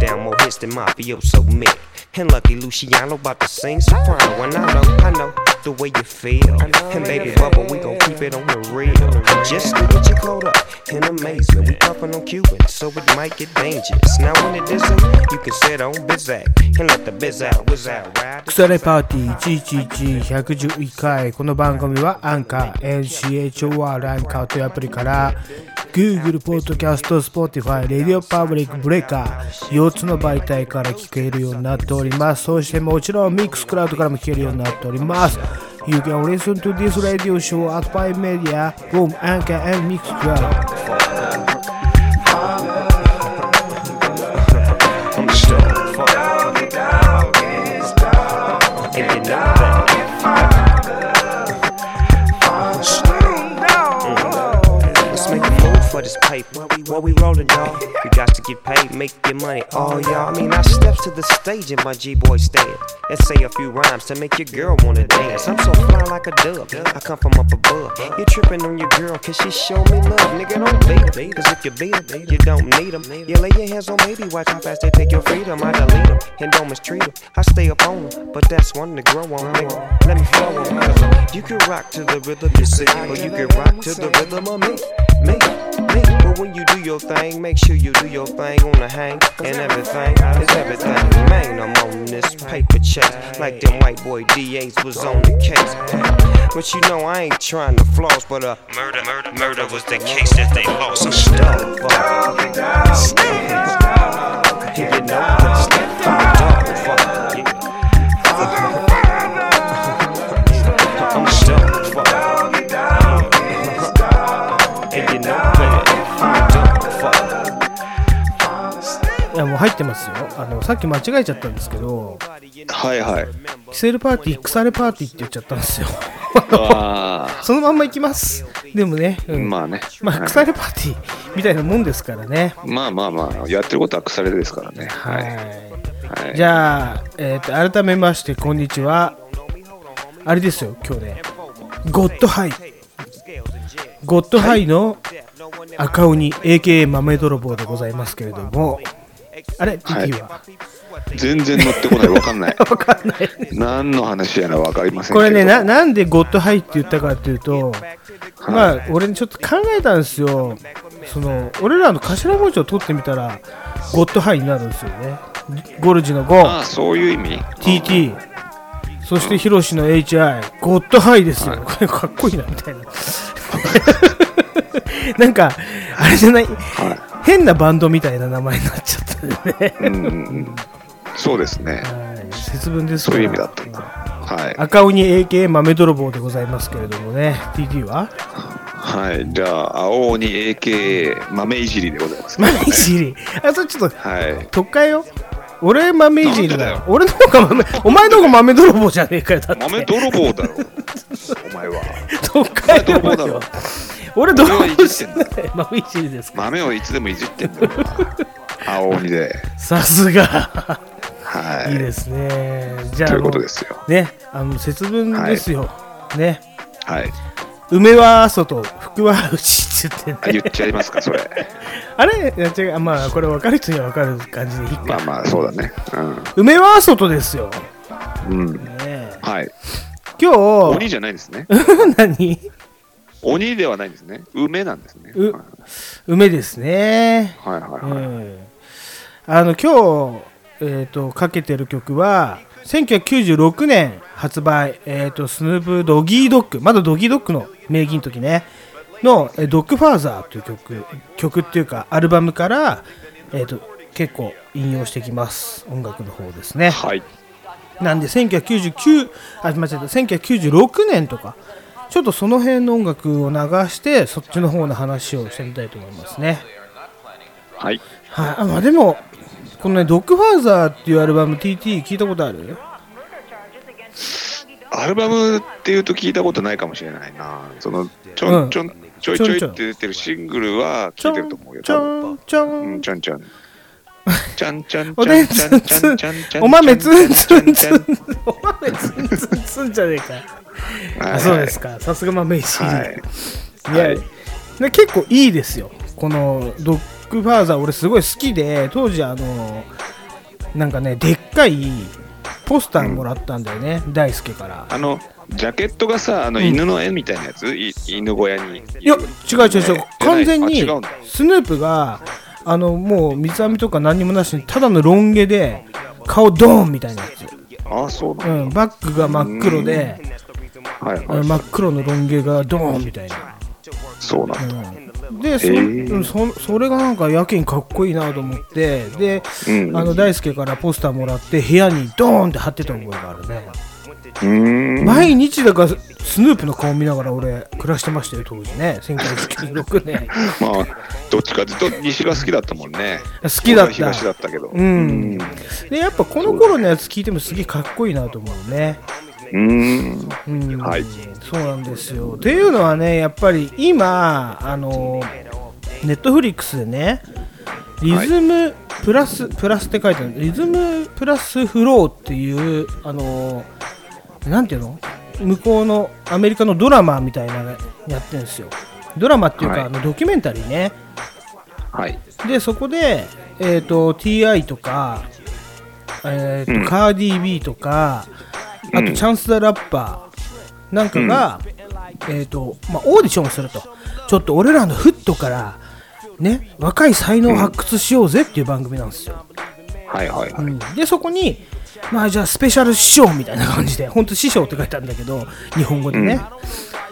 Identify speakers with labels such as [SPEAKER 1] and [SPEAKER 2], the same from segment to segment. [SPEAKER 1] down more hits than mafioso Mick. And lucky Luciano about to sing soprano. And I know, I know the way you feel. And baby bubble, we gon' keep it on the real. Just look at your coat up in amazement. We puffin' on Cuban, so it might get dangerous. Now when it isn't, you can sit on Bizak and let the biz out, whiz out, ride.
[SPEAKER 2] クソレパーティー111111回この番組はアンカー NCHOR ランカーというアプリから Google ポッドキャスト Spotify レディオパブリックブレイカー4つの媒体から聞けるようになっておりますそしてもちろん Mixcloud からも聞けるようになっております You can listen to this radio show at 5 Media from Anchor and Mixcloud
[SPEAKER 1] I'm sure. Fuck. And you know that. Let's make a move for this paper. What we rolling, dawg? We got to get paid, make your money. Oh, y'all. I mean, I step to the stage in my G-boy stand and say a few rhymes to make your girl wanna dance. I'm so fly like a dove. I come from up above. You tripping on your girl 'cause she show me love. Nigga, don't beat her. 'Cause if you beat her, you don't need 'em. You lay your hands on baby, watch how fast they take your freedom. I delete 'em and don't mistreat 'em. I stay up on 'em, but that's one to grow on. Nigga, let me flow on 'em. You can rock to the rhythm you see, or you can rock to the rhythm of me me, me. But when you do your thing, make sure you do your thing on the hang and everything. It's everything. Man, I'm on this paper chase like them white boy DAs was on the case. But you know I ain't trying to floss, but uh, murder, murder, murder was the case that they lost. uh, I'm stuck. fuck. Stuck. You know I'm stuck. Dog, fuck. Yeah. I'm stuck. Fuck. And you know that I don't fuck.
[SPEAKER 2] いやもう入ってますよあのさっき間違えちゃったんですけど
[SPEAKER 3] はいはい。
[SPEAKER 2] キセルパーティー腐れパーティーって言っちゃったんですよ
[SPEAKER 3] あ
[SPEAKER 2] そのまんま行きますでもね、う
[SPEAKER 3] あ、
[SPEAKER 2] ん
[SPEAKER 3] まあね。
[SPEAKER 2] まあ、
[SPEAKER 3] はい
[SPEAKER 2] 腐れパーティーみたいなもんですからね。
[SPEAKER 3] まあまあまあ、やってることは腐れですからね。
[SPEAKER 2] は
[SPEAKER 3] はい。
[SPEAKER 2] い。
[SPEAKER 3] はい
[SPEAKER 2] じゃあ、えーと、改めまして、こんにちは。あれですよ、今日ね。ゴッドハイ。ゴッドハイの赤鬼、AKA 豆泥棒でございますけれども、あれ、
[SPEAKER 3] はい
[SPEAKER 2] TT は、
[SPEAKER 3] 全然乗ってこない。わか んない。
[SPEAKER 2] わかんない。
[SPEAKER 3] 何の話やらわかりませんけど。
[SPEAKER 2] これねな、なんでゴッドハイって言ったかっていうと、まあ、俺ちょっと考えたんですよ。その、俺らの頭文字を取ってみたら、ゴッドハイになるんですよね。ゴルジの
[SPEAKER 3] あ
[SPEAKER 2] 5、
[SPEAKER 3] あ、そういう意味
[SPEAKER 2] TT、そしてヒロシの HI、ゴッドハイですよ。これかっこいいな、み たいな。なんか、あれじゃない、変なバンドみたいな名前になっちゃったよね。
[SPEAKER 3] うんうんうん。そうですね。
[SPEAKER 2] はい節分です
[SPEAKER 3] そ
[SPEAKER 2] か
[SPEAKER 3] う
[SPEAKER 2] ら
[SPEAKER 3] いう意味だったんだ。はい。
[SPEAKER 2] 赤鬼 AKA 豆泥棒でございますけれどもね、TT は
[SPEAKER 3] はい。じゃあ、青鬼 AKA 豆いじりでございます。
[SPEAKER 2] 豆いじり。あ、それちょっと、
[SPEAKER 3] はい。
[SPEAKER 2] 特会よ。俺豆いじりだ
[SPEAKER 3] なん
[SPEAKER 2] よ
[SPEAKER 3] で。
[SPEAKER 2] 俺の方が豆、お前の方が豆泥棒じゃねえかよ。だって
[SPEAKER 3] 豆泥棒だろ。お前は。
[SPEAKER 2] 特会
[SPEAKER 3] お前泥棒だ
[SPEAKER 2] よ
[SPEAKER 3] ろ。
[SPEAKER 2] 俺泥
[SPEAKER 3] 俺はい
[SPEAKER 2] 棒
[SPEAKER 3] じ
[SPEAKER 2] し
[SPEAKER 3] ってん
[SPEAKER 2] な
[SPEAKER 3] だ
[SPEAKER 2] い。豆いじりですか。
[SPEAKER 3] 豆をいつでもいじってんだよ。青鬼で。
[SPEAKER 2] さすが。
[SPEAKER 3] はい
[SPEAKER 2] い
[SPEAKER 3] い。
[SPEAKER 2] ですね。じゃあ、
[SPEAKER 3] ということですよ
[SPEAKER 2] あのね、あの、節分ですよ。ね。
[SPEAKER 3] はい。
[SPEAKER 2] 梅は外、福は内って言っ
[SPEAKER 3] あ
[SPEAKER 2] てね。
[SPEAKER 3] 言っちゃいますか、それ。
[SPEAKER 2] あれいや違う、まあ、これ分かる人には分かる感じでいい
[SPEAKER 3] まあ
[SPEAKER 2] か。
[SPEAKER 3] まあ、そうだね。
[SPEAKER 2] 梅は外ですよ。
[SPEAKER 3] うん。うん。
[SPEAKER 2] ねえ
[SPEAKER 3] はい。
[SPEAKER 2] 今
[SPEAKER 3] 鬼
[SPEAKER 2] 日、
[SPEAKER 3] じゃないんですね。
[SPEAKER 2] 何
[SPEAKER 3] 鬼ではないんですね。梅なんですね。
[SPEAKER 2] う
[SPEAKER 3] はい
[SPEAKER 2] 梅ですね。
[SPEAKER 3] はいはいはい。
[SPEAKER 2] うんあの今日、えー、とかけてる曲は1996年発売、えー、とスヌープ・ドギー・ドッグまだドギー・ドッグの名義の時ねの「えードッグ・ファーザー」という曲曲っていうかアルバムから、えー、と結構引用してきます音楽の方ですね
[SPEAKER 3] はい。
[SPEAKER 2] なんで1999あ間違えた1996年とかちょっとその辺の音楽を流してそっちの方の話をしてみたいと思いますね
[SPEAKER 3] はい。
[SPEAKER 2] はい、あまあでもこのね「ドッグファーザー」っていうアルバム TT 聞いたことある
[SPEAKER 3] アルバムっていうと聞いたことないかもしれないな。その、ちょんちょん、ちょいちょいって出てるシングルは
[SPEAKER 2] ち
[SPEAKER 3] 聞い
[SPEAKER 2] ょ
[SPEAKER 3] てると思うんよ。
[SPEAKER 2] ちょんちょ
[SPEAKER 3] うんん、ちょんちょ ん。ちゃんちゃんち
[SPEAKER 2] お
[SPEAKER 3] ゃ
[SPEAKER 2] でん
[SPEAKER 3] んち
[SPEAKER 2] つ
[SPEAKER 3] ゃん
[SPEAKER 2] ん
[SPEAKER 3] ち
[SPEAKER 2] つ
[SPEAKER 3] ゃん
[SPEAKER 2] ん
[SPEAKER 3] ちゃんちゃん。
[SPEAKER 2] お豆つんつんつ
[SPEAKER 3] ちゃ
[SPEAKER 2] ん
[SPEAKER 3] ち
[SPEAKER 2] お豆つんつんつんじゃねえか
[SPEAKER 3] ゃんはい
[SPEAKER 2] あそうですかさすが豆石
[SPEAKER 3] はい。
[SPEAKER 2] いや、
[SPEAKER 3] はい
[SPEAKER 2] ね結構いいですよこの「ドッグファーザー」俺すごい好きで当時あのなんかねでっかいポスターもらったんだよね、大輔から
[SPEAKER 3] あのジャケットがさあの犬の絵みたいなやつ、い犬小屋に
[SPEAKER 2] いや違う違う違う、
[SPEAKER 3] ね
[SPEAKER 2] 完全に
[SPEAKER 3] じゃないあ違うんだ
[SPEAKER 2] スヌープがあのもう三つ編みとか何にもなしにただのロン毛で顔ドーンみたいなやつ、
[SPEAKER 3] ああそうな
[SPEAKER 2] うんん、バッグが真っ黒で、
[SPEAKER 3] だはい
[SPEAKER 2] あの
[SPEAKER 3] はい
[SPEAKER 2] 真っ黒のロン毛がドーンみたいな、
[SPEAKER 3] そうなんだ
[SPEAKER 2] うん、でそ,、
[SPEAKER 3] へー
[SPEAKER 2] うんそそれがなんかやけにかっこいいなと思ってで、
[SPEAKER 3] うん
[SPEAKER 2] あの大輔からポスターもらって部屋にドーンって貼ってた覚えがあるね、
[SPEAKER 3] うーん
[SPEAKER 2] 毎日だからスヌープの顔見ながら俺暮らしてましたよ当時ね1996年
[SPEAKER 3] まあどっちかというと西が好きだったもんね
[SPEAKER 2] 好きだっ
[SPEAKER 3] 俺は東だ
[SPEAKER 2] た
[SPEAKER 3] ったけど
[SPEAKER 2] う
[SPEAKER 3] うん
[SPEAKER 2] でやっぱこの頃のやつ聞いてもすげえかっこいいなと思うね
[SPEAKER 3] ーん
[SPEAKER 2] うん、
[SPEAKER 3] はい
[SPEAKER 2] そうなんですよ。っていうのはね、やっぱり今、あのネットフリックスでね、リズムプラス、プラスって書いてある、リズムプラスフローっていう、あのなんていうの向こうのアメリカのドラマみたいなのやってるんですよ。ドラマっていうか、
[SPEAKER 3] はい
[SPEAKER 2] あのドキュメンタリーね。
[SPEAKER 3] はい
[SPEAKER 2] で、そこで、えっと TI とか、えーと
[SPEAKER 3] うん
[SPEAKER 2] カーディー・ビーとか、あ
[SPEAKER 3] う
[SPEAKER 2] と
[SPEAKER 3] ん
[SPEAKER 2] チャンス・ザ・ラッパーなんかが、えーとまあ、オーディションをすると、ちょっと俺らのフットから、ね、若い才能を発掘しようぜっていう番組なんですよ。
[SPEAKER 3] はいはいは
[SPEAKER 2] う
[SPEAKER 3] い
[SPEAKER 2] んで、そこに、まあ、じゃあスペシャル師匠みたいな感じで、 本当師匠って書いてあるんだけど、日本語でね。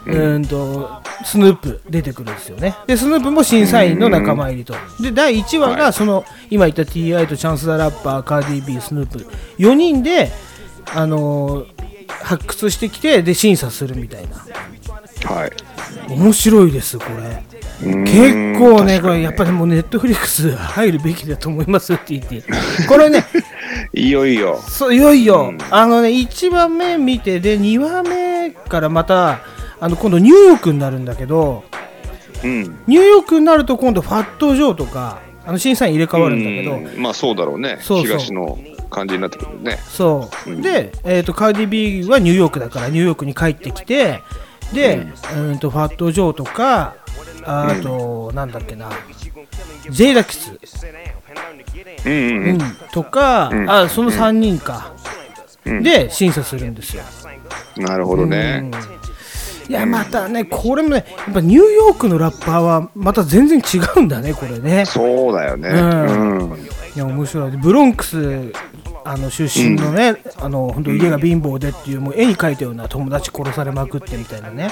[SPEAKER 2] うーんとスヌープ出てくるんですよねでスヌープも審査員の仲間入りとで第1話がその、今言った T.I. とチャンス・ザ・ラッパーカーディー・ビースヌープ4人で、あのー発掘してきてで審査するみたいな
[SPEAKER 3] はい
[SPEAKER 2] 面白いですこれ
[SPEAKER 3] うーん
[SPEAKER 2] 結構ね
[SPEAKER 3] 確
[SPEAKER 2] こ
[SPEAKER 3] かに
[SPEAKER 2] れやっぱりもうネットフリックス入るべきだと思いますって言ってこれね
[SPEAKER 3] いよいよ
[SPEAKER 2] そういよいよ、あのね1話目見てで2話目からまたあの今度ニューヨークになるんだけど
[SPEAKER 3] うん
[SPEAKER 2] ニューヨークになると今度ファットジョーとかあの審査員入れ替わるんだけど、
[SPEAKER 3] うんまあそうだろうね
[SPEAKER 2] そうそう
[SPEAKER 3] 東の感じになってくるね
[SPEAKER 2] そう、
[SPEAKER 3] うん
[SPEAKER 2] で、えー、とカーディ・ビーはニューヨークだからニューヨークに帰ってきてで、うん、とファットジョーとかああと、なんだっけなジェイダキス、う
[SPEAKER 3] うんうんうんん、
[SPEAKER 2] とか、
[SPEAKER 3] ん
[SPEAKER 2] あその3人か、
[SPEAKER 3] うん
[SPEAKER 2] で審査するんですよ、
[SPEAKER 3] なるほどね
[SPEAKER 2] いやまたねこれもねやっぱニューヨークのラッパーはまた全然違うんだねこれね
[SPEAKER 3] そうだよね
[SPEAKER 2] うん
[SPEAKER 3] うん
[SPEAKER 2] いや面白いブロンクスあの出身のね、あの本当家が貧乏でっていうもう絵に描いたような友達殺されまくってみたいなね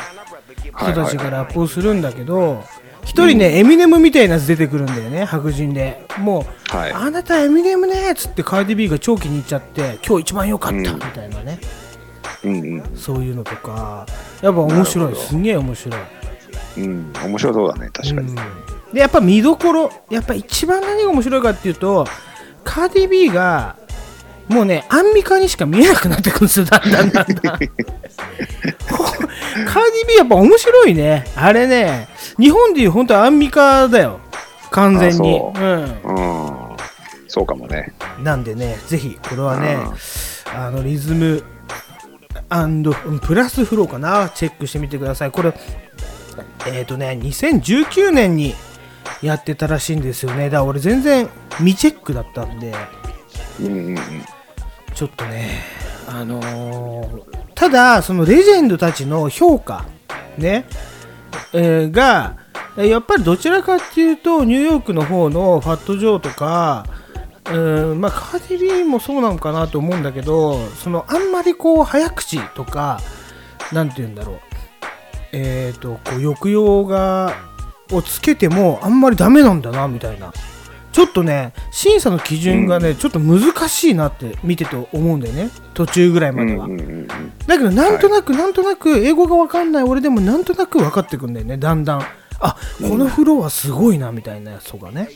[SPEAKER 3] はい
[SPEAKER 2] 人
[SPEAKER 3] は
[SPEAKER 2] た
[SPEAKER 3] い
[SPEAKER 2] ちがラップをするんだけど一人ねエミネムみたいなやつ出てくるんだよね白人でもう、
[SPEAKER 3] はい
[SPEAKER 2] あなたエミネムねっつってカーディビーが長期に行っちゃって今日一番良かったみたいなね、
[SPEAKER 3] うん
[SPEAKER 2] そういうのとかやっぱ面白いすげえ面白い。
[SPEAKER 3] うんうん面白そうだね確かに
[SPEAKER 2] うんでやっぱ見どころやっぱ一番何が面白いかっていうとカーディ・ビーがもうねアンミカにしか見えなくなってくるんですよだんだんだんだん カーディ・ビーやっぱ面白いねあれね日本でいう本当アンミカだよ完全に、
[SPEAKER 3] あそううんそうかもね
[SPEAKER 2] ん、なんでねぜひこれはねあのリズムアンドプラスフローかなチェックしてみてくださいこれえっ、ー、とね2019年にやってたらしいんですよねだから俺全然未チェックだったんで
[SPEAKER 3] うんうんうん
[SPEAKER 2] ちょっとねあのーただそのレジェンドたちの評価ね、えーがやっぱりどちらかっていうとニューヨークの方のファットジョーとかうーんまあカーディビーもそうなのかなと思うんだけどそのあんまりこう早口とかなんて言うんだろうえっ、とこう抑揚がをつけてもあんまりダメなんだなみたいなちょっとね審査の基準がね、ちょっと難しいなって見てて思うんだよね途中ぐらいま
[SPEAKER 3] うん
[SPEAKER 2] で
[SPEAKER 3] う
[SPEAKER 2] は、
[SPEAKER 3] んうん
[SPEAKER 2] だけどなんとなく、なんとなく英語がわかんない俺でもなんとなく分かってくんだよねだんだんあこのフロアすごいなみたいなやつとかね、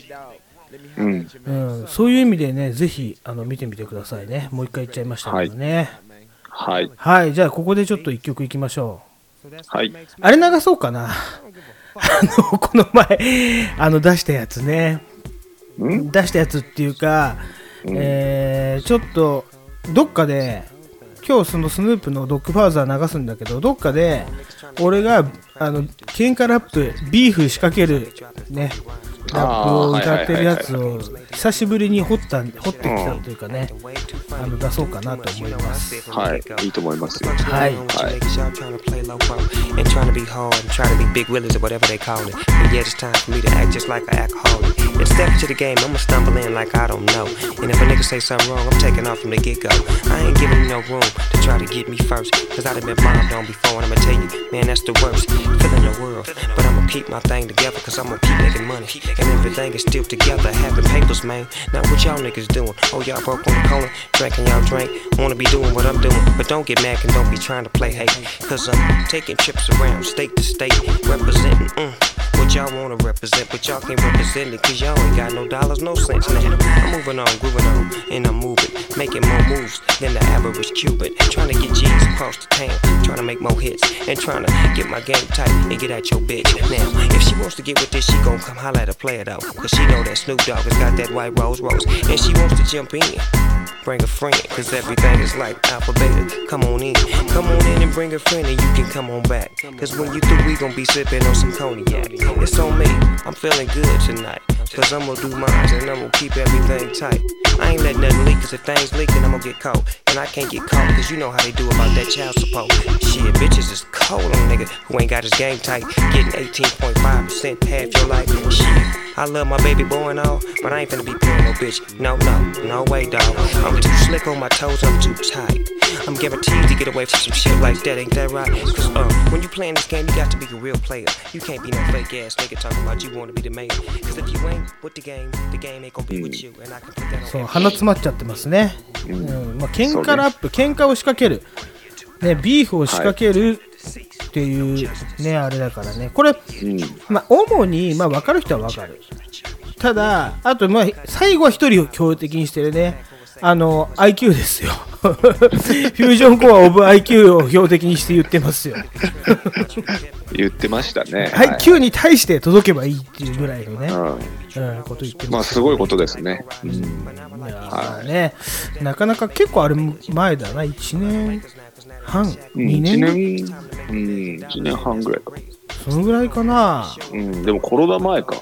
[SPEAKER 3] うんうん
[SPEAKER 2] うん、そういう意味でねぜひあの見てみてくださいねもう一回言っちゃいましたけどね
[SPEAKER 3] はい
[SPEAKER 2] はい、じゃあここでちょっと一曲いきましょう
[SPEAKER 3] はい
[SPEAKER 2] あれ流そうかな。あの、この前、あの、出したやつね。
[SPEAKER 3] ん
[SPEAKER 2] 出したやつっていうか、えーちょっと、どっかで、今日そのスヌープのドッグファーザー流すんだけど、どっかで、俺が、あの、喧嘩ラップ、ビーフ仕掛ける、ね、ラップを歌ってるやつを久しぶりに掘ったん掘ってきたというかね、あの出そうかなと思います。
[SPEAKER 3] はい、いいと思いますよ。
[SPEAKER 2] はい
[SPEAKER 3] はい。
[SPEAKER 1] And trying to be hard and trying to be big willies or whatever they call it. And yeah, it's time for me to act just like an alcoholic. And step into the game, I'ma stumble in like I don't know. And if a nigga say something wrong, I'm taking off from the get go. I ain't giving you no room to try to get me first. Cause I done been bombed on before, and I'ma tell you, man, that's the worst feeling in the world. But I'ma keep my thing together, cause I'ma keep making money. And everything is still together, having papers, man. Now, what y'all niggas doing? Oh, y'all broke on the corner, drinking y'all drink. Wanna be doing what I'm doing, but don't get mad and don't be trying to play hate. Cause I'm taking trips around state to state, representing mm, what y'all wanna represent, but y'all can't represent it cause y'all ain't got no dollars, no cents now. I'm moving on, grooving on, and I'm moving, making more moves than the average Cuban. Trying to get G's across the town, trying to make more hits, and trying to get my game tight and get at your bitch. Now, if she wants to get with this, she gon' come holler at a player though, cause she know that Snoop Dogg has got that white Rolls Royce, and she wants to jump in. Bring a friend, cause everything is like alphabet. Come on in, come on in and bring a friend, and you can come on back. Cause when you through, we gon' be sippin' on some cognac. It's on me, I'm feeling good tonight. Cause I'm gonna do mine and I'm gonna keep everything tight. I ain't let nothing leak, cause if things leak, then I'm gonna get caught. And I can't get caught, cause you know how they do about that child support. Shit, bitches is cold on a nigga who ain't got his game tight. Getting 18.5% half your life. Shit. I love my baby boy and all, but I ain't finna be playing no bitch. No, no, no way, dog. I'm too slick on my toes, I'm too tight. I'm guaranteed to get away from some shit like that, ain't that right? Cause, uh, when you playing this game, you got to be a real player. You can't be no fake ass nigga talking about you wanna be the man. Cause if you ain't with the game, the game ain't gonna be with you. And I can put that on
[SPEAKER 2] そう鼻詰まっちゃってますね、うんまあ、喧嘩ラップ喧嘩を仕掛ける、ね、ビーフを仕掛けるっていう、ねあれだからねこれ、まあ、主に、まあ、分かる人は分かるただあと、まあ、最後は一人を強敵にしてるねあの IQ ですよ フュージョンコアオブ IQ を標的にして言ってますよ
[SPEAKER 3] 言ってましたね。
[SPEAKER 2] はい、Q に対して届けばいいっていうぐらいのね、うん、こと言って
[SPEAKER 3] うん。
[SPEAKER 2] ま
[SPEAKER 3] まあ、
[SPEAKER 2] す
[SPEAKER 3] すごいことですね。うん。
[SPEAKER 2] まあね、なかなか結構あれも前だな、1年半、
[SPEAKER 3] うん
[SPEAKER 2] 2年、
[SPEAKER 3] 1年、うん、1年半ぐらいか。
[SPEAKER 2] そのぐらいかな。
[SPEAKER 3] うん、でもコロナ前か。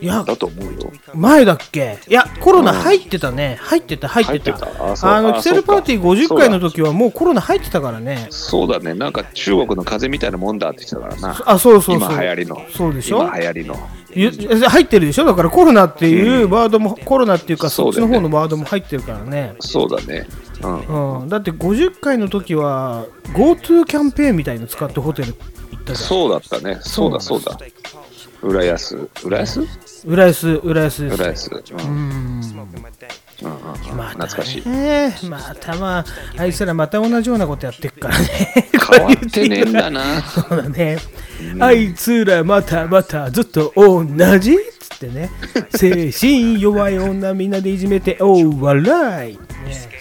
[SPEAKER 2] いや、
[SPEAKER 3] だと思うよ。
[SPEAKER 2] 前だっけいや、コロナ入ってたね、入ってた、入ってた。
[SPEAKER 3] 入ってたあそう
[SPEAKER 2] の、
[SPEAKER 3] あ
[SPEAKER 2] キセルパーティー
[SPEAKER 3] そうか
[SPEAKER 2] 50回の時はもうコロナ入ってたからね。
[SPEAKER 3] そうだね。なんか中国の風邪みたいなもんだって言ってたからな。
[SPEAKER 2] あ、そうそうそう。
[SPEAKER 3] 今流行りの。
[SPEAKER 2] そうでしょ
[SPEAKER 3] 今流行りの。
[SPEAKER 2] ゆ入ってるでしょだからコロナっていうワードも、コロナっていうか、そ
[SPEAKER 3] そ
[SPEAKER 2] っ
[SPEAKER 3] う
[SPEAKER 2] ち
[SPEAKER 3] だよ
[SPEAKER 2] の
[SPEAKER 3] ね
[SPEAKER 2] 方のワードも入ってるからね。
[SPEAKER 3] そうだね。うん。
[SPEAKER 2] うん、だって50回の時は GoTo キャンペーンみたいの使ってホテル行ったじゃん
[SPEAKER 3] そうだったね。そうだそうだ。浦安。浦安
[SPEAKER 2] 浦安浦安です
[SPEAKER 3] 浦安。うん。うんうん、懐かしい。
[SPEAKER 2] えー、またまああいつらまた同じようなことやってっからね
[SPEAKER 3] 変わってねえんだな。
[SPEAKER 2] そうだねあいつらまたまたずっと同じっつって ね精神弱い女みんなでいじめてお笑いね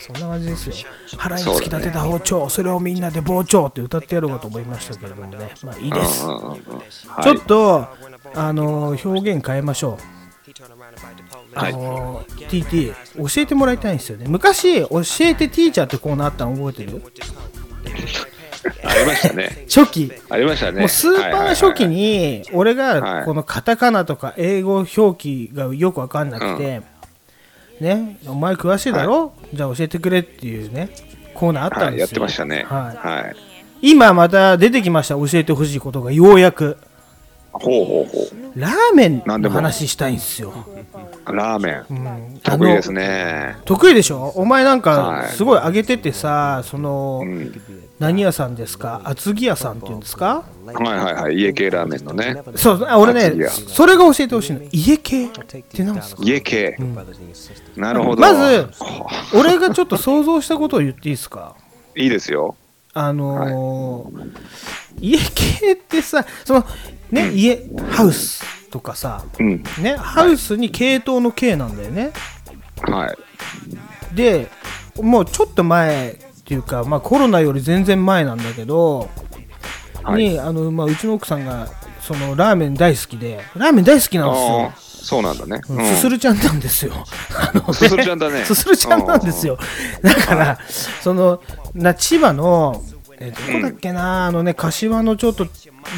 [SPEAKER 2] そんな感じですよ腹に突き立てた包丁そ,、れをみんなで傍聴って歌ってやろうかと思いましたけれどもねまあいいです、
[SPEAKER 3] うんうんうん。
[SPEAKER 2] ち
[SPEAKER 3] は
[SPEAKER 2] ょ
[SPEAKER 3] い
[SPEAKER 2] っ。と、あのー表現変えましょう。
[SPEAKER 3] はい
[SPEAKER 2] あのー TT、教えてもらいたいんですよね。昔、教えてティーチャーってコーナーあったの覚えてる
[SPEAKER 3] ありましたね。
[SPEAKER 2] 初期。
[SPEAKER 3] ありましたね。
[SPEAKER 2] もうスーパー初期
[SPEAKER 3] に。
[SPEAKER 2] に、俺
[SPEAKER 3] は
[SPEAKER 2] が
[SPEAKER 3] い
[SPEAKER 2] このカタカナとか英語表記がよくわかんなくて、ね、お前詳しいだろ、じゃあ教えてくれっていうね、コーナーあったんですよ。
[SPEAKER 3] はい、やってましたね。
[SPEAKER 2] はい
[SPEAKER 3] はい。
[SPEAKER 2] 今また出てきました、教えてほしいことがようやく。
[SPEAKER 3] ほうほうほ
[SPEAKER 2] ラーメン
[SPEAKER 3] なん
[SPEAKER 2] の
[SPEAKER 3] でも
[SPEAKER 2] 話したいんですよ。
[SPEAKER 3] う。ラーメン。
[SPEAKER 2] うんあ
[SPEAKER 3] 得意
[SPEAKER 2] の
[SPEAKER 3] ですね。
[SPEAKER 2] 得意でしょお前なん
[SPEAKER 3] は
[SPEAKER 2] か
[SPEAKER 3] い
[SPEAKER 2] すごい上げててさその、
[SPEAKER 3] ん
[SPEAKER 2] 何屋さんですか厚木屋さんっていうんですか
[SPEAKER 3] はいはいはい。家系ラーメンのね。
[SPEAKER 2] そうあ俺
[SPEAKER 3] 厚木
[SPEAKER 2] ね
[SPEAKER 3] 屋
[SPEAKER 2] それが教えてほしいの家系ってなんですか
[SPEAKER 3] 家系。なるほど。
[SPEAKER 2] まず
[SPEAKER 3] ほ
[SPEAKER 2] 俺がちょっと想像したことを言っていいですか
[SPEAKER 3] ういいですよ。
[SPEAKER 2] あのー家系ってさそのね家ハウスとかさ
[SPEAKER 3] うん。
[SPEAKER 2] ねハウスに系統の系なんだよね
[SPEAKER 3] はい。
[SPEAKER 2] でもうちょっと前っていうか、まあ、コロナより全然前なんだけど、
[SPEAKER 3] はい
[SPEAKER 2] にあのまあ、うちの奥さんがそのラーメン大好きでラーメン大好きなんです
[SPEAKER 3] あ
[SPEAKER 2] よ
[SPEAKER 3] あ、そうなんだね。
[SPEAKER 2] うん
[SPEAKER 3] うん
[SPEAKER 2] すするちゃんなん ですよ。あのね
[SPEAKER 3] すするちゃんだね
[SPEAKER 2] すするちゃんなんですよ。だから、そのな千葉のえーどこだっけな、あのね、柏のちょっと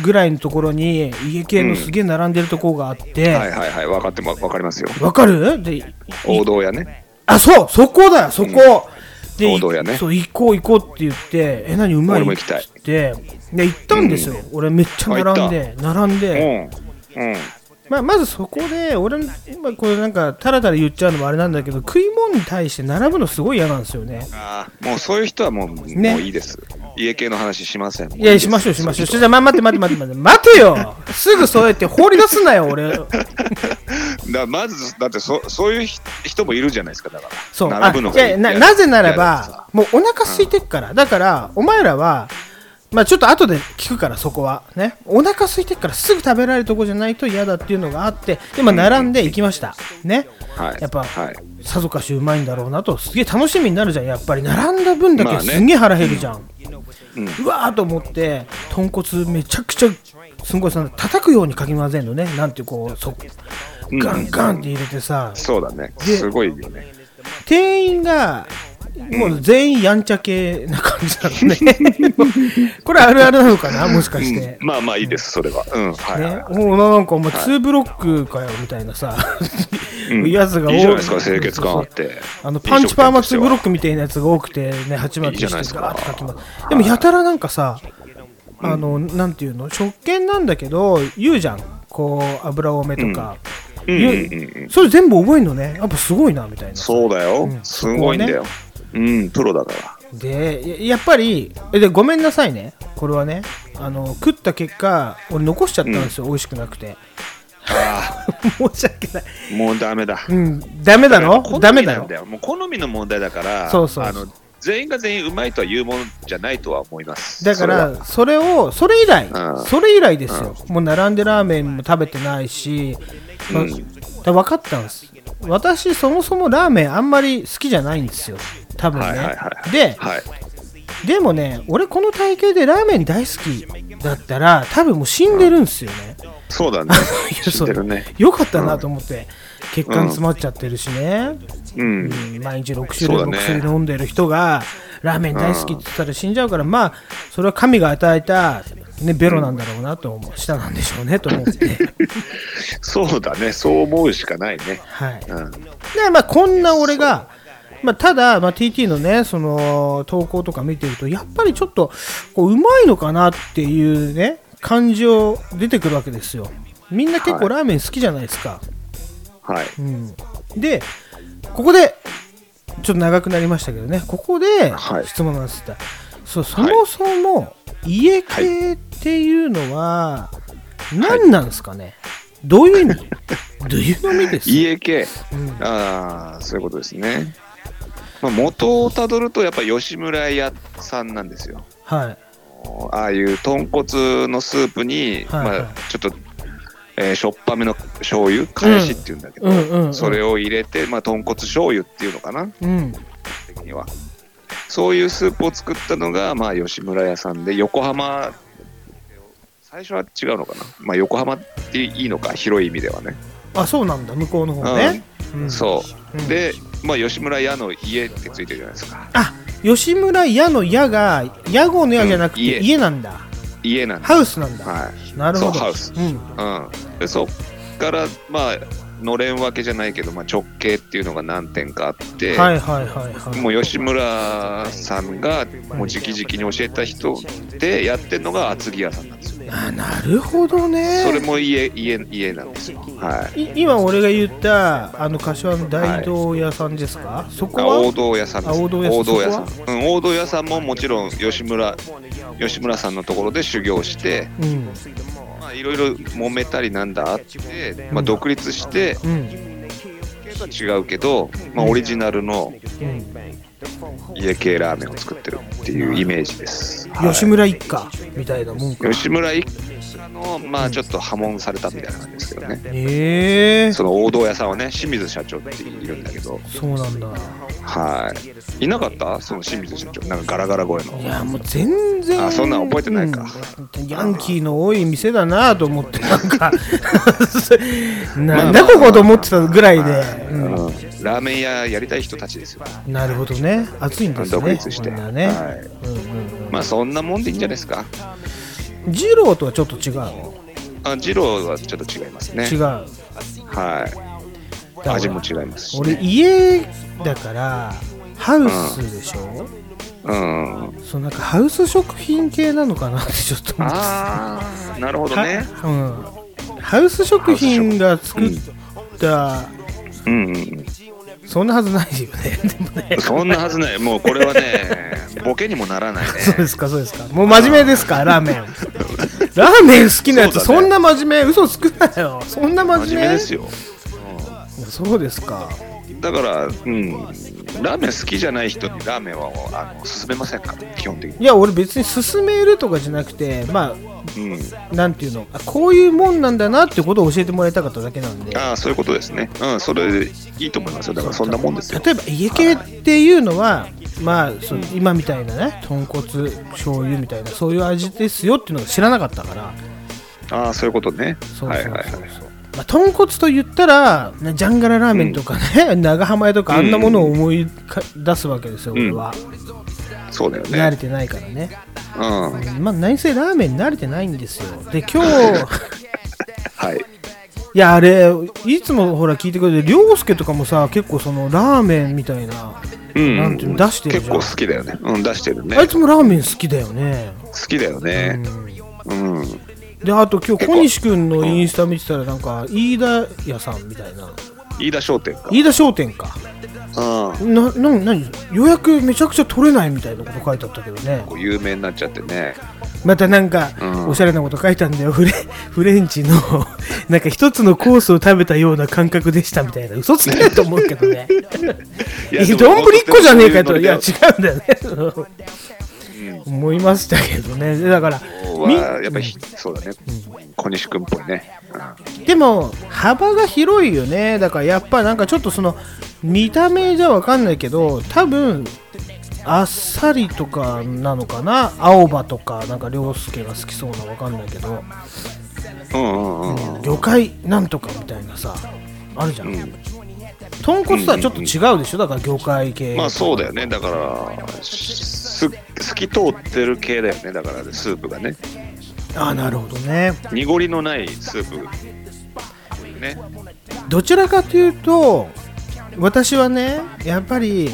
[SPEAKER 2] ぐらいのところに、家系のすげえ並んでるところがあって、わ、
[SPEAKER 3] はいはいはい、分かっても分かりますよ。
[SPEAKER 2] かるで、い
[SPEAKER 3] 王道やね。
[SPEAKER 2] あ、そう、そこだよ、そこ、で、
[SPEAKER 3] 王道やね
[SPEAKER 2] そう、行こう行こうって言って、え、何、うまい
[SPEAKER 3] 俺も行きたい
[SPEAKER 2] っつって、で、行ったんですよ。俺めっちゃ並んで、並ん
[SPEAKER 3] う
[SPEAKER 2] で、
[SPEAKER 3] ん。うん。
[SPEAKER 2] まあ、まずそこで、俺、今これなんか、たらたら言っちゃうのもあれなんだけど、食い物に対して並ぶのすごい嫌なんですよね。
[SPEAKER 3] あーもうそういう人はもう,、
[SPEAKER 2] ね
[SPEAKER 3] もういいです。家系の話しません。
[SPEAKER 2] いや、しましょう、しましょう。じゃあ、ま待って、待って、待って、待って、待てよすぐそうやって放り出すなよ、俺。
[SPEAKER 3] だからまず、だってそそういうひ人もいるじゃないですか、だから。
[SPEAKER 2] そう。
[SPEAKER 3] 並ぶの
[SPEAKER 2] あい
[SPEAKER 3] が
[SPEAKER 2] や
[SPEAKER 3] い
[SPEAKER 2] い
[SPEAKER 3] い
[SPEAKER 2] やななぜなら
[SPEAKER 3] いやだってさ
[SPEAKER 2] ば、もうお腹空いてっから。だから、お前らは、まあちょっと後で聞くから、そこは。ね。お腹空いてっからすぐ食べられるとこじゃないと嫌だっていうのがあって、今、並んで行きました。ね。
[SPEAKER 3] はい
[SPEAKER 2] やっぱ、
[SPEAKER 3] はい
[SPEAKER 2] さぞかしうまいんだろうなと、すげえ楽しみになるじゃん。やっぱり、並んだ分だ
[SPEAKER 3] ま
[SPEAKER 2] け
[SPEAKER 3] あね
[SPEAKER 2] すんげえ腹減るじゃん。
[SPEAKER 3] う
[SPEAKER 2] うんわーと思って、豚骨めちゃくちゃ、すんごいさ、叩くようにかき混ぜんのね。なんていう、こう、そガンガンって入れてさ、
[SPEAKER 3] そうだね。すごいよね。
[SPEAKER 2] 店員が、もう全員やんちゃ系な感じなのね。 これあるあるなのかなもしかして
[SPEAKER 3] うん。まあまあいいです、それは。うん、はいはい
[SPEAKER 2] ね
[SPEAKER 3] は、
[SPEAKER 2] もうなんかお前2ブロックかよみたいなさ、
[SPEAKER 3] い。
[SPEAKER 2] やつが多
[SPEAKER 3] いいじゃないですか、清潔感あって。
[SPEAKER 2] あのパンチパーマ2ブロッ
[SPEAKER 3] ク。
[SPEAKER 2] クみたいなやつが多くてね、鉢巻き
[SPEAKER 3] いいじゃないです
[SPEAKER 2] して
[SPEAKER 3] か
[SPEAKER 2] ガーって書きます。でもやたらなんかさ、あの、なんていうの、食券なんだけど、言うじゃん。こう、油多めとか。
[SPEAKER 3] うん
[SPEAKER 2] 言う
[SPEAKER 3] うんうん
[SPEAKER 2] それ全部覚えんのね。やっぱすごいな、みたいな。
[SPEAKER 3] そうだよ。
[SPEAKER 2] ん
[SPEAKER 3] すごいんだよ。うん、プロだから。
[SPEAKER 2] で、ややっぱり、えで、ごめんなさいね。これはね。あの、食った結果、俺残しちゃったんですよ。美味しくなくて。
[SPEAKER 3] あ
[SPEAKER 2] 申し訳ない。
[SPEAKER 3] あ、もうダメだ。
[SPEAKER 2] うん、ダメだろダメだ
[SPEAKER 3] 好
[SPEAKER 2] ろ
[SPEAKER 3] みなん。よ。もう好みの問題だから、
[SPEAKER 2] そうそう
[SPEAKER 3] あの全員が全員うまいとは言うもんじゃないとは思います。
[SPEAKER 2] だからそれをそれ以来
[SPEAKER 3] うん
[SPEAKER 2] それ以来ですよもう並んでラーメンも食べてないし、まあ
[SPEAKER 3] うん
[SPEAKER 2] だから分かったんです私そもそもラーメンあんまり好きじゃないんですよ多
[SPEAKER 3] そ
[SPEAKER 2] 分
[SPEAKER 3] れ
[SPEAKER 2] ね、
[SPEAKER 3] ははいはいはい。
[SPEAKER 2] で、
[SPEAKER 3] はい、
[SPEAKER 2] でもね俺この体型でラーメン大好きだったら多分もう死んでるんですよね、
[SPEAKER 3] そうだね。
[SPEAKER 2] いや
[SPEAKER 3] 知
[SPEAKER 2] そ
[SPEAKER 3] っ
[SPEAKER 2] う
[SPEAKER 3] てるね。
[SPEAKER 2] よかったなと思って、血管詰まっちゃってるしね、う
[SPEAKER 3] うん。
[SPEAKER 2] ん毎日6種類
[SPEAKER 3] そうだ
[SPEAKER 2] の
[SPEAKER 3] ね
[SPEAKER 2] 薬飲んでる人が、ラーメン大好きって言ったら死んじゃうから、まあそれは神が与えた、ね、ベロなんだろうなと思う舌なんでしょうねと思 って、
[SPEAKER 3] そうだね。そう思うしかないね。
[SPEAKER 2] はい、で
[SPEAKER 3] うん。
[SPEAKER 2] まあこんな俺が、まあ、ただ、まあ、TT のねその投稿とか見てるとやっぱりちょっとこううまいのかなっていうね感情出てくるわけですよみんな結
[SPEAKER 3] は
[SPEAKER 2] 構
[SPEAKER 3] い
[SPEAKER 2] ラーメン好きじゃないですか、
[SPEAKER 3] はい。
[SPEAKER 2] うんでここでちょっと長くなりましたけどねここで
[SPEAKER 3] はい
[SPEAKER 2] 質問なんですって、そうそもそも家系っていうのは何なんですかね、どういう 意味どういう意味ですか、
[SPEAKER 3] 家系。
[SPEAKER 2] うん
[SPEAKER 3] ああ、そういうことですね。まあ、元をたどると、やっぱ吉村屋さんなんですよ。
[SPEAKER 2] はい
[SPEAKER 3] ああいう豚骨のスープに、
[SPEAKER 2] はいはい
[SPEAKER 3] まあ、ちょっと、えーしょっぱめの醤油かえしっていうんだけど、
[SPEAKER 2] うんうんうん
[SPEAKER 3] それを入れて、まあ、豚骨醤油っていうのかな
[SPEAKER 2] うん
[SPEAKER 3] 的にはそういうスープを作ったのが、まあ、吉村屋さんで横浜最初は違うのかな、まあ、横浜っていいのか広い意味ではね、
[SPEAKER 2] あそうなんだ向こうの方ね、うん
[SPEAKER 3] そううんで、まあ、吉村屋の家ってついてるじゃないですか
[SPEAKER 2] あ吉村屋の屋が屋号の屋じゃなくて
[SPEAKER 3] うん家
[SPEAKER 2] 家なんだ、
[SPEAKER 3] 家なんで
[SPEAKER 2] ハウスなんだ、
[SPEAKER 3] は
[SPEAKER 2] なるほど
[SPEAKER 3] そうハウス
[SPEAKER 2] うん
[SPEAKER 3] い、うん、でそっからまあのれん分けじゃないけど、まあ、直径っていうのが何点かあって、
[SPEAKER 2] はいはいはいはい
[SPEAKER 3] もう吉村さんがもう直々に教えた人でやってるのが厚木屋さんなんですよ
[SPEAKER 2] あなるほどね
[SPEAKER 3] それも家家家なんですよはい
[SPEAKER 2] い今俺が言ったあの柏の大道屋さんですか、そこ
[SPEAKER 3] あ
[SPEAKER 2] は
[SPEAKER 3] 王道屋さんです
[SPEAKER 2] あ王道屋さん
[SPEAKER 3] 王道屋さん
[SPEAKER 2] そ
[SPEAKER 3] うん、王道屋さんももちろん吉村吉村さんのところで修行して
[SPEAKER 2] うん
[SPEAKER 3] まあいろいろ揉めたりなんだあって、まあ、独立して
[SPEAKER 2] うん
[SPEAKER 3] 違うけど、まあ、オリジナルの
[SPEAKER 2] うん
[SPEAKER 3] 家系ラーメンを作ってるっていうイメージです、はい
[SPEAKER 2] 吉村一家みたいなもんか
[SPEAKER 3] 吉村一家のまあちょっと破門されたみたいな感じですけどね
[SPEAKER 2] ええ
[SPEAKER 3] その王道屋さんはね清水社長っているんだけど
[SPEAKER 2] そうなんだ
[SPEAKER 3] はいいなかったその清水社長なんかガラガラ声の
[SPEAKER 2] いやもう全然
[SPEAKER 3] あそんなん覚えてないか
[SPEAKER 2] うんヤンキーの多い店だなと思ってなん かなん
[SPEAKER 3] まあまあ
[SPEAKER 2] だここと思ってたぐらいで、
[SPEAKER 3] うんラーメン屋やりたい人たちですよ、
[SPEAKER 2] うんなるほどね暑いんですね
[SPEAKER 3] 独立して、
[SPEAKER 2] こんなね、
[SPEAKER 3] はい
[SPEAKER 2] うんうんうん
[SPEAKER 3] まあそんなもんでいいんじゃないですか
[SPEAKER 2] ジローとはちょっと違うの
[SPEAKER 3] あ二郎はちょっと違いますね
[SPEAKER 2] 違う
[SPEAKER 3] はい
[SPEAKER 2] だから
[SPEAKER 3] 味も違いますし、
[SPEAKER 2] 俺
[SPEAKER 3] ね、
[SPEAKER 2] 家だからハウスでしょ、
[SPEAKER 3] うん
[SPEAKER 2] そうなんかハウス食品系なのかなってちょっと思って
[SPEAKER 3] ああなるほどね
[SPEAKER 2] はうん、ハウス食品が作った、
[SPEAKER 3] うんうん
[SPEAKER 2] そんなはずないよ ねでもね
[SPEAKER 3] そんなはずないもうこれ はねボケにもならないね
[SPEAKER 2] そうですかそうですかもう真面目ですかラーメンラーメン好きなやつ
[SPEAKER 3] そう
[SPEAKER 2] そ,、
[SPEAKER 3] だね
[SPEAKER 2] んな真面目嘘つくなよそんな真面目
[SPEAKER 3] 真面目ですよ
[SPEAKER 2] いやそうですか
[SPEAKER 3] だから、うん、ラーメン好きじゃない人にラーメンはあの勧めませんから、基本的に。
[SPEAKER 2] いや俺別に勧めるとかじゃなくてま
[SPEAKER 3] うん、
[SPEAKER 2] あなんていうのあこういうもんなんだなってことを教えてもらいたかっただけなんで
[SPEAKER 3] ああ、そういうことですね。うん、それいいと思いますよ。だからそんなもんですよ。
[SPEAKER 2] 例えば家系っていうのはまあそう今みたいなね豚骨醤油みたいなそういう味ですよっていうのが知らなかったから
[SPEAKER 3] ああ、そういうことね。
[SPEAKER 2] そう
[SPEAKER 3] は
[SPEAKER 2] そう
[SPEAKER 3] い
[SPEAKER 2] そう
[SPEAKER 3] はいはい。
[SPEAKER 2] まあ、豚骨と言ったらねジャンガララーメンとかね、長浜屋とかあんなものを思いか出すわけですよ、
[SPEAKER 3] うん
[SPEAKER 2] 俺は
[SPEAKER 3] そうだよ
[SPEAKER 2] 慣
[SPEAKER 3] ね。
[SPEAKER 2] れてないからね、
[SPEAKER 3] うん。はい。
[SPEAKER 2] まあ何せラーメン慣れてないんですよで今日 いやあれいつもほら聞いてくれて涼介とかもさ結構そのラーメンみたいな、
[SPEAKER 3] うん。
[SPEAKER 2] なんていうの出してる
[SPEAKER 3] 結
[SPEAKER 2] じゃん
[SPEAKER 3] 構好きだよね。うん、出してるね
[SPEAKER 2] あ。いつもラーメン好きだよね、
[SPEAKER 3] 好きだよね。うん。
[SPEAKER 2] であと今日小西君のインスタ見てたらなんか飯田屋さんみたいな
[SPEAKER 3] 飯田商店か。
[SPEAKER 2] 飯田商店か
[SPEAKER 3] うん。
[SPEAKER 2] なな何予約めちゃくちゃ取れないみたいなこと書いてあったけどね
[SPEAKER 3] こう有名になっちゃってね。
[SPEAKER 2] またなんか
[SPEAKER 3] うん
[SPEAKER 2] おしゃれなこと書いたんだよフレ フレンチの なんか一つのコースを食べたような感覚でしたみたいな嘘つけないと思うけどね
[SPEAKER 3] い
[SPEAKER 2] いや丼一個じゃねえかといや違
[SPEAKER 3] や
[SPEAKER 2] うんだよね 思いましたけどねでだから
[SPEAKER 3] はやっぱり、そうだね。小西君っぽいね。
[SPEAKER 2] でも幅が広いよねだからやっぱなんかちょっとその見た目じゃわかんないけど多分あっさりとかなのかな青葉とかなんか涼介が好きそうなわかんないけど
[SPEAKER 3] うんうんうんうん。
[SPEAKER 2] 魚介なんとかみたいなさあるじゃん、豚骨とはちょっと違うでしょだから魚介系、
[SPEAKER 3] まあそうだよねだからす透き通ってる系だよねだからスープがね
[SPEAKER 2] ああなるほどね
[SPEAKER 3] 濁りのないスープね
[SPEAKER 2] どちらかというと私はねやっぱり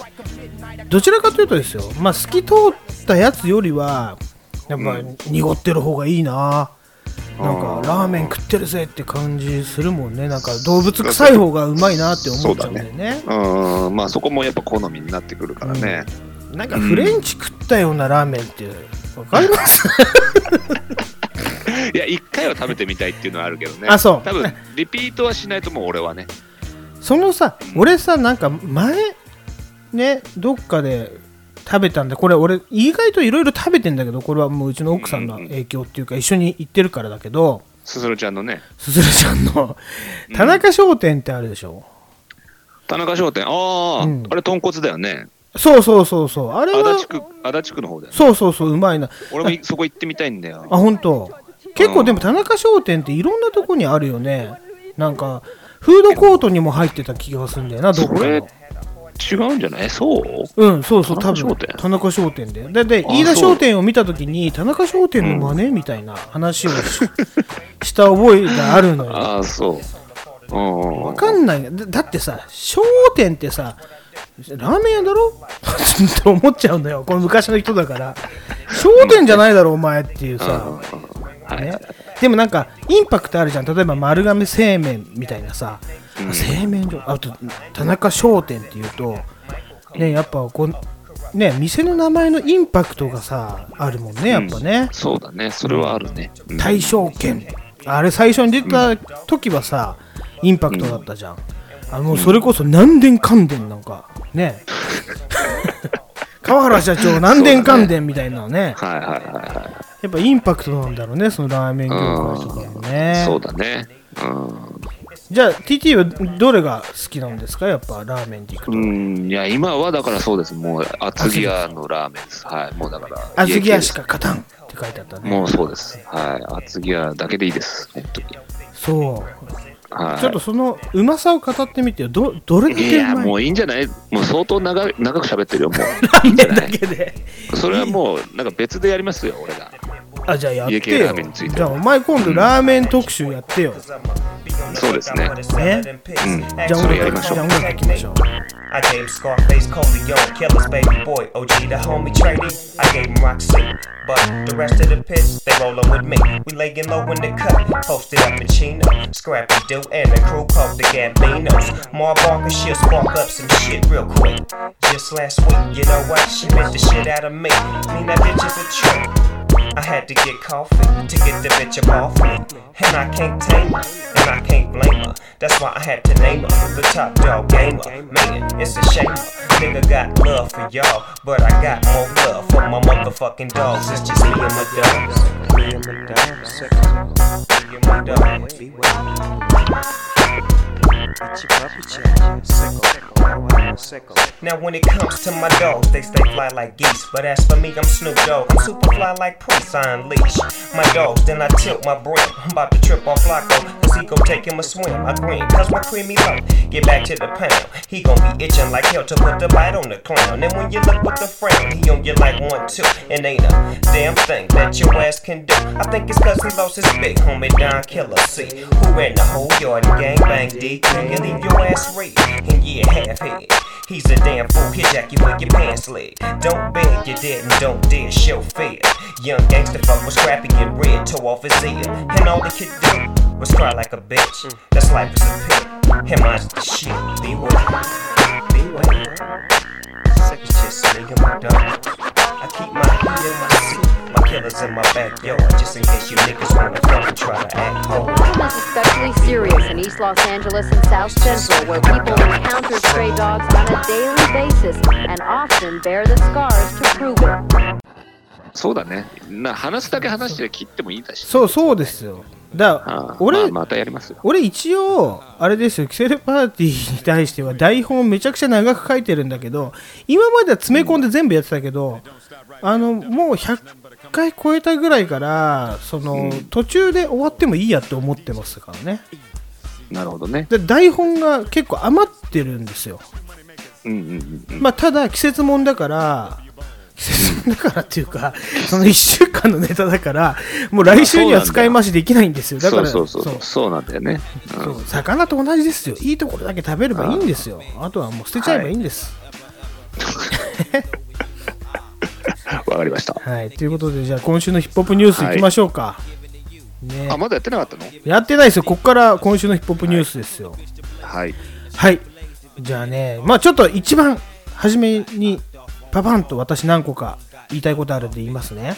[SPEAKER 2] どちらかというとですよまあ透き通ったやつよりはやっぱ
[SPEAKER 3] うん
[SPEAKER 2] 濁ってる方がいいな、なん
[SPEAKER 3] あ
[SPEAKER 2] か
[SPEAKER 3] ー
[SPEAKER 2] ラーメン食ってるぜって感じするもんねなんか動物臭い方がうまいなって思っちゃうんだよね
[SPEAKER 3] うんまあそこもやっぱ好みになってくるからね、
[SPEAKER 2] なんかフレンチ食ったようなラーメンってわかります、
[SPEAKER 3] いや一回は食べてみたいっていうのはあるけどね
[SPEAKER 2] あそう
[SPEAKER 3] 多分リピートはしないともう俺はね
[SPEAKER 2] そのさ俺さなんか前ねどっかで食べたんだこれ俺意外といろいろ食べてんだけどこれはもううちの奥さんの影響っていうか一緒に行ってるからだけど
[SPEAKER 3] すするちゃんのね
[SPEAKER 2] すずるちゃんの田中商店ってあるでしょ、
[SPEAKER 3] 田中商店ああ、
[SPEAKER 2] うん
[SPEAKER 3] あれ豚骨だよね
[SPEAKER 2] そうそうそうそうあれ
[SPEAKER 3] 足
[SPEAKER 2] は
[SPEAKER 3] 立区足立区の方だよ
[SPEAKER 2] そうそうそううまいな
[SPEAKER 3] 俺もいそこ行ってみたいんだよ
[SPEAKER 2] あ本当結
[SPEAKER 3] う
[SPEAKER 2] 構
[SPEAKER 3] ん
[SPEAKER 2] でも田中商店っていろんなとこにあるよねなんかフードコートにも入ってた気がするんだよなどっか
[SPEAKER 3] それ
[SPEAKER 2] の
[SPEAKER 3] 違うんじゃないそう
[SPEAKER 2] うん、そうそう、
[SPEAKER 3] 田
[SPEAKER 2] 多
[SPEAKER 3] 中
[SPEAKER 2] 分
[SPEAKER 3] 商店
[SPEAKER 2] 田中商店で。で、で
[SPEAKER 3] あ
[SPEAKER 2] 飯田
[SPEAKER 3] そう
[SPEAKER 2] 商店を見たときに、田中商店の真似、みたいな話をし した覚えがあるのよ。
[SPEAKER 3] ああそううん
[SPEAKER 2] わかんないだ。だってさ、商店ってさ、ラーメン屋だろって思っちゃうのよ。この昔の人だから。商店じゃないだろ、お前っていうさ。ね、でもなんか、インパクトあるじゃん。例えば丸亀製麺みたいなさ。製麺所、あと、田中商店っていうと、ね、やっぱこう、ね、店の名前のインパクトがさ、あるもんね、やっぱね。
[SPEAKER 3] そうだね、それはあるね。うん
[SPEAKER 2] 大正券あれ最初に出た時はさインパクトだったじゃん、あのそれこそ南電関電なんかね川原社長南電関電みたいなのね
[SPEAKER 3] はいはいはいは
[SPEAKER 2] やっぱインパクトなんだろうねそのラーメン業界とかも
[SPEAKER 3] い。
[SPEAKER 2] ね
[SPEAKER 3] そうだね。う
[SPEAKER 2] じゃあ TT はどれが好きなんですかやっぱラーメンでいくと、
[SPEAKER 3] ん。うん、いや、今はだからそうです。もう、厚木屋のラーメンです。はい。もうだから。
[SPEAKER 2] 小豆屋しか勝たんって書いてあったね
[SPEAKER 3] もうそうです。はい。厚木屋だけでいいです。本当に。
[SPEAKER 2] そう
[SPEAKER 3] はい、
[SPEAKER 2] ちょっとそのうまさを語ってみてよどどれだ
[SPEAKER 3] い
[SPEAKER 2] けう
[SPEAKER 3] や
[SPEAKER 2] まい
[SPEAKER 3] もういいんじゃないもう相当長い長く喋ってる よもういいんじ
[SPEAKER 2] れ
[SPEAKER 3] ゃな
[SPEAKER 2] だ
[SPEAKER 3] い
[SPEAKER 2] けで
[SPEAKER 3] それはもうなんか別でやりますよ俺が
[SPEAKER 2] あじゃあやっ
[SPEAKER 3] 家
[SPEAKER 2] て
[SPEAKER 3] 系ラ
[SPEAKER 2] よ
[SPEAKER 3] ーメンについて
[SPEAKER 2] じゃあお前今度ラーメン特集やってよ、
[SPEAKER 3] そうですね
[SPEAKER 2] ね
[SPEAKER 1] Mm.
[SPEAKER 2] じゃあ
[SPEAKER 3] そ
[SPEAKER 2] 音
[SPEAKER 3] れや
[SPEAKER 2] 楽
[SPEAKER 3] りましょう
[SPEAKER 2] じゃあ音楽いきましょう
[SPEAKER 1] I gave Scarface Coley, Killer's baby boy, OG the homie tradie. I gave him Roxy, but the rest of the pits they rollin' with me. We layin' low in the cut, posted up in Chino, Scrappy Doo and the crew called the Gambinos. Mar Barker, she'll spark up some shit real quick. Just last week, you know what? She bit the shit out of me. Mean that bitch is a trick. I had to get coffee to get the bitch up off me. And I can't tame her, and I can't blame her. That's why I had to name her the top dog gamer. Man, it's a shame. Nigga got love for y'all, but I got more love for my motherfucking dogs. It's just me and my dogs. Me and my dogs. Me and my dogs. Now when it comes to my dogs, they stay fly like geese. But as for me, I'm Snoop Dogg. I'm super fly like Prince, I unleash. My dogs, then I tilt my brim. I'm about to trip off Flacco, cause he gon' take him a swim. I grin, cause my creamy low. Get back to the pound. He gon' be itching like hell to put the bite on the clown. And when you look with the frown, he on you like one, two. And ain't a damn thing that your ass can do. I think it's cause he lost his big homie Don Killer C. Who ran the whole yard and gangbang DQ. You leave your ass red, and yeah, half head. He's a damn fool, he'll jack you with your pants leg. Don't beg, you did, and don't dare show fear. Young gangsta fuck was scrappy and red, tore off his ear. And all he could do was cry like a bitch. That's life is a pit, and mine's the shit. Beware, beware. It's just me and my dog. I keep my heat in my seat. My killer's in my backyard, just in case you niggas wanna fucking try to act whole.
[SPEAKER 4] Crime was especially serious in East Los Angeles and South Central, where people encounter stray dogs on a daily basis and often bear the scars to prove it.
[SPEAKER 3] そうだねな話すだけ話して切ってもいいだし
[SPEAKER 2] そうそうですよだか
[SPEAKER 3] あ
[SPEAKER 2] ら
[SPEAKER 3] あ
[SPEAKER 2] 俺、
[SPEAKER 3] まあまたやりますよ
[SPEAKER 2] 俺一応あれですよキセルパーティーに対しては台本をめちゃくちゃ長く書いてるんだけど今までは詰め込んで全部やってたけどあのもう100回超えたぐらいからその途中で終わってもいいやって思ってますからね
[SPEAKER 3] なるほどね
[SPEAKER 2] で台本が結構余ってるんですよ
[SPEAKER 3] うんうんうん
[SPEAKER 2] まあただ季節もんだから季節もんだからっていうかその1週間のネタだからもう来週には使い回しできないんですよだか
[SPEAKER 3] そう
[SPEAKER 2] ら
[SPEAKER 3] そうそう
[SPEAKER 2] そう
[SPEAKER 3] そうなんだよね、うん
[SPEAKER 2] そう魚と同じですよいいところだけ食べればいいんですよあとはもう捨てちゃえばいいんです
[SPEAKER 3] わかりました
[SPEAKER 2] はい、ということでじゃあ今週のヒップホップニュースいきましょうか、ね
[SPEAKER 3] あまだやってなかったの
[SPEAKER 2] やってないですよここから今週のヒップホップニュースですよはい、
[SPEAKER 3] はい
[SPEAKER 2] じゃあねまあちょっと一番初めにパパンと私何個か言いたいことあるんで言いますね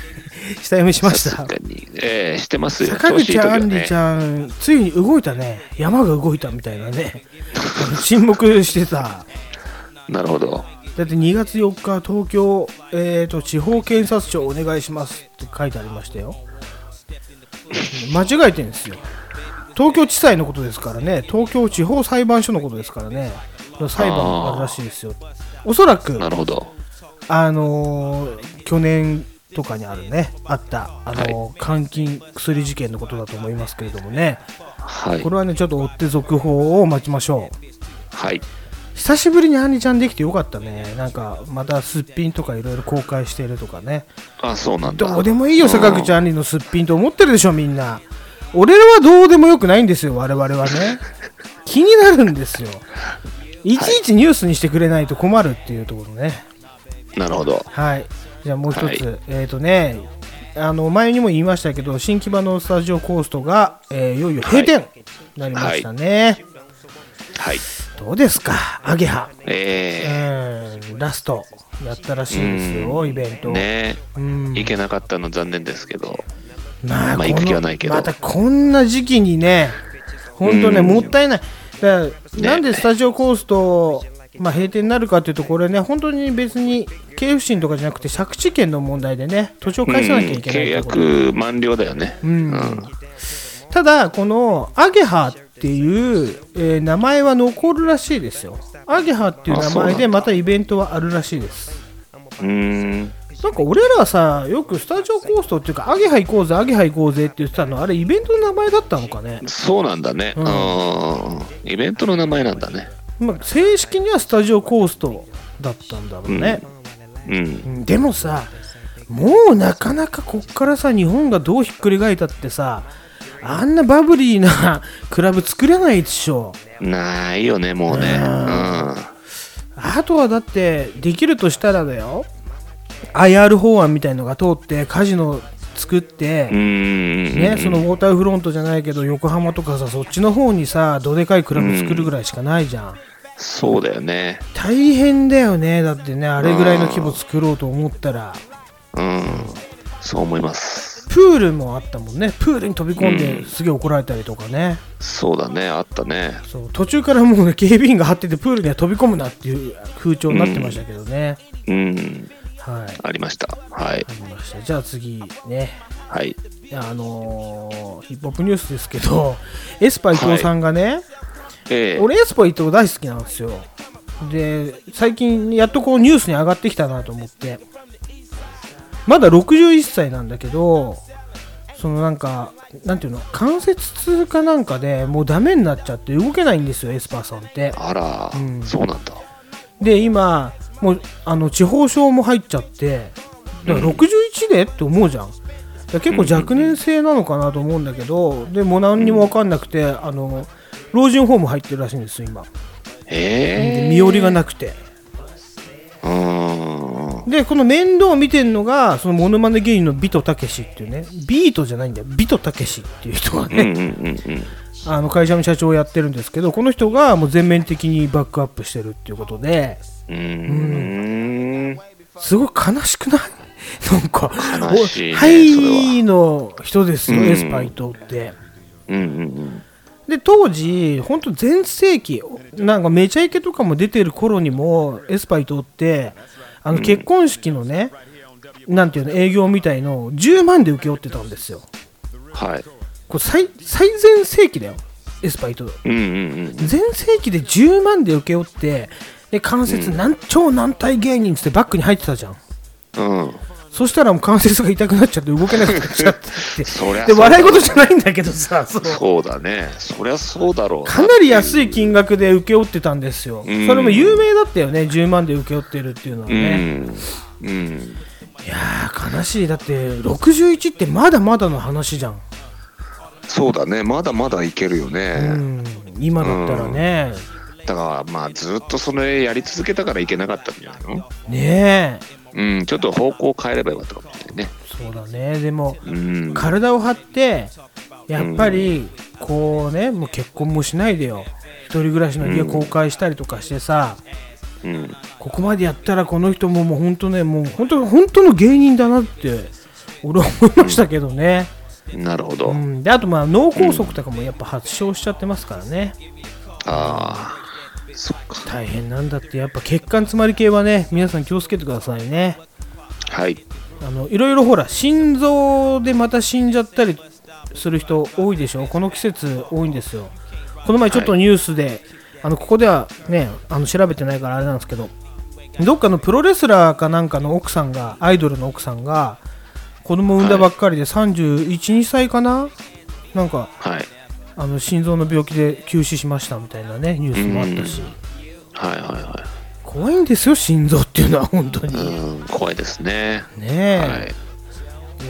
[SPEAKER 2] 下読みしました
[SPEAKER 3] 確かにええしてますよ
[SPEAKER 2] 坂
[SPEAKER 3] 調子いい
[SPEAKER 2] 口
[SPEAKER 3] 時は
[SPEAKER 2] あんり
[SPEAKER 3] ね
[SPEAKER 2] ちゃん、ついに動いたね山が動いたみたいなね沈黙してた
[SPEAKER 3] なるほど
[SPEAKER 2] だって2月4日東京、えー、と地方検察庁お願いしますって書いてありました よ間違えてるんですよ東京地裁のことですからね東京地方裁判所のことですからね裁判があるらしいですよおそらく
[SPEAKER 3] なるほど
[SPEAKER 2] あのー去年とかにあるねあった、あのー監禁薬事件のことだと思いますけれどもね
[SPEAKER 3] はい
[SPEAKER 2] これはねちょっと追って続報を待ちましょう
[SPEAKER 3] はい
[SPEAKER 2] 久しぶりにアンリちゃんできてよかったねなんかまたすっぴんとかいろいろ公開してるとかね
[SPEAKER 3] あそうなんだ
[SPEAKER 2] どうでもいいよ坂口
[SPEAKER 3] ゃん
[SPEAKER 2] アンリのすっぴんと思ってるでしょみんな俺らはどうでもよくないんですよ我々はね気になるんですよいちいちニュースにしてくれないと困るっていうところね
[SPEAKER 3] なるほど
[SPEAKER 2] はいじゃあもう一つ、
[SPEAKER 3] はい
[SPEAKER 2] えっ、とねあの前にも言いましたけど新木場のスタジオコーストが、えーいよいよ閉店になりましたね、
[SPEAKER 3] はい
[SPEAKER 2] どうですかアゲハ
[SPEAKER 3] え
[SPEAKER 2] うんラストやったらしいですよ、イベン
[SPEAKER 3] え
[SPEAKER 2] ト。
[SPEAKER 3] ね
[SPEAKER 2] うん
[SPEAKER 3] いけなかったの残念ですけど
[SPEAKER 2] ま
[SPEAKER 3] まあ
[SPEAKER 2] この
[SPEAKER 3] 行く気はないけど
[SPEAKER 2] またこんな時期にね、本当ね、
[SPEAKER 3] うん
[SPEAKER 2] もったいない。だからなんでスタジオコースト、まあ、閉店になるかというと、これね、本当に別に経営心とかじゃなくて、借地権の問題でね、土地を返さなきゃいけない
[SPEAKER 3] 契
[SPEAKER 2] ところ、
[SPEAKER 3] 約満了だよね。
[SPEAKER 2] んただ、このアゲハっていう、えー名前は残るらしいですよ。アゲハっていう名
[SPEAKER 3] あそうな
[SPEAKER 2] 前
[SPEAKER 3] ん
[SPEAKER 2] で
[SPEAKER 3] だ
[SPEAKER 2] またイベントはあるらしいです。
[SPEAKER 3] うん。
[SPEAKER 2] なんか俺らさよくスタジオコーストっていうかアゲハ行こうぜアゲハ行こうぜって言ってたのあれイベントの名前だったのかね、
[SPEAKER 3] そうなんだね。うん。イベントの名前なんだね。
[SPEAKER 2] まあ、正式にはスタジオコーストだったんだろうね、
[SPEAKER 3] うん。
[SPEAKER 2] うんでもさもうなかなかこっからさ日本がどうひっくり返ったってさあんなバブリーな クラブ作れないでしょ
[SPEAKER 3] ないよね、もうね。うん。
[SPEAKER 2] あとはだってできるとしたらだよ IR 法案みたいのが通ってカジノ作って、
[SPEAKER 3] うん。
[SPEAKER 2] ね、そのウォーターフロントじゃないけど横浜とかさそっちの方にさどでかいクラブ作るぐらいしかないじゃん、
[SPEAKER 3] そうだよね。
[SPEAKER 2] 大変だよねだってねあれぐらいの規模作ろうと思ったら
[SPEAKER 3] うん。そう思います。
[SPEAKER 2] プールもあったもんねプールに飛び込んですげえ怒られたりとかね、
[SPEAKER 3] そうだね、あったね。
[SPEAKER 2] そう途中からもうね警備員が張っててプールには飛び込むなっていう風潮になってましたけどね、
[SPEAKER 3] うん。
[SPEAKER 2] はい
[SPEAKER 3] ありました。はい
[SPEAKER 2] あ。りましたじゃあ次ね
[SPEAKER 3] はい。
[SPEAKER 2] いやあのーヒップホップニュースですけどエスパ伊藤さんがね、
[SPEAKER 3] ええ
[SPEAKER 2] 俺エスパ伊藤大好きなんですよで最近やっとこうニュースに上がってきたなと思ってまだ61歳なんだけどそのなんかなんていうの関節痛かなんかでもうダメになっちゃって動けないんですよエスパーさんって
[SPEAKER 3] あら、
[SPEAKER 2] ん
[SPEAKER 3] そうなんだ。
[SPEAKER 2] で今もうあの地方症も入っちゃってだから61でって思うじゃんだから結構若年性なのかなと思うんだけどでもう何にも分かんなくてあの老人ホーム入ってるらしいんですよ今
[SPEAKER 3] え
[SPEAKER 2] で身寄りがなくて
[SPEAKER 3] えうん。
[SPEAKER 2] でこの面倒を見てるのがそのモノマネ芸人のビトたけしっていうねビートじゃないんだよビトたけしっていう人が
[SPEAKER 3] うん
[SPEAKER 2] ね、
[SPEAKER 3] うんうんうん。
[SPEAKER 2] あの会社の社長をやってるんですけどこの人がもう全面的にバックアップしてるっていうことで
[SPEAKER 3] うーん。
[SPEAKER 2] すごい悲しくないなんか、
[SPEAKER 3] 悲しいね
[SPEAKER 2] ハ
[SPEAKER 3] それ
[SPEAKER 2] イの人ですよ、
[SPEAKER 3] うん
[SPEAKER 2] エスパイトって。
[SPEAKER 3] うんうん
[SPEAKER 2] で、当時、本当全盛期、なんかめちゃイケとかも出てる頃にも、エスパイトって、あの結婚式のね、なんていうの、営業みたいのを10万で請け負ってたんですよ。
[SPEAKER 3] うん。はい。
[SPEAKER 2] これ最、最前世紀だよ、エスパイト。
[SPEAKER 3] うんうんうん。
[SPEAKER 2] 全盛期で10万で請け負って、で、関節、なん、超軟体芸人っつってバックに入ってたじゃん。
[SPEAKER 3] うん。
[SPEAKER 2] そしたらもう関節が痛くなっちゃって動けなくなっちゃって
[SPEAKER 3] そりゃ
[SPEAKER 2] で
[SPEAKER 3] そうだ
[SPEAKER 2] 笑い事じゃないんだけどさそう
[SPEAKER 3] そうだね。そりゃそうだろう。
[SPEAKER 2] かなり安い金額で請け負ってたんですよ、
[SPEAKER 3] ん
[SPEAKER 2] それも有名だったよね10万で請け負ってるっていうのは
[SPEAKER 3] う
[SPEAKER 2] ね、
[SPEAKER 3] ん。うん。
[SPEAKER 2] いやー悲しいだって61ってまだまだの話じゃん、
[SPEAKER 3] そうだね。まだまだいけるよ
[SPEAKER 2] う
[SPEAKER 3] ね。
[SPEAKER 2] ん、今だったらね、
[SPEAKER 3] だから、まあ、ずっとそれやり続けたからいけなかったんじゃないの
[SPEAKER 2] ねえ
[SPEAKER 3] うん。ちょっと方向を変えればよかったかもしれないね。
[SPEAKER 2] そうだねでも
[SPEAKER 3] うん。
[SPEAKER 2] 体を張ってやっぱりこうねもう結婚もしないでよ一人暮らしの家公開したりとかしてさ、
[SPEAKER 3] うん。
[SPEAKER 2] ここまでやったらこの人ももう本当ねもう本当本当の芸人だなって俺は思いましたけどね、
[SPEAKER 3] なるほ
[SPEAKER 2] う
[SPEAKER 3] ど。
[SPEAKER 2] ん、であとまあ脳梗塞とかもやっぱ発症しちゃってますからね
[SPEAKER 3] ああ。そっか。
[SPEAKER 2] 大変なんだってやっぱ血管詰まり系はね皆さん気をつけてくださいね
[SPEAKER 3] はい。
[SPEAKER 2] あのいろいろほら心臓でまた死んじゃったりする人多いでしょこの季節多いんですよこの前ちょっとニュースで、あのここではねあの調べてないからあれなんですけどどっかのプロレスラーかなんかの奥さんがアイドルの奥さんが子供産んだばっかりで312歳かななんか
[SPEAKER 3] はい。
[SPEAKER 2] あの心臓の病気で急死しましたみたいなねニュースもあったし
[SPEAKER 3] はいはいは
[SPEAKER 2] 怖いんですよ心臓っていうのは本当に
[SPEAKER 3] い。
[SPEAKER 2] ね
[SPEAKER 3] うん。怖いですね。
[SPEAKER 2] え、
[SPEAKER 3] はい。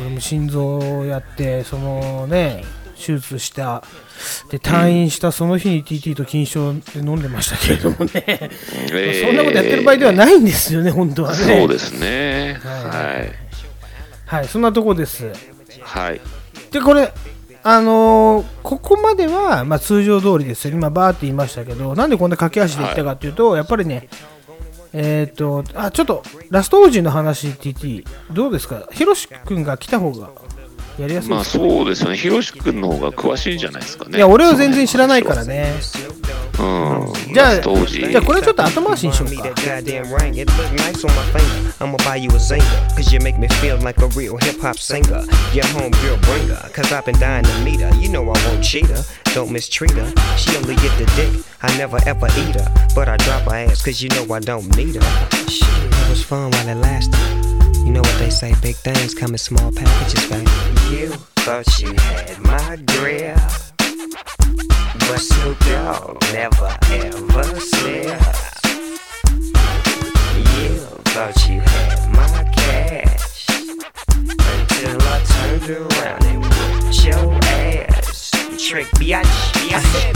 [SPEAKER 2] 俺も心臓をやってそのね手術したで退院したその日に TT と金賞で飲んでましたけれどもね、
[SPEAKER 3] えー
[SPEAKER 2] そんなことやってる場合ではないんですよね本当はね
[SPEAKER 3] そうですね。
[SPEAKER 2] は
[SPEAKER 3] は
[SPEAKER 2] はいそんなとこです
[SPEAKER 3] い。はい。
[SPEAKER 2] でこれあのーここまでは、まあ、通常通りですよ今バーって言いましたけどなんでこんな駆け足で行ったかっていうと、やっぱりねえっ、とあちょっとラスト王子の話 TT どうですかヒロシ君が来た方がやりやすい
[SPEAKER 3] ま
[SPEAKER 2] で
[SPEAKER 3] あ
[SPEAKER 2] すか、
[SPEAKER 3] そうですよね。ひろし君の方が詳しいんじゃないですかね。
[SPEAKER 2] いや俺は全然知らないからね
[SPEAKER 3] うん。
[SPEAKER 2] じゃあ
[SPEAKER 3] ラスト王子
[SPEAKER 2] じゃあこれちょっと後回しにしようか
[SPEAKER 1] Goddamn ring, it look nice on my finger. I'ma buy you a zinger, cause you make me feel like a real hip hop singer. Your homegirl bring her, cause I've been dying to meet her. You know I won't cheat her, don't mistreat her. She only get the dick, I never ever eat her. But I drop her ass, cause you know I don't need her. Shit, it was fun while it lasted. You know what they say, big things come in small packages, babe. You thought you had my grip. But Snoop Dogg never ever slips. You thought you had my cash. Until I turned around and whipped your ass. Trick, biatch,
[SPEAKER 5] I
[SPEAKER 1] biatch.
[SPEAKER 5] said,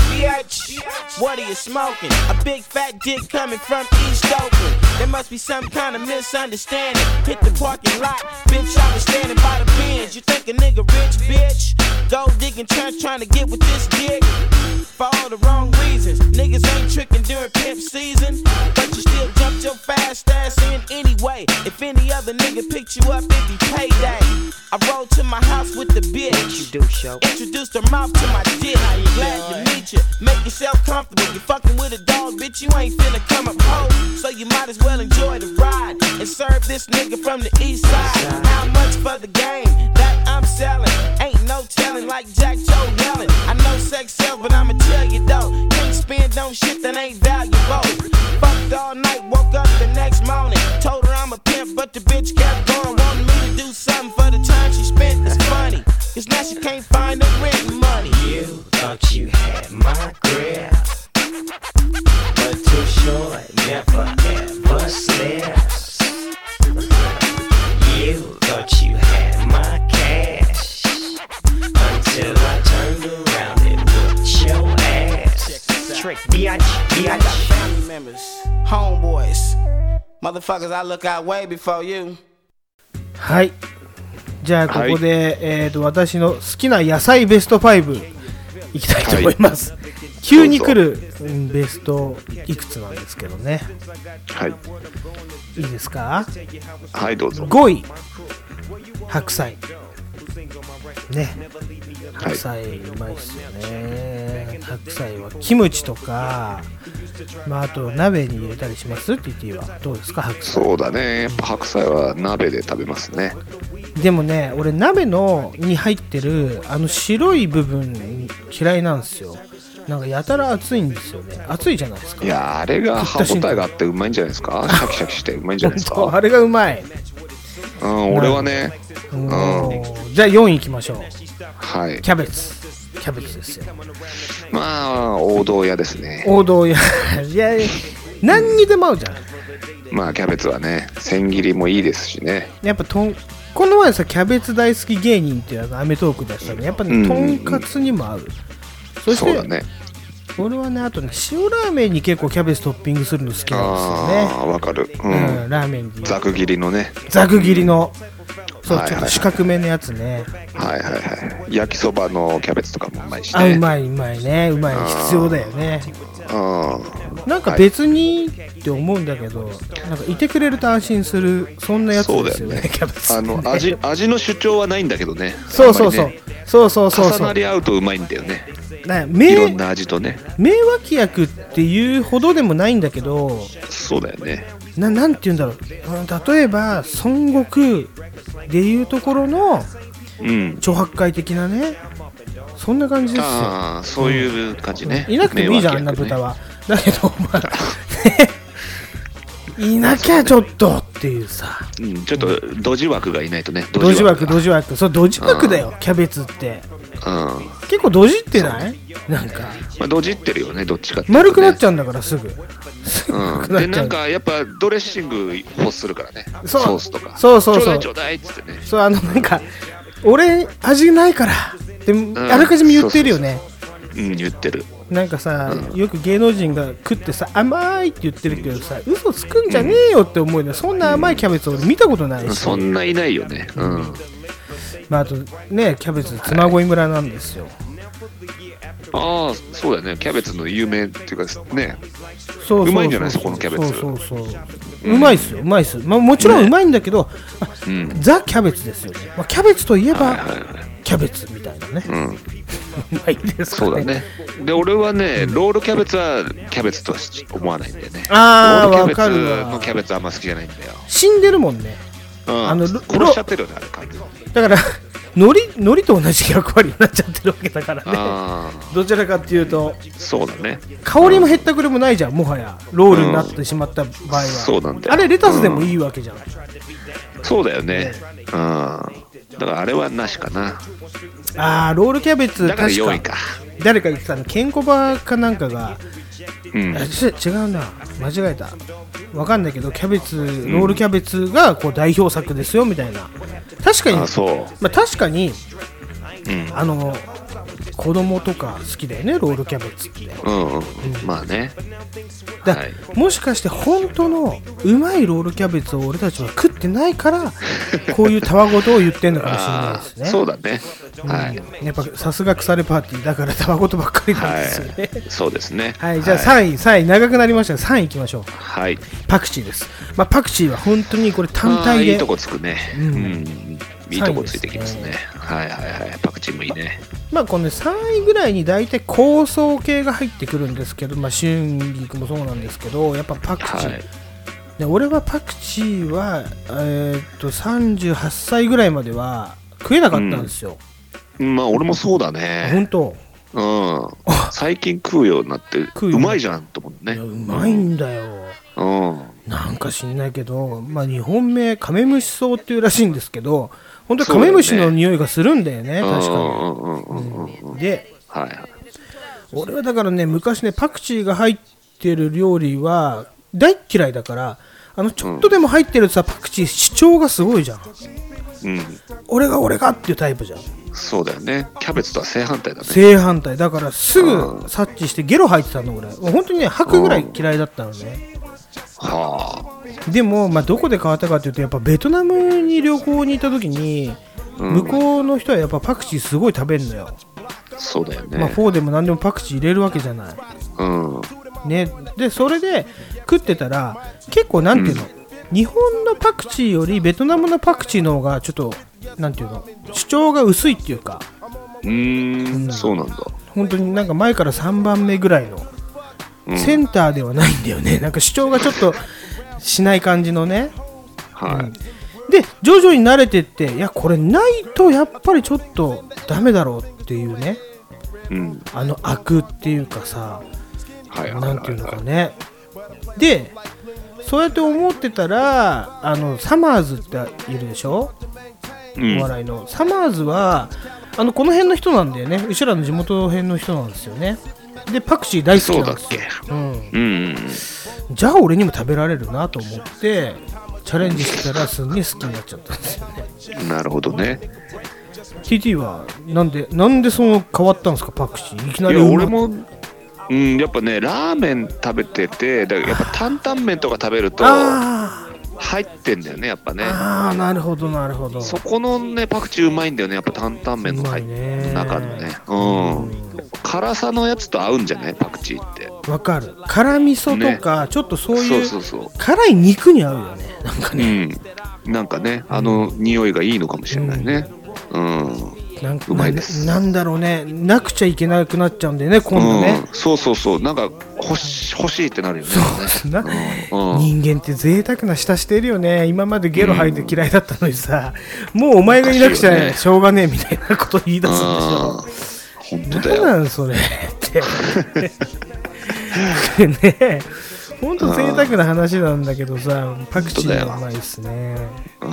[SPEAKER 5] bitch, what are you smoking? A big fat dick coming from East Oakland. There must be some kind of misunderstanding. Hit the parking lot, bitch. I was standing by the bins. You think a nigga rich, bitch? Gold digging trench trying to get with this dick. For all the wrong reasons. Niggas ain't tricking during pimp season. But you still jumped your fast ass in anyway. If any other nigga picked you up, it'd be payday. I rolled to my house with the bitch.
[SPEAKER 1] You do show.
[SPEAKER 5] Introduced her mouth to my dick. Glad to meet you. Make yourself comfortable. You're fucking with a dog, bitch. You ain't finna come up home. So you might as well enjoy the ride and serve this nigga from the east side. How much for the game that I'm selling? Ain't no telling like Jack Joe Helen. I know sex sells, but I'ma tell you though. Can't spend on shit that ain't valuable. Fucked all night, woke up the next morning. Told her I'm a pimp, but the bitch kept going. Wanted me to do something for the time she spent. It's funny. Cause now she can't find the rent money.
[SPEAKER 1] You thought you had my grip, but too short, never ever slips. You thought you had my cash until I turned around and whipped your ass. Trick, biatch,
[SPEAKER 5] I got
[SPEAKER 1] biatch.
[SPEAKER 5] family members, homeboys, motherfuckers I look out way before you.
[SPEAKER 2] はいじゃあここで、えー、と私の好きな野菜ベスト5いきたいと思います、急に来るうんベストいくつなんですけどね
[SPEAKER 3] はい、
[SPEAKER 2] いいですか
[SPEAKER 3] はい、どうぞ。
[SPEAKER 2] 5位白菜ね白菜うまいっすよね白菜はキムチとか、まあ、あと鍋に入れたりしますって言っていいわどうですか白菜
[SPEAKER 3] そうだね、やっぱ白菜は鍋で食べますね。
[SPEAKER 2] でもね俺鍋のに入ってるあの白い部分嫌いなんですよなんかやたら熱いんですよね熱いじゃないですか
[SPEAKER 3] いやー、あれが歯応えがあってうまいんじゃないですか。シャキシャキしてうまいんじゃないです
[SPEAKER 2] 本当
[SPEAKER 3] か。
[SPEAKER 2] あれがうまい
[SPEAKER 3] うん、俺はね、
[SPEAKER 2] うん
[SPEAKER 3] ん
[SPEAKER 2] じゃあ4位いきましょう
[SPEAKER 3] はい、
[SPEAKER 2] キャベツキャベツですよ
[SPEAKER 3] まあ王道屋ですね。
[SPEAKER 2] 王道やいや何にでも合うじゃん
[SPEAKER 3] まあキャベツはね、千切りもいいですしね。
[SPEAKER 2] やっぱとんこの前さキャベツ大好き芸人っていうあのアメトーク出したのやっぱ
[SPEAKER 3] うん
[SPEAKER 2] ねとんかつにも合う、そし
[SPEAKER 3] そう
[SPEAKER 2] て
[SPEAKER 3] だね。
[SPEAKER 2] 俺はねあとね塩ラーメンに結構キャベツトッピングするの好きなんですよね
[SPEAKER 3] ああー、わかる。う
[SPEAKER 2] うん
[SPEAKER 3] ん。
[SPEAKER 2] ラーメンに
[SPEAKER 3] ざく切りのね。
[SPEAKER 2] ざく切りのそう
[SPEAKER 3] はいはいはい
[SPEAKER 2] ちょっと四角めのやつね
[SPEAKER 3] はいはいはい。焼きそばのキャベツとかもうまいし
[SPEAKER 2] あう
[SPEAKER 3] ね。
[SPEAKER 2] まいうまいねうまい必要だよね
[SPEAKER 3] うん。
[SPEAKER 2] なんか別にって思うんだけどなんかいてくれると安心するそんなやつですよね
[SPEAKER 3] そうだよね
[SPEAKER 2] キャベツ
[SPEAKER 3] あの味味の主張はないんだけどね。
[SPEAKER 2] そうそうそ
[SPEAKER 3] あ
[SPEAKER 2] う
[SPEAKER 3] んまりね
[SPEAKER 2] そうそうそう
[SPEAKER 3] 重
[SPEAKER 2] そ
[SPEAKER 3] な
[SPEAKER 2] う
[SPEAKER 3] り合うとうまいんだよね。
[SPEAKER 2] ね
[SPEAKER 3] いろ
[SPEAKER 2] 名
[SPEAKER 3] んな味とね。
[SPEAKER 2] 名脇役っていうほどでもないんだけど
[SPEAKER 3] そうだよね。
[SPEAKER 2] ななんて言うんだろううん例えば孫悟空でいうところの
[SPEAKER 3] うん。
[SPEAKER 2] 超八戒的なねそんな感じですよ
[SPEAKER 3] ああ、そういう感じね。
[SPEAKER 2] いなくてもいいじゃん、あん
[SPEAKER 3] 迷
[SPEAKER 2] な
[SPEAKER 3] 惑やけど
[SPEAKER 2] 豚は。だ
[SPEAKER 3] ね
[SPEAKER 2] けど、まあ、ねいなきゃちょっとっていうさ、
[SPEAKER 3] うん、ちょっとドジ枠がいないとね。
[SPEAKER 2] ドジ枠、
[SPEAKER 3] ド
[SPEAKER 2] ドジ枠、そう、ドジ枠だよ、キャベツって。
[SPEAKER 3] うん。ま
[SPEAKER 2] 結構ドジってないなんか、
[SPEAKER 3] あ、ドジってるよね、どっちかっていうとね、
[SPEAKER 2] 丸くなっちゃうんだから、すぐ。 すぐ
[SPEAKER 3] う
[SPEAKER 2] 丸
[SPEAKER 3] ん
[SPEAKER 2] くなっ
[SPEAKER 3] で
[SPEAKER 2] ちゃ
[SPEAKER 3] な。
[SPEAKER 2] うん
[SPEAKER 3] かやっぱドレッシング欲するからね
[SPEAKER 2] そう
[SPEAKER 3] ソースとか
[SPEAKER 2] そうそうそう
[SPEAKER 3] ちょうだいちょうだいっつってね
[SPEAKER 2] そう、あの、なんか、俺、味ないからって、あらかじめ言ってるよね。
[SPEAKER 3] うん言ってる
[SPEAKER 2] なんかさ、よく芸能人が食ってさ、甘いって言ってるけどさ、嘘つくんじゃねえよって思うよ。そんな甘いキャベツ俺見たことないし。
[SPEAKER 3] そんないないよねうん
[SPEAKER 2] まあ、あとねキャベツ妻恋村なんですよ、
[SPEAKER 3] ああそうだよねキャベツの有名っていうかね
[SPEAKER 2] そうそうそう
[SPEAKER 3] うまいんじゃないそこのキャベツ
[SPEAKER 2] そうそうそう、うまいっすようまいっす、まあ、もちろんうまいんだけど、あ
[SPEAKER 3] うん
[SPEAKER 2] ザ・キャベツですよね、まあ、キャベツといえば、
[SPEAKER 3] はいはいはい
[SPEAKER 2] キャベツみたいなね、う
[SPEAKER 3] ん
[SPEAKER 2] まいです
[SPEAKER 3] そうだねで俺はねロールキャベツはキャベツとは思わないんだよね
[SPEAKER 2] あー
[SPEAKER 3] ロールキャ
[SPEAKER 2] わか
[SPEAKER 3] ベツ
[SPEAKER 2] るわ
[SPEAKER 3] のキャベツあんま好きじゃないんだよ、
[SPEAKER 2] 死んでるもんね
[SPEAKER 3] うん、
[SPEAKER 2] あのロ
[SPEAKER 3] 殺しちゃってるよねあれ完全に
[SPEAKER 2] だから海苔海苔と同じ役割になっちゃってるわけだからね
[SPEAKER 3] あ
[SPEAKER 2] どちらかっていうと
[SPEAKER 3] あそうだね
[SPEAKER 2] 香りもへったくれもないじゃんもはやロールになってしまった場合は、
[SPEAKER 3] そうなんだよ
[SPEAKER 2] あれレタスでもいいわけじゃん、
[SPEAKER 3] そうだよねうんだからあれはなしかな
[SPEAKER 2] ああロールキャベツ
[SPEAKER 3] だから
[SPEAKER 2] 確
[SPEAKER 3] 4位
[SPEAKER 2] か
[SPEAKER 3] か
[SPEAKER 2] 誰か言ってたのケンコバかなんかが
[SPEAKER 3] うん
[SPEAKER 2] あち違うな間違えたわかんないけどキャベツロールキャベツがこう代表作ですよみたいな確かに
[SPEAKER 3] あそ
[SPEAKER 2] まあ、確かに
[SPEAKER 3] ううん
[SPEAKER 2] あの子供とか好きだよねロールキャベツって
[SPEAKER 3] うんうんまあね
[SPEAKER 2] だ、
[SPEAKER 3] はい
[SPEAKER 2] もしかして本当のうまいロールキャベツを俺たちは食ってない からこういうたわごとを言ってんのかもしれない
[SPEAKER 3] あ
[SPEAKER 2] です
[SPEAKER 3] あ
[SPEAKER 2] ね
[SPEAKER 3] そうだねはい
[SPEAKER 2] やっぱさすが腐れパーティーだからたわごとばっかりなんですよね
[SPEAKER 3] はいそうですね
[SPEAKER 2] はい、じゃあ3位、3位長くなりましたが3位いきましょう
[SPEAKER 3] はい
[SPEAKER 2] パクチーです、まあ、パクチーは本当にこれ単
[SPEAKER 3] あー
[SPEAKER 2] 体
[SPEAKER 3] いい
[SPEAKER 2] で
[SPEAKER 3] とこつくねうんんいいとこついてきますねはいはいはいパクチーもいいね
[SPEAKER 2] まあこの、ね、3位ぐらいに大体香草系が入ってくるんですけど、まあ、春菊もそうなんですけどやっぱパクチー、
[SPEAKER 3] はい
[SPEAKER 2] で俺はパクチーは、えーっと38歳ぐらいまでは食えなかったんですよ、
[SPEAKER 3] まあ俺もそうだね
[SPEAKER 2] 本当
[SPEAKER 3] うん最近食うようになって
[SPEAKER 2] 食うよ
[SPEAKER 3] うまいじゃんと思うね
[SPEAKER 2] いやうまいんだよ
[SPEAKER 3] うん
[SPEAKER 2] なんか知んないけど、まあ、日本名カメムシ草っていうらしいんですけど本当に
[SPEAKER 3] そう
[SPEAKER 2] カ
[SPEAKER 3] だよね
[SPEAKER 2] メムシの匂いがするんだよね
[SPEAKER 3] うん
[SPEAKER 2] 確
[SPEAKER 3] う
[SPEAKER 2] か
[SPEAKER 3] んうんうんうんうん
[SPEAKER 2] に、で
[SPEAKER 3] はいはい
[SPEAKER 2] 俺はだからね昔ねパクチーが入ってる料理は大っ嫌いだからあのちょっとでも入ってるさ、パクチー主張がすごいじゃん
[SPEAKER 3] うん
[SPEAKER 2] 俺が俺がっていうタイプじゃん
[SPEAKER 3] そうだよねキャベツとは正反対だね
[SPEAKER 2] 正反対だからすぐ察知してゲロ吐いてたの俺もう本当にね吐くぐらい嫌いだったのね
[SPEAKER 3] は
[SPEAKER 2] でも、まあ、どこで変わったかというとやっぱベトナムに旅行に行った時に
[SPEAKER 3] うん
[SPEAKER 2] 向こうの人はやっぱパクチーすごい食べるのよ、
[SPEAKER 3] あそうだよ
[SPEAKER 2] まあ、
[SPEAKER 3] ね
[SPEAKER 2] フォーでも何でもパクチー入れるわけじゃない
[SPEAKER 3] うん
[SPEAKER 2] ね、でそれで食ってたら結構なんていうの、日本のパクチーよりベトナムのパクチーの方がちょっとなんていうの主張が薄いっていうか
[SPEAKER 3] うーんそうなんだ
[SPEAKER 2] 本当になんか前から3番目ぐらいの、
[SPEAKER 3] うん
[SPEAKER 2] センターではないんだよねなんか主張がちょっとしない感じのね
[SPEAKER 3] はい
[SPEAKER 2] で徐々に慣れてっていやこれないとやっぱりちょっとダメだろうっていうね
[SPEAKER 3] うん
[SPEAKER 2] あのアクっていうかさ
[SPEAKER 3] はいはい
[SPEAKER 2] なんて
[SPEAKER 3] はい
[SPEAKER 2] いうの
[SPEAKER 3] は
[SPEAKER 2] かねでそうやって思ってたらあのサマーズっているでしょ、
[SPEAKER 3] いうん
[SPEAKER 2] お笑いのサマーズはあのこの辺の人なんだよねうちらの地元辺の人なんですよねでパクチー大好きなんですよ
[SPEAKER 3] そう
[SPEAKER 2] うん、
[SPEAKER 3] うんうんうん
[SPEAKER 2] じゃあ俺にも食べられるなと思ってチャレンジしたらすんげえ好きになっちゃったんですよね
[SPEAKER 3] なるほどね。
[SPEAKER 2] TT はなんでなんでその変わったんですかパクチーいき
[SPEAKER 3] い
[SPEAKER 2] なり
[SPEAKER 3] や、
[SPEAKER 2] うま
[SPEAKER 3] 俺も、うん、やっぱね、ラーメン食べてて、だからやっぱ担々麺とか食べると、
[SPEAKER 2] あー
[SPEAKER 3] 入ってんだよね、やっぱね。
[SPEAKER 2] あーなるほどなるほど
[SPEAKER 3] そこのね、パクチーうまいんだよね、やっぱ担々麺の入っ
[SPEAKER 2] うまいね
[SPEAKER 3] 中のね。うん。辛さのやつと合うんじゃないパクチーって。
[SPEAKER 2] わかる辛味噌とか、ちょっとそう
[SPEAKER 3] そう
[SPEAKER 2] いう
[SPEAKER 3] そうそ
[SPEAKER 2] 辛い肉に合うよねなんか
[SPEAKER 3] う。う
[SPEAKER 2] ね、
[SPEAKER 3] ん。なんかね、あの匂いがいいのかもしれないね。うん。
[SPEAKER 2] なんか
[SPEAKER 3] うまいです
[SPEAKER 2] ななんだろうねなくちゃいけなくなっちゃうんだよね今度
[SPEAKER 3] うん
[SPEAKER 2] ね、。
[SPEAKER 3] そうそうそう。なんか欲し欲しいってなるよね。
[SPEAKER 2] な
[SPEAKER 3] うんうん
[SPEAKER 2] 人間って贅沢な舌してるよね今までゲロ吐いて嫌いだったのにさ、もうお前がいなくち
[SPEAKER 3] お
[SPEAKER 2] ゃ
[SPEAKER 3] かしいよね
[SPEAKER 2] しょうがねえみたいなこと言い出すんでしょ
[SPEAKER 3] うん本当だ
[SPEAKER 2] 何
[SPEAKER 3] よ。
[SPEAKER 2] なんそれって。 ね本当贅沢な話なんだけどさ、パクチーがうまいですね。
[SPEAKER 3] うん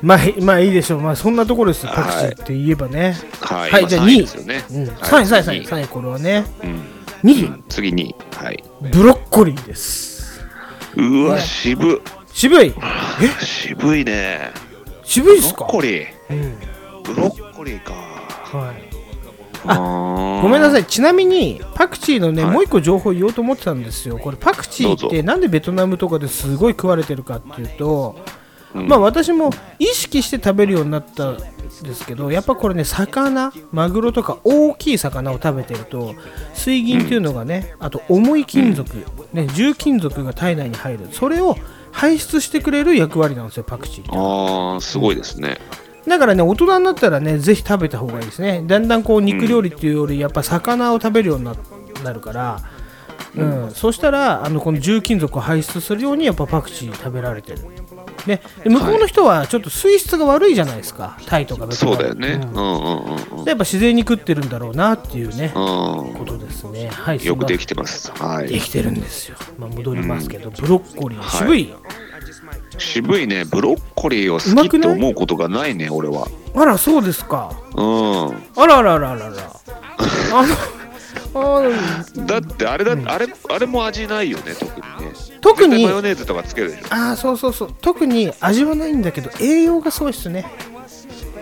[SPEAKER 2] まあ、いまあいいでしょう、まあ、そんなところです、パクチーって言えばね。
[SPEAKER 3] はい、
[SPEAKER 2] はい、
[SPEAKER 3] まあ
[SPEAKER 2] じゃあ2
[SPEAKER 3] 三位
[SPEAKER 2] 位。
[SPEAKER 3] ですよね。
[SPEAKER 2] うん、3
[SPEAKER 3] はい
[SPEAKER 2] 位、3位、3位、
[SPEAKER 3] 次
[SPEAKER 2] 3位、これはね。
[SPEAKER 3] うん
[SPEAKER 2] 2
[SPEAKER 3] 次に、はい。
[SPEAKER 2] 位、ブロッコリーです。
[SPEAKER 3] うわ、渋、
[SPEAKER 2] 渋い。
[SPEAKER 3] 渋いね。
[SPEAKER 2] 渋い
[SPEAKER 3] ブ
[SPEAKER 2] っ
[SPEAKER 3] ロ
[SPEAKER 2] すか
[SPEAKER 3] ッコリー、
[SPEAKER 2] うん
[SPEAKER 3] ブロッコリーか。
[SPEAKER 2] はい、
[SPEAKER 3] ご
[SPEAKER 2] ごめんなさ
[SPEAKER 3] い。
[SPEAKER 2] い、ちなみにパクチーのね、
[SPEAKER 3] はい
[SPEAKER 2] もう一個情報言おうと思ってたんですよ、これ、パクチー
[SPEAKER 3] ど
[SPEAKER 2] っ
[SPEAKER 3] う
[SPEAKER 2] て
[SPEAKER 3] ぞ
[SPEAKER 2] なんでベトナムとかですごい食われてるかっていうと、
[SPEAKER 3] うん
[SPEAKER 2] まあ私も意識して食べるようになったんですけどやっぱこれね魚マグロとか大きい魚を食べてると水銀っていうのがね、あと重い金属、ね、重金属が体内に入るそれを排出してくれる役割なんですよパクチーって
[SPEAKER 3] ああ、すごいですね。
[SPEAKER 2] だからね大人になったらねぜひ食べた方がいいですねだんだんこう肉料理っていうよりやっぱ魚を食べるようにななるから、うんそしたらあのこの重金属を排出するようにやっぱパクチー食べられてる、ね、で向こうの人はちょっと水質が悪いじゃないですかタイとかベトナム
[SPEAKER 3] そうだよね。う
[SPEAKER 2] で
[SPEAKER 3] んんうんうん
[SPEAKER 2] やっぱ自然に食ってるんだろうなっていうね、
[SPEAKER 3] うん。う
[SPEAKER 2] こ
[SPEAKER 3] ん。
[SPEAKER 2] とですねはい
[SPEAKER 3] よくで
[SPEAKER 2] き
[SPEAKER 3] きてます。は
[SPEAKER 2] で
[SPEAKER 3] い。
[SPEAKER 2] きてるんですよ、まあ、戻りますけど、ブロッコリー渋い、
[SPEAKER 3] 渋いねブロッコリーを
[SPEAKER 2] うま
[SPEAKER 3] 好き
[SPEAKER 2] く
[SPEAKER 3] って
[SPEAKER 2] ない
[SPEAKER 3] 思うことがないね俺は
[SPEAKER 2] あらそうですか
[SPEAKER 3] う
[SPEAKER 2] あらあらあらあらあらあのあの
[SPEAKER 3] んだってあれだ、あれあれも味ないよね特にね
[SPEAKER 2] 特に
[SPEAKER 3] 絶対マヨネーズとかつけるでしょ
[SPEAKER 2] ああそうそうそう特に味はないんだけど栄養がすごいっすね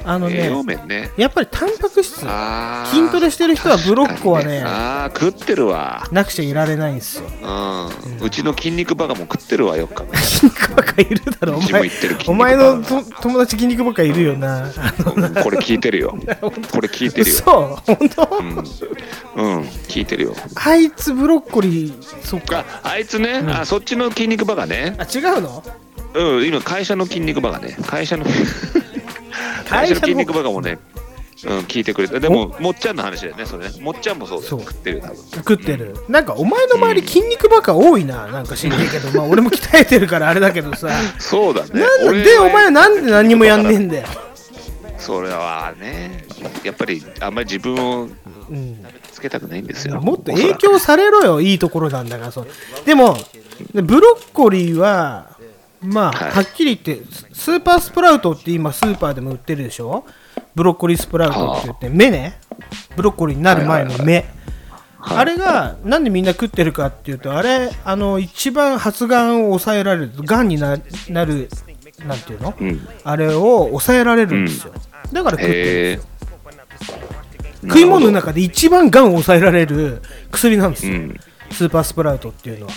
[SPEAKER 2] あの
[SPEAKER 3] 栄
[SPEAKER 2] ね
[SPEAKER 3] 養面ね
[SPEAKER 2] やっぱりタンパク質
[SPEAKER 3] あー
[SPEAKER 2] 筋トレしてる人はブロッコはね
[SPEAKER 3] 確かにああ食ってるわ
[SPEAKER 2] なくちゃいられないんですよ
[SPEAKER 3] うんうちの筋肉バカも食ってるわよっかね
[SPEAKER 2] 筋肉ばっかいるだろお
[SPEAKER 3] ジム
[SPEAKER 2] 前
[SPEAKER 3] 行ってる筋肉
[SPEAKER 2] お前のと友達筋肉ばっかいるよなあの
[SPEAKER 3] うんこれ聞いて るよこれ聞いてるよ
[SPEAKER 2] 嘘本当、
[SPEAKER 3] うん、うん、聞いてるよ
[SPEAKER 2] あいつブロッコリーそっか
[SPEAKER 3] ああいつね、あそっちの筋肉バカね
[SPEAKER 2] あ違うの
[SPEAKER 3] うん今会社の筋肉バカね会社の会
[SPEAKER 2] 会
[SPEAKER 3] 社
[SPEAKER 2] 社
[SPEAKER 3] の
[SPEAKER 2] の
[SPEAKER 3] 筋肉バカもねうん、聞いてくれたでももっちゃんの話だよねそれねもっちゃんもそうだよ
[SPEAKER 2] そう
[SPEAKER 3] 食ってるよ多分
[SPEAKER 2] 食ってるなんかお前の周り筋肉ばっか多いななんか知んねえけどまあ俺も鍛えてるからあれだけど さ
[SPEAKER 3] そうだね
[SPEAKER 2] なん
[SPEAKER 3] 俺
[SPEAKER 2] ででお前はなんで何にもやんねえんだよ、
[SPEAKER 3] それはねやっぱりあんまり自分を
[SPEAKER 2] うん、
[SPEAKER 3] つけたくないんですよ
[SPEAKER 2] もっと
[SPEAKER 3] おそ
[SPEAKER 2] 影
[SPEAKER 3] らく
[SPEAKER 2] 響されろよいいところなんだからそうでもブロッコリーはまあ
[SPEAKER 3] はい
[SPEAKER 2] はっきり言ってススーパースプラウトって今スーパーでも売ってるでしょブロッコリースプラウトって言って目ねブロッコリーになる前の目
[SPEAKER 3] はい
[SPEAKER 2] あれがなんでみんな食ってるかっていうとあれあの一番発がんを抑えられるがんにななるなんていうの、
[SPEAKER 3] ん
[SPEAKER 2] あれを抑えられるんですよ、だから食ってる
[SPEAKER 3] へえ
[SPEAKER 2] 食い物の中で一番がんを抑えられる薬なんですよ、
[SPEAKER 3] うん
[SPEAKER 2] スーパースプラウトっていうのは、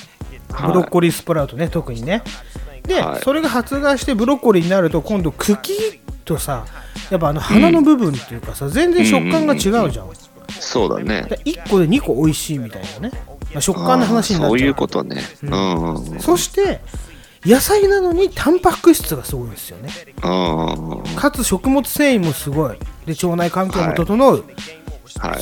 [SPEAKER 3] はい
[SPEAKER 2] ブロッコリースプラウトね特にねで、
[SPEAKER 3] はい
[SPEAKER 2] それが発芽してブロッコリーになると今度茎とさやっぱあの花の部分っていうかさ、全然食感が違うじゃん、
[SPEAKER 3] そうだね
[SPEAKER 2] 1個で2個美味しいみたいなね、まあ、食感の話になっちゃ
[SPEAKER 3] あーそうういうことねうんうんうん
[SPEAKER 2] そして野菜なのにタンパク質がすごいんですよね
[SPEAKER 3] は
[SPEAKER 2] かつ食物繊維もすごいで腸内環境も整う、
[SPEAKER 3] い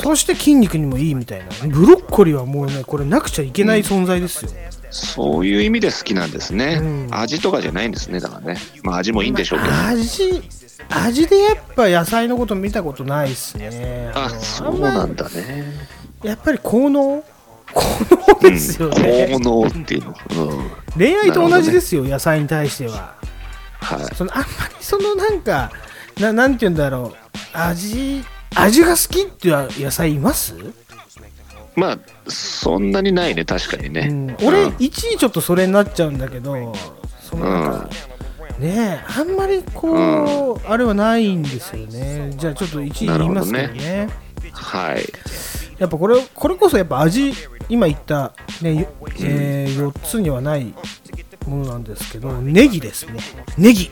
[SPEAKER 2] そして筋肉にもいいみたいなブロッコリーはもうねこれなくちゃいけない存在ですよ、
[SPEAKER 3] そういう意味で好きなんですね、
[SPEAKER 2] うん
[SPEAKER 3] 味とかじゃないんですねだからねまあ味もいいんでしょうけど
[SPEAKER 2] 味味でやっぱ野菜のこと見たことないっすねの
[SPEAKER 3] あそう
[SPEAKER 2] あんま
[SPEAKER 3] なんだね
[SPEAKER 2] やっぱり効能効能ですよね、
[SPEAKER 3] 効能っていうの、うん、
[SPEAKER 2] 恋愛と同じですよ、野菜に対しては
[SPEAKER 3] はい
[SPEAKER 2] そのあんまりそのなんかななんて言うんだろう味味が好きっていう野菜います、
[SPEAKER 3] まあそんなにないね確かにね、
[SPEAKER 2] うん、俺
[SPEAKER 3] うん
[SPEAKER 2] 1位ちょっとそれになっちゃうんだけどそのなんか、ねえあんまりこう、あれはないんですよねじゃあちょっと1位言いますけど
[SPEAKER 3] なるほど
[SPEAKER 2] ね
[SPEAKER 3] はい
[SPEAKER 2] やっぱこれこれこそやっぱ味今言った、ねよえー、4つにはないものなんですけどネギですねネギ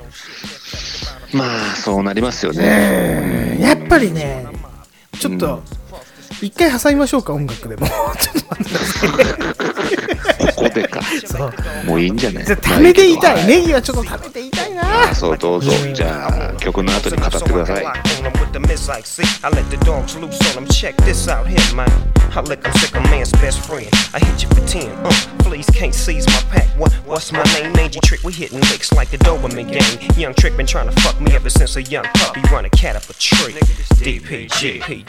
[SPEAKER 3] まあそうなりますよね
[SPEAKER 2] やっぱりね、ちょっと、一回挟みましょうか、音楽 でも。ちょっと待ってください
[SPEAKER 3] ここでか
[SPEAKER 2] そう
[SPEAKER 3] もういいんじゃない
[SPEAKER 2] じゃあ、ためていた
[SPEAKER 3] まあ
[SPEAKER 2] い。
[SPEAKER 3] けどは
[SPEAKER 2] ネギはちょっとためていたいな。
[SPEAKER 3] あそうどうぞじゃあ曲の後に語ってください
[SPEAKER 1] On 'em with the miss like see. I let the dogs loose on them. Check this out here, man. I lick, I'm sick, a man's best friend. I hit you for 10. Uh, please can't seize my pack. What, what's my name? Nangy Trick. We hitting licks like the Doberman gang. Young Trick been trying to fuck me ever since a young puppy. Run a cat up a tree. DPG.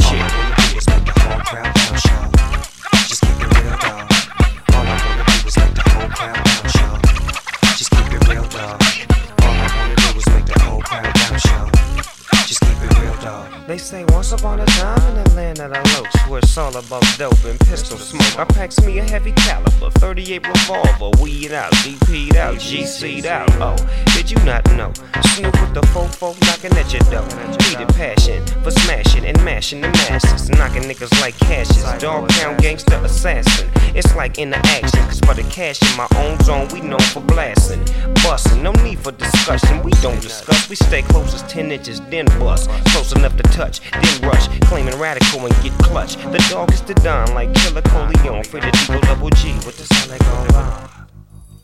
[SPEAKER 1] They say once upon a time in the land of the locs, where it's all about dope and pistol smoke. I packs me a heavy caliber, 38 revolver, weed out, DP'd out, GC'd out. Oh, did you not know? Snoop with the fofo knocking at your door. Heated passion for smashing and mashing the masses, knocking niggas like cashes. Dog pound gangster assassin. It's like in the action, cause for the cash in my own zone, we known for blasting, busting. No need for discussion, we don't discuss. We stay close as 10 inches, then bust. Close enough to touch, then rush. Claiming radical and get clutch. The dog is the don, like Killer Coleon. Free the Eagle Double G with the sun that go on.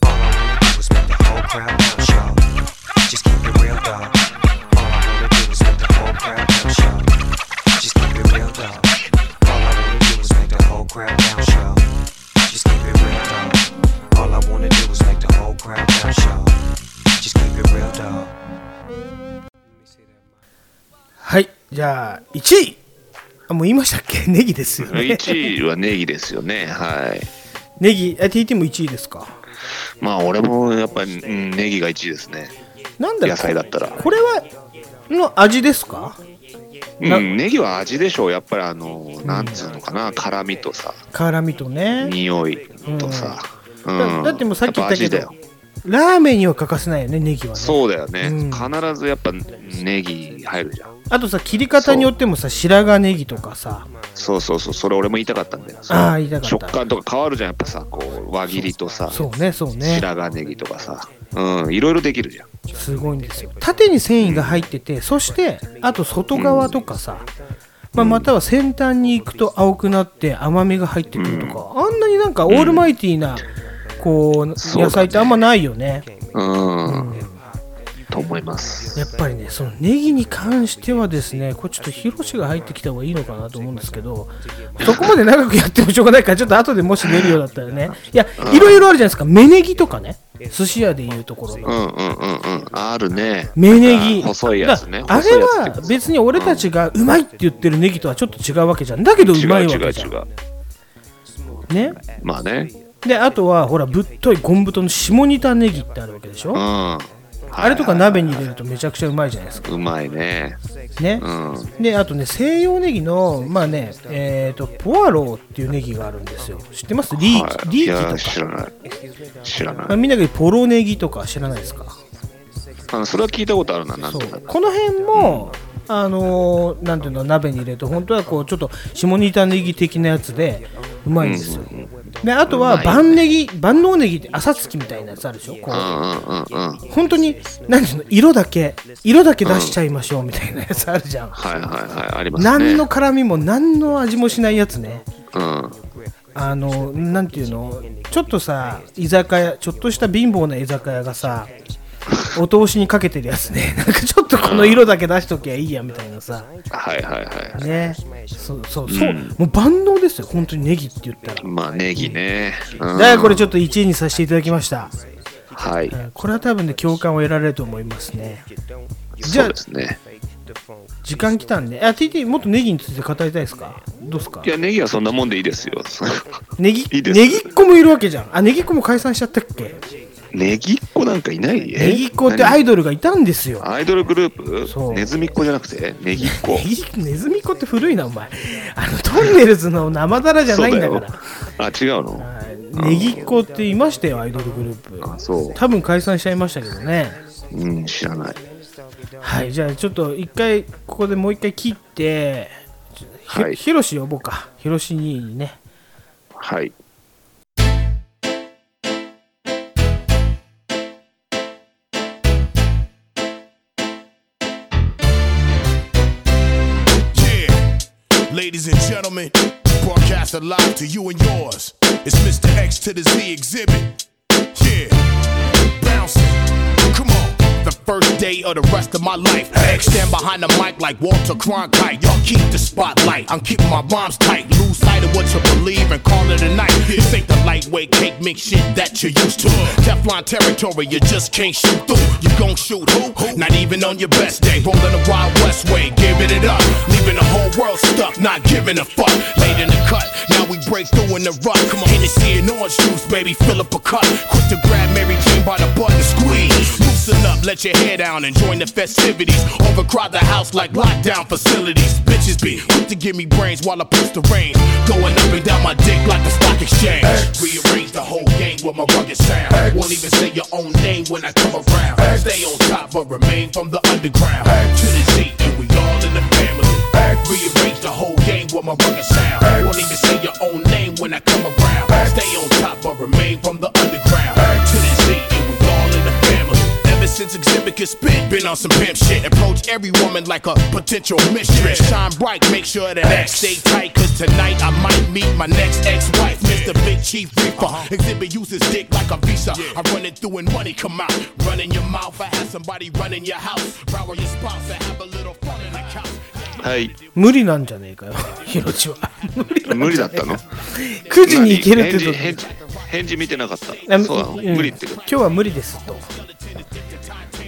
[SPEAKER 6] All I wanna do is make the whole crowd bounce, y'all. Just keep it real, dog. All I wanna do is make the whole crowd bounce, y'all. Just keep it real, dog. All I wanna do is make the whole crowd bounce, y'all. Just keep it real, dog. All I wanna do is make the whole crowd bounce, y'all. Just keep it real, dog.
[SPEAKER 2] はい。じゃあ、1位。あ、もう言いましたっけ ネギですよね。
[SPEAKER 3] 1位はネギですよねはい
[SPEAKER 2] ネギ、あ TT も1位ですか。
[SPEAKER 3] まあ俺もやっぱり、うん、ネギが1位ですね
[SPEAKER 2] なんだろ
[SPEAKER 3] 野
[SPEAKER 2] う
[SPEAKER 3] 菜だったら
[SPEAKER 2] これはの味ですかな
[SPEAKER 3] うんネギは味でしょうやっぱりあのなんつうのかな辛みとさ
[SPEAKER 2] 辛みとね
[SPEAKER 3] 匂いとさ、うん
[SPEAKER 2] だだってもうさっき言ったけど
[SPEAKER 3] やぱ味だよ
[SPEAKER 2] ラーメンには欠かせないよねネギはね
[SPEAKER 3] そうだよね、
[SPEAKER 2] うん
[SPEAKER 3] 必ずやっぱネギ入るじゃん
[SPEAKER 2] あとさ切り方によってもさ白髪ネギとかさ
[SPEAKER 3] そうそうそうそれ俺も言いたかったんだよ
[SPEAKER 2] あー言いたかった
[SPEAKER 3] 食感とか変わるじゃんやっぱさこう輪切りとさ
[SPEAKER 2] そうねそうね
[SPEAKER 3] 白髪ネギとかさうんいろいろできるじゃん
[SPEAKER 2] すごいんですよ縦に繊維が入っててそしてあと外側とかさ、まあ、または先端に行くと青くなって甘みが入ってくるとか、あんなになんかオールマイティーな、こう
[SPEAKER 3] そうだね
[SPEAKER 2] 野菜ってあんまないよね
[SPEAKER 3] うん、と思います
[SPEAKER 2] やっぱりねそのネギに関してはですねこれちょっと広しが入ってきた方がいいのかなと思うんですけどそこまで長くやってもしょうがないからちょっと後でもし出るようだったらねいやいろいろあるじゃないですか芽ネギとかね寿司屋でいうところの
[SPEAKER 3] うんうんうんうんあるね
[SPEAKER 2] 芽ネギ
[SPEAKER 3] 細いやつね
[SPEAKER 2] だあれ
[SPEAKER 3] 細いやつっていうか
[SPEAKER 2] は別に俺たちがうまいって言ってるネギとはちょっと違うわけじゃんだけどう
[SPEAKER 3] 違う
[SPEAKER 2] まいわ
[SPEAKER 3] 違う
[SPEAKER 2] けじゃ
[SPEAKER 3] 違
[SPEAKER 2] ん
[SPEAKER 3] う
[SPEAKER 2] ね
[SPEAKER 3] まあね
[SPEAKER 2] であとはほらぶっとい昆布との下仁田ネギってあるわけでしょ、
[SPEAKER 3] うんはい
[SPEAKER 2] あれとか鍋に入れるとめちゃくちゃうまいじゃないですか
[SPEAKER 3] うまいね
[SPEAKER 2] ね、であとね西洋ネギのまあねえっ、とポアローっていうネギがあるんですよ知ってますリーチ、
[SPEAKER 3] はい
[SPEAKER 2] リ
[SPEAKER 3] いや
[SPEAKER 2] ーチ
[SPEAKER 3] 知
[SPEAKER 2] とから
[SPEAKER 3] ない知らない
[SPEAKER 2] まあみんなが言うポロネギとか知らないですか
[SPEAKER 3] あのそれは聞いたことあるななん
[SPEAKER 2] そ
[SPEAKER 3] て
[SPEAKER 2] うこの辺も、あのーなんていうの鍋に入れると本当はこうちょっと下仁田ネギ的なやつでうまいんですよ、であとは万ネギ万能ネギって朝月みたいなやつあるでしょこう、
[SPEAKER 3] うんうんうんうん
[SPEAKER 2] 本当になんていうの色だけ色だけ出しちゃいましょうみたいなやつあるじゃん、
[SPEAKER 3] はいはいはいありますね
[SPEAKER 2] 何の辛みも何の味もしないやつね
[SPEAKER 3] うん
[SPEAKER 2] あのなんていうのちょっとさ居酒屋ちょっとした貧乏な居酒屋がさお通しにかけてるやつね なんかちょっとこの色だけ出しときゃいいやみたいなさ
[SPEAKER 3] はいはいはい
[SPEAKER 2] ねそうそうそう、もう万能ですよ本当にネギって言ったら、
[SPEAKER 3] まあネギねうん
[SPEAKER 2] だからこれちょっと1位にさせていただきました、
[SPEAKER 3] はい
[SPEAKER 2] うんこれは多分ね共感を得られると思いますねじゃ
[SPEAKER 3] そ
[SPEAKER 2] あ
[SPEAKER 3] うですね
[SPEAKER 2] 時間来たんであ TT もっとネギについて語りたいですかどうですか
[SPEAKER 3] いやネギはそんなもんでいいですよ
[SPEAKER 2] ネギ
[SPEAKER 3] いいです
[SPEAKER 2] ネギっ子もいるわけじゃんあネギっ子も解散しちゃったっけ
[SPEAKER 3] ネギっ子なんかいないえ
[SPEAKER 2] ネギっ子ってアイドルがいたんですよ
[SPEAKER 3] アイドルグルー
[SPEAKER 2] そう
[SPEAKER 3] プネズミっ子じゃなくてネギっ子
[SPEAKER 2] ネギネズミっ子って古いなお前あのトンネルズの生だらじゃないんだから
[SPEAKER 3] あ違うの
[SPEAKER 2] はいネギっ子っていましたよアイドルグルー
[SPEAKER 3] あ
[SPEAKER 2] プ
[SPEAKER 3] そ
[SPEAKER 2] 多分解散しちゃいましたけどね
[SPEAKER 3] ううん知らない
[SPEAKER 2] はいじゃあちょっと一回ここでもう一回切ってひ
[SPEAKER 3] はい
[SPEAKER 2] ヒロシ呼ぼうかヒロシ兄にね
[SPEAKER 3] はい
[SPEAKER 7] Yeah. Ladies and gentlemen, broadcast live to you and yours. It's Mr. X to the Z exhibit. Yeah. Bouncing. Come on. The first day of the rest of my life. X stand behind the mic like Walter Cronkite. Y'all keep the spotlight. I'm keeping my rhymes tight. Lose sight of what you believe and call it a night. This ain't the lightweight cake mix shit that you're used to. Teflon territory, you just can't shoot through. You gon' shoot who? Not even on your best day. Rolling the Wild West way, giving it up. Leaving the whole world stuck, not giving a fuck. Late in the cut, now we break through in the rut. Come on, Hennessy and orange juice, baby, fill up a cup. Quick to grab Mary Jane by the butt and squeeze. Loosen up, let your hair down and join the festivities. Overcrowd the house like lockdown facilities. Bitches be quick to give me brains while I push the reins. Going up and down my dick like the stock exchange. Rearrange the whole game with my rugged sound. Won't even say your own name when I come around. Stay on top but remain from the underground. To the Z and we all in the family. Rearrange the whole game with my rugged sound. Won't even say your own name when I come around. Stay on top but remain from the underground. To the Z and we all in the family. Ever since exhibit could spit, been on some pimp shit. Approach every woman like a potential mistress. Shine bright, make sure that I stay tight. Cause tonight I might meet my next ex-wife, Mr. Big Chief Reaper. Exhibit uses dick like a visa. I run it through and money come out. Run in your mouth, I have somebody run in your house. Rower your spouse, I have a little fun in the couch.
[SPEAKER 3] はい
[SPEAKER 2] 無理なんじゃねえかよ ヒロシは無理
[SPEAKER 3] 無理だった の
[SPEAKER 2] 9時に行けるって
[SPEAKER 3] 何
[SPEAKER 2] と
[SPEAKER 3] 返事返事返事見てなかった
[SPEAKER 2] あ
[SPEAKER 3] そうなの
[SPEAKER 2] うん
[SPEAKER 3] 無理って
[SPEAKER 2] 今日は無理ですと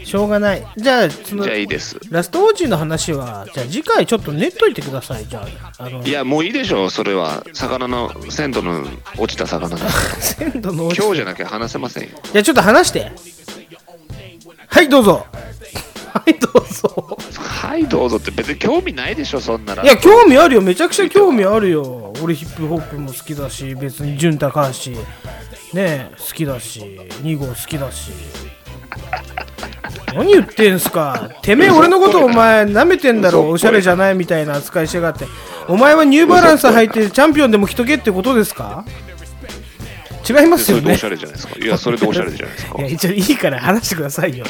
[SPEAKER 2] しょうがないじゃあその
[SPEAKER 3] じゃあいいです。
[SPEAKER 2] ラストオーチの話はじゃあ次回ちょっと練っといてくださいじゃああの
[SPEAKER 3] いや、もういいでしょ、それは。魚の、鮮度の落ちた 魚だ。
[SPEAKER 2] 鮮度の落ち
[SPEAKER 3] 今日じゃなきゃ話せませんよ。
[SPEAKER 2] じゃあちょっと話してはいどう ぞはいどうぞ
[SPEAKER 3] はい、どうぞって、別に興味ないでしょ、そんなら。
[SPEAKER 2] いや興味あるよめちゃくちゃ興味あるよ俺ヒップホップも好きだし別に潤高橋ねえ好きだし2号好きだし何言ってんすかてめえ俺のことお前舐めてんだろ
[SPEAKER 3] 嘘っぽい
[SPEAKER 2] おしゃれじゃないみたいな扱いしやがってお前はニューバランス履いてチャンピオンでも着とけってことですか違います
[SPEAKER 3] そ
[SPEAKER 2] よ
[SPEAKER 3] れでお
[SPEAKER 2] ね
[SPEAKER 3] しゃれじゃないですか。いや、それでおしゃれじゃないです
[SPEAKER 2] いや一応いいから話してくださいよ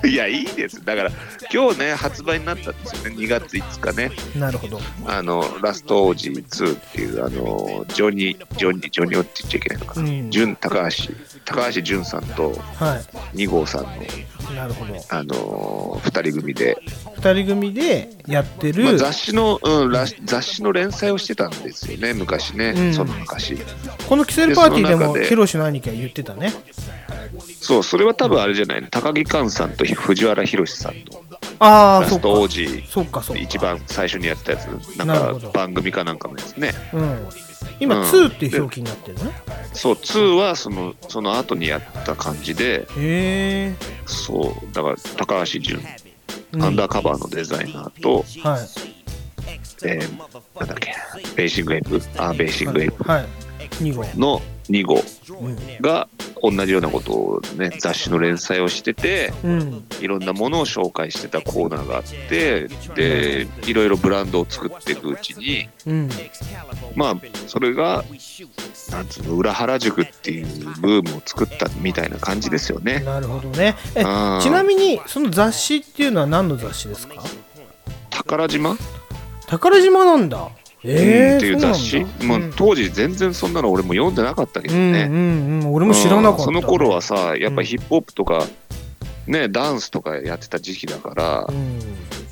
[SPEAKER 3] か。 いや、いいです。だから、今日ね、発売になったんですよね。2月5日ね、
[SPEAKER 2] なるほど
[SPEAKER 3] あの、ラストオージー2っていう、あの、ジョニー、ジョニー、ジョニーオって言っちゃいけないのか
[SPEAKER 2] う
[SPEAKER 3] な。
[SPEAKER 2] ん
[SPEAKER 3] 潤、高橋、高橋潤さんと
[SPEAKER 2] は
[SPEAKER 3] 2号さんの、
[SPEAKER 2] いなるほど
[SPEAKER 3] あのー、2人組で、
[SPEAKER 2] 2人組でやってる、
[SPEAKER 3] まあ、雑誌の、うん、ら雑誌の連載をしてたんですよね昔ね、
[SPEAKER 2] うん
[SPEAKER 3] その昔
[SPEAKER 2] このキセルパーティーで
[SPEAKER 3] でその
[SPEAKER 2] も
[SPEAKER 3] 中で
[SPEAKER 2] ヒロシの兄貴は言ってたね
[SPEAKER 3] そうそれは多分あれじゃないの高木寛さんと藤原宏さんと
[SPEAKER 2] ああ
[SPEAKER 3] ラ
[SPEAKER 2] そっか
[SPEAKER 3] スト王子
[SPEAKER 2] そっかそっか
[SPEAKER 3] 一番最初にやったやつな
[SPEAKER 2] なる
[SPEAKER 3] ん
[SPEAKER 2] ほ
[SPEAKER 3] か
[SPEAKER 2] ど
[SPEAKER 3] 番組かなんかのやつね
[SPEAKER 2] うん今、
[SPEAKER 3] うん
[SPEAKER 2] 2っていう表記になってるね
[SPEAKER 3] そう2はそのその後にやった感じで
[SPEAKER 2] へえ
[SPEAKER 3] そうだから高橋純
[SPEAKER 2] うん
[SPEAKER 3] アンダーカバーのデザイナーと、
[SPEAKER 2] はい
[SPEAKER 3] えーなんだっけベーシングエイプあーベーシングエイプ
[SPEAKER 2] はい2号
[SPEAKER 3] の2号
[SPEAKER 2] うん
[SPEAKER 3] が同じようなことをね雑誌の連載をしてて
[SPEAKER 2] うん
[SPEAKER 3] いろんなものを紹介してたコーナーがあってでいろいろブランドを作っていくうちに
[SPEAKER 2] うん
[SPEAKER 3] まあそれがなんつうの裏原宿っていうブームを作ったみたいな感じですよね
[SPEAKER 2] なるほどねえち
[SPEAKER 3] あー
[SPEAKER 2] なみにその雑誌っていうのは何の雑誌ですか
[SPEAKER 3] 宝島、
[SPEAKER 2] 宝島なんだええ
[SPEAKER 3] うん
[SPEAKER 2] ー、
[SPEAKER 3] っていう雑誌
[SPEAKER 2] そう
[SPEAKER 3] ま
[SPEAKER 2] な
[SPEAKER 3] あ、
[SPEAKER 2] んだ
[SPEAKER 3] 当時全然そんなの俺も読んでなかったけど
[SPEAKER 2] う
[SPEAKER 3] ね、
[SPEAKER 2] んうんうんうん俺も知らなかった
[SPEAKER 3] うんその頃はさやっぱヒップホップとか、ねダンスとかやってた時期だから
[SPEAKER 2] うん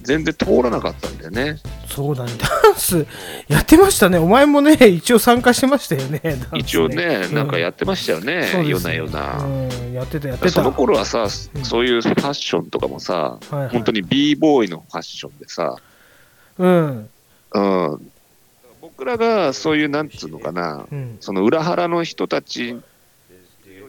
[SPEAKER 3] 全然通らなかったんだよね
[SPEAKER 2] そうだねダンスやってましたねお前もね一応参加してましたよねダンスね
[SPEAKER 3] 一応ね、
[SPEAKER 2] うん
[SPEAKER 3] なんかやってましたよね
[SPEAKER 2] そう、で
[SPEAKER 3] 夜
[SPEAKER 2] す
[SPEAKER 3] な夜な。
[SPEAKER 2] うん、やってたやってた
[SPEAKER 3] その頃はさ、
[SPEAKER 2] ん
[SPEAKER 3] そういうファッションとかもさ、
[SPEAKER 2] はいはい
[SPEAKER 3] 本当に b ボーイのファッションでさ、
[SPEAKER 2] うん
[SPEAKER 3] うん、僕らがそういう、なんつうのかな、
[SPEAKER 2] うん
[SPEAKER 3] その裏腹の人たちよ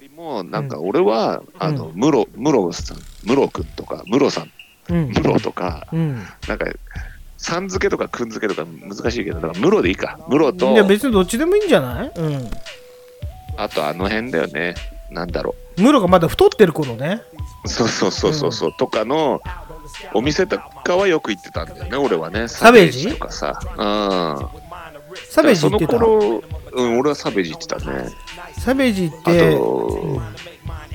[SPEAKER 3] りも、なんか俺は、あの、ムロ、ムロさん、ムロ君とか、ムロさん、
[SPEAKER 2] うん
[SPEAKER 3] ムロとか、
[SPEAKER 2] うん
[SPEAKER 3] なんか、さん付けとかくん付けとか難しいけど、だからムロでいいか。ムロと
[SPEAKER 2] いや、別にどっちでもいいんじゃないうん
[SPEAKER 3] あとあの辺だよね、なんだろう。
[SPEAKER 2] ムロがまだ太ってる頃ね
[SPEAKER 3] そうそうそうそうそう、とかのお店とかはよく行ってたんだよね俺はね
[SPEAKER 2] サベージ
[SPEAKER 3] とかさうん
[SPEAKER 2] サベージ行って
[SPEAKER 3] だ
[SPEAKER 2] た
[SPEAKER 3] からその頃、うん、俺はサベージ行ってたね
[SPEAKER 2] サベージ行っ
[SPEAKER 3] あと、
[SPEAKER 2] て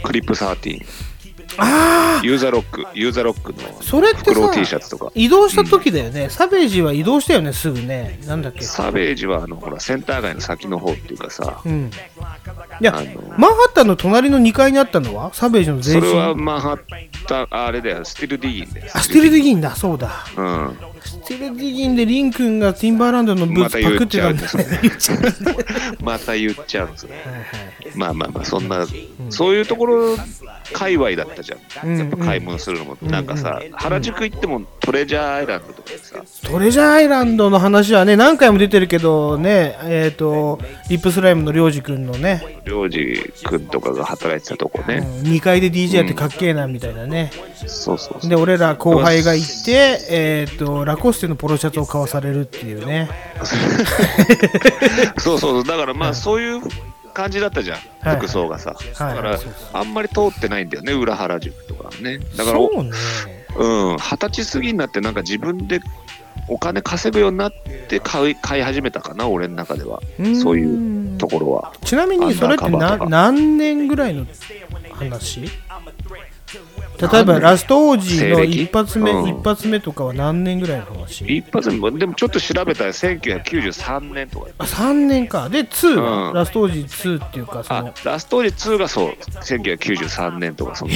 [SPEAKER 3] クリップ13
[SPEAKER 2] あ
[SPEAKER 3] ユーザーロックユーザーロックの
[SPEAKER 2] あそれって
[SPEAKER 3] 袋
[SPEAKER 2] さ
[SPEAKER 3] T シャツとか
[SPEAKER 2] 移動した時だよね、サベージは移動したよねすぐねなんだっけ
[SPEAKER 3] サベージはあのほらセンター街の先の方っていうかさ
[SPEAKER 2] うんいや
[SPEAKER 3] あの
[SPEAKER 2] マンハッタンの隣の2階にあったのはサベージの前
[SPEAKER 3] それは
[SPEAKER 2] 身
[SPEAKER 3] マンハッタンああれだよスティルディーンだよ
[SPEAKER 2] あスティルディギンだそうだ
[SPEAKER 3] うん
[SPEAKER 2] スティルディギンでリン君がティンバーランドのブー
[SPEAKER 3] ま
[SPEAKER 2] ツ
[SPEAKER 3] た
[SPEAKER 2] パ
[SPEAKER 3] 言
[SPEAKER 2] クっ
[SPEAKER 3] ってち
[SPEAKER 2] た
[SPEAKER 3] ゃうんん
[SPEAKER 2] だ
[SPEAKER 3] で
[SPEAKER 2] よ
[SPEAKER 3] す
[SPEAKER 2] ね
[SPEAKER 3] ね
[SPEAKER 2] 言っちゃう
[SPEAKER 3] また言っちゃうんですね
[SPEAKER 2] はいはい
[SPEAKER 3] まあまあまあそんな、そういうところ界隈だったじゃん、
[SPEAKER 2] うん
[SPEAKER 3] やっぱ買い物するのも、なんかさ、原宿行ってもトレジャーアイランドとかでさ、
[SPEAKER 2] トレジャーアイランドの話はね何回も出てるけどねえっ、とリップスライムのりょうじくんのね、
[SPEAKER 3] りょうじくんとかが働いてたとこ
[SPEAKER 2] う
[SPEAKER 3] ね、
[SPEAKER 2] 2階で DJ やってかっけえなみたいなね、
[SPEAKER 3] そうそうそう
[SPEAKER 2] で俺ら後輩が行ってえっ、とラコステのポロシャツを買わされるっていうね
[SPEAKER 3] そうそうそうだからまあそういう感じだったじゃん、
[SPEAKER 2] はい
[SPEAKER 3] 服装がさ、
[SPEAKER 2] はい
[SPEAKER 3] だから
[SPEAKER 2] そうそ
[SPEAKER 3] あんまり通ってないんだよね裏原宿とかはね だから
[SPEAKER 2] そうね
[SPEAKER 3] うん、二十歳過ぎになってなんか自分でお金稼ぐようになって買い買い始めたかな俺の中では
[SPEAKER 2] うん
[SPEAKER 3] そういうところは
[SPEAKER 2] ちなみにそれって
[SPEAKER 3] ア
[SPEAKER 2] な
[SPEAKER 3] ンダーカバーとか
[SPEAKER 2] 何年ぐらいの話例えばラストオージーの
[SPEAKER 3] 西暦
[SPEAKER 2] 一発目、
[SPEAKER 3] うん
[SPEAKER 2] 一発目とかは何年ぐらいの話
[SPEAKER 3] 一発目でもちょっと調べたら1993年とか
[SPEAKER 2] あ3年かで2は、
[SPEAKER 3] うん
[SPEAKER 2] ラストオージー2っていうかそ
[SPEAKER 3] あ
[SPEAKER 2] の
[SPEAKER 3] ラストオージー2がそう1993年とかその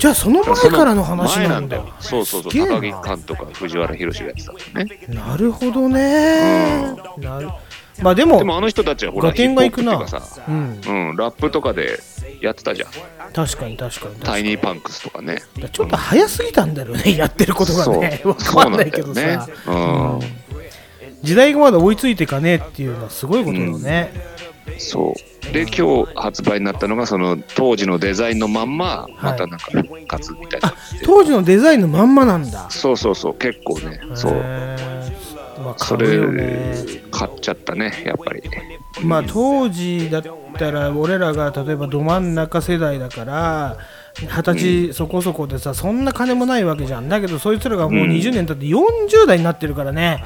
[SPEAKER 2] じゃあその前
[SPEAKER 3] その
[SPEAKER 2] からの話
[SPEAKER 3] 前
[SPEAKER 2] なんだ
[SPEAKER 3] そうそうそう
[SPEAKER 2] すげえな
[SPEAKER 3] 高木監とか藤原宏がやってたからね
[SPEAKER 2] なるほどね、なるまあでも
[SPEAKER 3] でもあの人たちはほら
[SPEAKER 2] 合点がい
[SPEAKER 3] ヒ
[SPEAKER 2] く
[SPEAKER 3] ップホ
[SPEAKER 2] な
[SPEAKER 3] ップっていうかさ
[SPEAKER 2] うん
[SPEAKER 3] うん、ラップとかでやってたじゃん
[SPEAKER 2] 確かに確かに確か
[SPEAKER 3] タイ
[SPEAKER 2] に
[SPEAKER 3] ニーパンクスとかね
[SPEAKER 2] ちょっと早すぎたんだよね やってることがねわかんないけどさ、
[SPEAKER 3] そうなんだよね
[SPEAKER 2] 時代がまだ追いついていかねえっていうのはすごいことだよね、
[SPEAKER 3] うんそうで今日発売になったのがその当時のデザインのまんままたなんか復活みたいな、
[SPEAKER 2] あ当時のデザインのまんまなんだ
[SPEAKER 3] そうそうそう結構ねそう
[SPEAKER 2] へーまあ
[SPEAKER 3] そ
[SPEAKER 2] 買う
[SPEAKER 3] れ
[SPEAKER 2] よね
[SPEAKER 3] 買っちゃったねやっぱり
[SPEAKER 2] まあ当時だったら俺らが例えばど真ん中世代だから二十歳そこそこでさそんな金もないわけじゃんだけどそいつらがもう20年経って40代になってるからね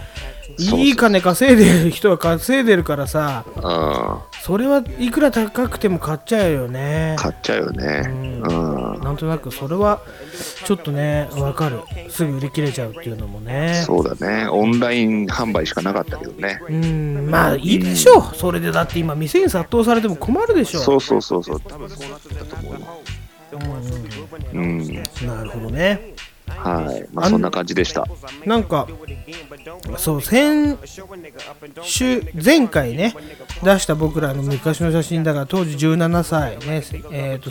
[SPEAKER 3] そう
[SPEAKER 2] いい金稼いでる人は稼いでるからさ
[SPEAKER 3] うん
[SPEAKER 2] それはいくら高くても買っちゃうよね
[SPEAKER 3] 買っちゃうよねうん、
[SPEAKER 2] なんとなくそれはちょっとねわかるすぐ売り切れちゃうっていうのもね
[SPEAKER 3] そうだねオンライン販売しかなかったけどね
[SPEAKER 2] うんまあいいでしょうそれでだって今店に殺到されても困るでしょ
[SPEAKER 3] そうそうそうそう多分そうなってたと思うようん
[SPEAKER 2] なるほどね
[SPEAKER 3] はいま
[SPEAKER 2] あ
[SPEAKER 3] あ
[SPEAKER 2] ん
[SPEAKER 3] そんな感じでした
[SPEAKER 2] なんかそう先週前回ね出した僕らの昔の写真だから当時17歳ねえー、と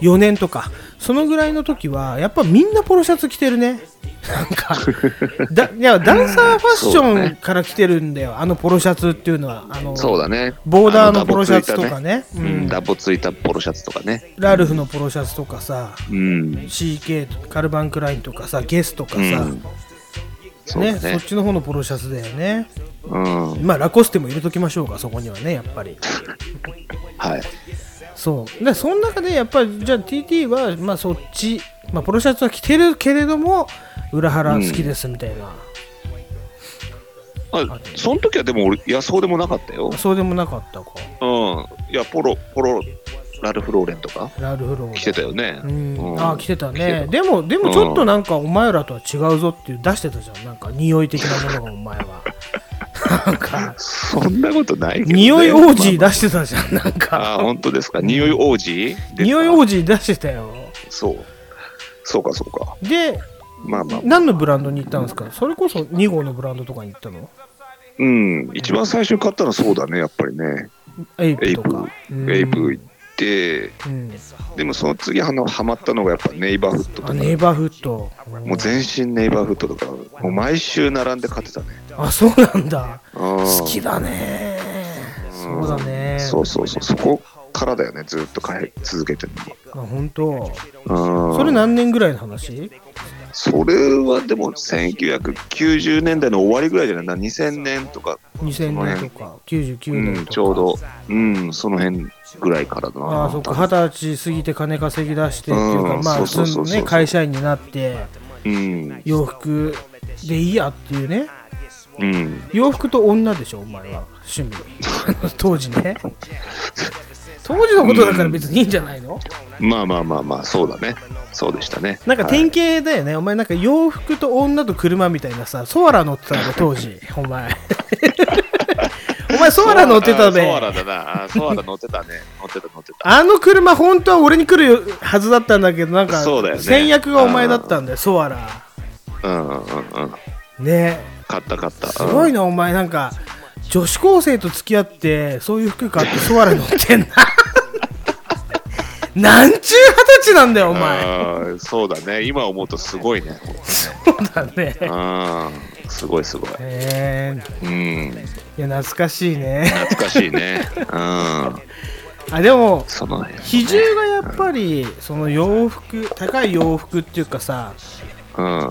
[SPEAKER 2] 1994年とかそのぐらいの時はやっぱみんなポロシャツ着てるねなん かだいやダンサーファッシ
[SPEAKER 3] そう
[SPEAKER 2] ョン
[SPEAKER 3] ね
[SPEAKER 2] から来てるんだよあのポロシャツっていうのはあの
[SPEAKER 3] そうだね
[SPEAKER 2] ボーダーの
[SPEAKER 3] あダボ
[SPEAKER 2] ポロシャツと
[SPEAKER 3] ついた
[SPEAKER 2] かね
[SPEAKER 3] うんダボついたポロシャツとかね
[SPEAKER 2] ラルフのポロシャツとかさ
[SPEAKER 3] うん
[SPEAKER 2] CK とカルバン・クラインとかさゲスとかさ、
[SPEAKER 3] うんそう
[SPEAKER 2] ね
[SPEAKER 3] だ
[SPEAKER 2] そ
[SPEAKER 3] ね
[SPEAKER 2] っちの方のポロシャツだよね
[SPEAKER 3] うんはい
[SPEAKER 2] まあラコステも入れときましょうかそこにはねやっぱりそうでその中でやっぱりじゃあ TT はまあそっち、まあ、ポロシャツは着てるけれども裏腹好きですみたいな、
[SPEAKER 3] あその時はでも俺いやそうでもなかったよ
[SPEAKER 2] そうでもなかったか
[SPEAKER 3] うんいやポロポロラルフローレンとか
[SPEAKER 2] ラルフロー
[SPEAKER 3] 着てたよね
[SPEAKER 2] うん
[SPEAKER 3] うん
[SPEAKER 2] ああ着てたね
[SPEAKER 3] 着
[SPEAKER 2] で
[SPEAKER 3] て
[SPEAKER 2] もでもちょっとなんかお前らとは違うぞっていう出してたじゃんなんか匂い的なものがお前は なんか
[SPEAKER 3] そんなことないけどね
[SPEAKER 2] 匂い王
[SPEAKER 3] まあ
[SPEAKER 2] 子出してたじゃんなん
[SPEAKER 3] あ
[SPEAKER 2] か
[SPEAKER 3] 本当ですか。匂い王子
[SPEAKER 2] 匂い
[SPEAKER 3] 子
[SPEAKER 2] 王子出してたよ
[SPEAKER 3] そう。そうか、そうか。
[SPEAKER 2] で
[SPEAKER 3] まあまあ。
[SPEAKER 2] 何のブランドに行ったんですかそれこそ2号のブランドとかに行ったの
[SPEAKER 3] うん。一番最初に買ったのはそうだね、やっぱりね。
[SPEAKER 2] エイプ
[SPEAKER 3] エイ
[SPEAKER 2] と
[SPEAKER 3] プ
[SPEAKER 2] か。うん
[SPEAKER 3] エイプ行って、
[SPEAKER 2] うん
[SPEAKER 3] でもその次はハマったのがやっぱネイバーフットと
[SPEAKER 2] あ
[SPEAKER 3] か。
[SPEAKER 2] ネイバーフット
[SPEAKER 3] もう全身ネイバーフットとか、もう毎週並んで買ってたね。
[SPEAKER 2] あそうなんだ
[SPEAKER 3] 好
[SPEAKER 2] 好きだねそうだね
[SPEAKER 3] そうそうそう。そこからだよね、ずっと買い続けてる
[SPEAKER 2] あ本当
[SPEAKER 3] のは。
[SPEAKER 2] それ
[SPEAKER 3] な
[SPEAKER 2] 何年ぐらいの話
[SPEAKER 3] それはでも1990年代の終わりぐらいじゃないな、2000年とか
[SPEAKER 2] 2000年とか99
[SPEAKER 3] う
[SPEAKER 2] 年と
[SPEAKER 3] ん、
[SPEAKER 2] か
[SPEAKER 3] ちょうど、うん、その辺ぐらいからだな。
[SPEAKER 2] あそっか二十歳過ぎて金稼ぎ出してっていう
[SPEAKER 3] う
[SPEAKER 2] か
[SPEAKER 3] ん
[SPEAKER 2] まあ
[SPEAKER 3] そうそう
[SPEAKER 2] 普通
[SPEAKER 3] そ
[SPEAKER 2] の
[SPEAKER 3] うそう
[SPEAKER 2] ね会社員になって
[SPEAKER 3] うん、
[SPEAKER 2] 洋服でいいやっていうね
[SPEAKER 3] うん、
[SPEAKER 2] 洋服と女でしょお前は趣味 当時ね当時のことだから別にいいんじゃないの、
[SPEAKER 3] まあまあまあまあ、そうだね。そうでしたね。
[SPEAKER 2] なんか典型だよね、お前なんか洋服と女と車みたいなさソアラ乗ってたの当時お前 お前ソアラ乗ってた
[SPEAKER 3] ね。ソ
[SPEAKER 2] べ
[SPEAKER 3] アラだな。あソアラ乗ってたね。 乗ってた乗ってた。
[SPEAKER 2] あの車本当は俺に来るはずだったんだけどなんか
[SPEAKER 3] そうだよね
[SPEAKER 2] 先約がお前だったんだよソアラ
[SPEAKER 3] うんうんうんうん。
[SPEAKER 2] ね
[SPEAKER 3] 買った買った。
[SPEAKER 2] すごい
[SPEAKER 3] うん
[SPEAKER 2] なお前なんか女子高生と付き合ってそういう服買ってソアラ乗ってんな なんちゅう二十歳なんだよお前
[SPEAKER 3] うんそうだね。今思うとすご いね。
[SPEAKER 2] そうだね
[SPEAKER 3] うん、すごいすごい。
[SPEAKER 2] え
[SPEAKER 3] うん、
[SPEAKER 2] ー、いや懐かしいね
[SPEAKER 3] 懐かしいね。うん、
[SPEAKER 2] あでも
[SPEAKER 3] その辺。
[SPEAKER 2] 比重がやっぱりその洋服高い洋服っていうかさ
[SPEAKER 3] うん、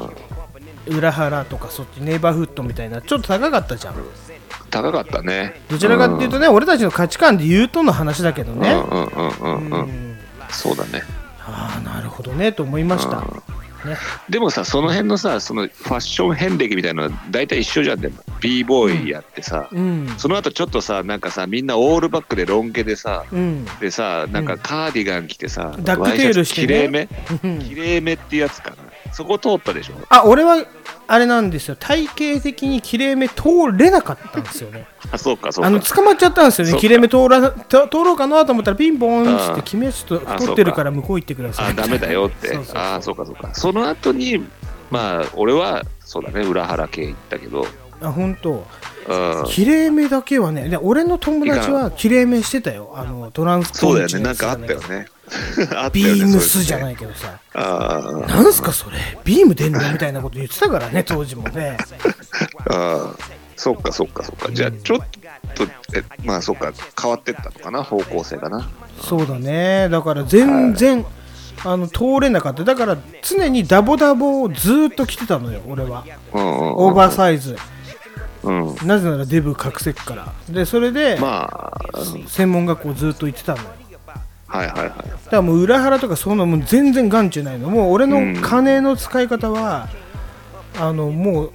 [SPEAKER 2] 裏腹とかそっちネイバーフットみたいなちょっと高かったじゃん
[SPEAKER 3] 高かったね。
[SPEAKER 2] どちらかっていうとね俺たちの価値観で言うとの話だけど
[SPEAKER 3] うん、
[SPEAKER 2] ね
[SPEAKER 3] うんうんうんうん。そうだね。
[SPEAKER 2] ああなるほどねと思いましたね
[SPEAKER 3] でもさその辺のさそのファッション遍歴みたいなの大体一緒じゃんでも b ボーイやってさ、
[SPEAKER 2] うん
[SPEAKER 3] その後ちょっとさなんかさみんなオールバックでロン毛でさ
[SPEAKER 2] うん
[SPEAKER 3] でさなんかカーディガン着てさ、
[SPEAKER 2] ダックテールして
[SPEAKER 3] きれい
[SPEAKER 2] ね
[SPEAKER 3] めきれいめってやつかなそこ通ったでしょ
[SPEAKER 2] あ俺はあれなんですよ体型的に切れ目通れなかったんですよね
[SPEAKER 3] あそうかそうか
[SPEAKER 2] あの捕まっちゃったんですよね
[SPEAKER 3] そうか
[SPEAKER 2] 切れ目通らと通ろうかなと思ったらピンポーンっつっ
[SPEAKER 3] あ
[SPEAKER 2] て
[SPEAKER 3] ー
[SPEAKER 2] 君はちょっと
[SPEAKER 3] あ
[SPEAKER 2] 太ってるから向こう行ってください
[SPEAKER 3] あダメだよって
[SPEAKER 2] そうそうそう
[SPEAKER 3] あそうかそうかその後にまあ俺はそうだね裏腹系行ったけど
[SPEAKER 2] あ本当
[SPEAKER 3] うん、
[SPEAKER 2] きれいめだけはねで俺の友達はきれいめしてたよあのトランス
[SPEAKER 3] そう
[SPEAKER 2] ポ
[SPEAKER 3] だ
[SPEAKER 2] ン
[SPEAKER 3] よ
[SPEAKER 2] チ
[SPEAKER 3] ね、
[SPEAKER 2] のや
[SPEAKER 3] な
[SPEAKER 2] つ
[SPEAKER 3] ん
[SPEAKER 2] じ
[SPEAKER 3] かあ
[SPEAKER 2] ゃ
[SPEAKER 3] っ
[SPEAKER 2] い
[SPEAKER 3] たよね。 あったよ
[SPEAKER 2] ビ
[SPEAKER 3] ね。
[SPEAKER 2] ームスじゃないいけどさ
[SPEAKER 3] そうですねあ
[SPEAKER 2] なんすかそれビーム出んのみたいなこと言ってたからね当時もね
[SPEAKER 3] あああ、そっかそっかそっか。じゃあ、ちょっと、えまあそっか、変わってったのかな、方向性がな。
[SPEAKER 2] そうだねだから全然、あの通れなかっただから常にダボダボをずーっと着てたのよ俺は
[SPEAKER 3] うんうん、
[SPEAKER 2] オーバーサイズ
[SPEAKER 3] うん。
[SPEAKER 2] なぜならデブ隠せっからでそれで、
[SPEAKER 3] まあ、うん
[SPEAKER 2] 専門学校ずーっと行ってたのよ
[SPEAKER 3] はいはいはい。
[SPEAKER 2] だからもう裏腹とかそんなもう全然眼中ないのもう俺の金の使い方は、あのもう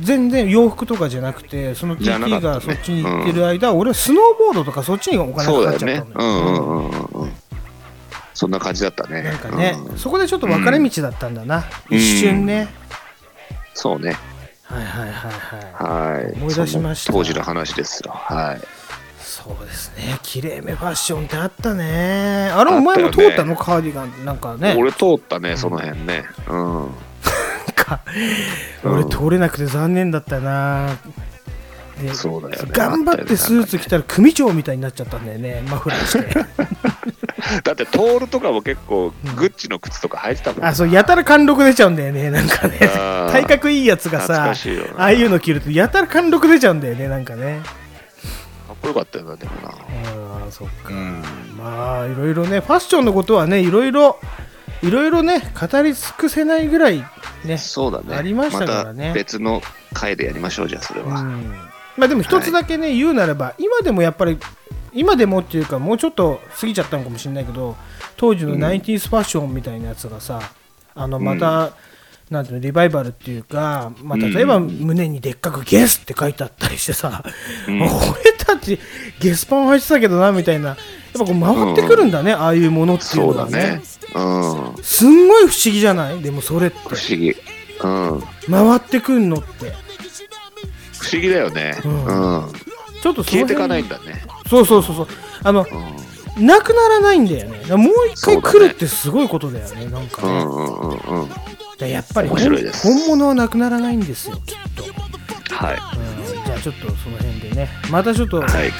[SPEAKER 2] 全然洋服とかじゃなくてその
[SPEAKER 3] じゃなか
[SPEAKER 2] TT
[SPEAKER 3] ったね
[SPEAKER 2] がそっちに行ってる間、俺はスノーボードとかそっちにお金
[SPEAKER 3] そう
[SPEAKER 2] かかっ
[SPEAKER 3] だよ
[SPEAKER 2] ちゃ
[SPEAKER 3] ね
[SPEAKER 2] った。の
[SPEAKER 3] う
[SPEAKER 2] よ
[SPEAKER 3] んうんうんうんうん。そんな感じだったね。
[SPEAKER 2] なんかね、
[SPEAKER 3] うん
[SPEAKER 2] そこでちょっと分かれ道だったんだな、
[SPEAKER 3] うん
[SPEAKER 2] 一瞬ね、
[SPEAKER 3] そうね。
[SPEAKER 2] はいはいはいはい
[SPEAKER 3] はい。
[SPEAKER 2] 思い出しました
[SPEAKER 3] その当時の話ですよ。はい。
[SPEAKER 2] そうですねきれいめファッションってあったねあれ
[SPEAKER 3] あ
[SPEAKER 2] お
[SPEAKER 3] ったよ
[SPEAKER 2] 前
[SPEAKER 3] ね
[SPEAKER 2] も通ったのカーディガンなんかね
[SPEAKER 3] 俺通ったね、その辺ね。うん。
[SPEAKER 2] なんか俺通れなくて残念だったなで
[SPEAKER 3] そうだよね
[SPEAKER 2] 頑張ってスーツ着たら組長みたいになっちゃったんだよねマフラーして
[SPEAKER 3] だってトールとかも結構グッチの靴とか履いてたもん、
[SPEAKER 2] あそうやたら貫禄出ちゃうんだよねなんかね
[SPEAKER 3] あー
[SPEAKER 2] 体格いいやつが
[SPEAKER 3] 懐
[SPEAKER 2] さ
[SPEAKER 3] かしいよな
[SPEAKER 2] ああいうの着るとやたら貫禄出ちゃうんだよねなんかね
[SPEAKER 3] かっこよかったよなでもな
[SPEAKER 2] ああそっか、まあいろいろねファッションのことはねいろいろいろいろね語り尽くせないぐらいね
[SPEAKER 3] そうだね
[SPEAKER 2] ありましたからね
[SPEAKER 3] また別の回でやりましょうじゃあそれ
[SPEAKER 2] う
[SPEAKER 3] は、
[SPEAKER 2] んまあでも一つだけね、言うならば今でもやっぱり今でもっていうかもうちょっと過ぎちゃったのかもしれないけど当時の 90s ファッションみたいなやつがさ、あのまた、なんていうのリバイバルっていうか、まあ、例えば胸にでっかく「ゲス」って書いてあったりしてさ、俺たちゲスパン履いてたけどなみたいなやっぱこう回ってくるんだね、ああいうものっていう
[SPEAKER 3] そう
[SPEAKER 2] の
[SPEAKER 3] だ
[SPEAKER 2] はね
[SPEAKER 3] ねうん
[SPEAKER 2] すんごい不思議じゃないでもそれって
[SPEAKER 3] 不思議うん
[SPEAKER 2] 回ってくんのって
[SPEAKER 3] 不思議だよねうん、
[SPEAKER 2] ちょっとその
[SPEAKER 3] 消え
[SPEAKER 2] 辺
[SPEAKER 3] てかないんだね
[SPEAKER 2] そうそうそうそうあの、なくならないんだよねだからもう一回
[SPEAKER 3] そうだね
[SPEAKER 2] 来るってすごいことだよねなんか
[SPEAKER 3] う
[SPEAKER 2] ね、
[SPEAKER 3] んうんうんうんは
[SPEAKER 2] だからやっぱり
[SPEAKER 3] 面
[SPEAKER 2] 本
[SPEAKER 3] 白いです
[SPEAKER 2] 本物はなくならないんですよきっと、
[SPEAKER 3] い
[SPEAKER 2] うん、じゃあちょっとその辺でねまたちょっと、
[SPEAKER 3] はい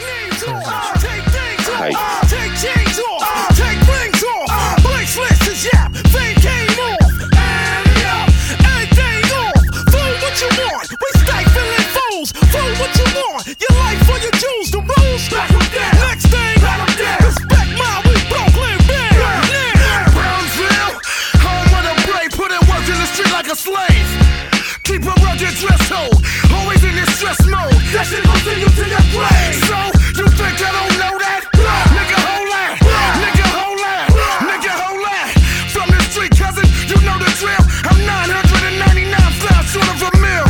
[SPEAKER 7] Slave. Keep a rugged dress code. Always in this stress mode. That shit gon' send you to your grave. So you think I don't know that? Nigga, hold on. Nigga, hold on. Nigga, hold on. From the street, cousin, you know the drill. I'm 999 flies short of a mill.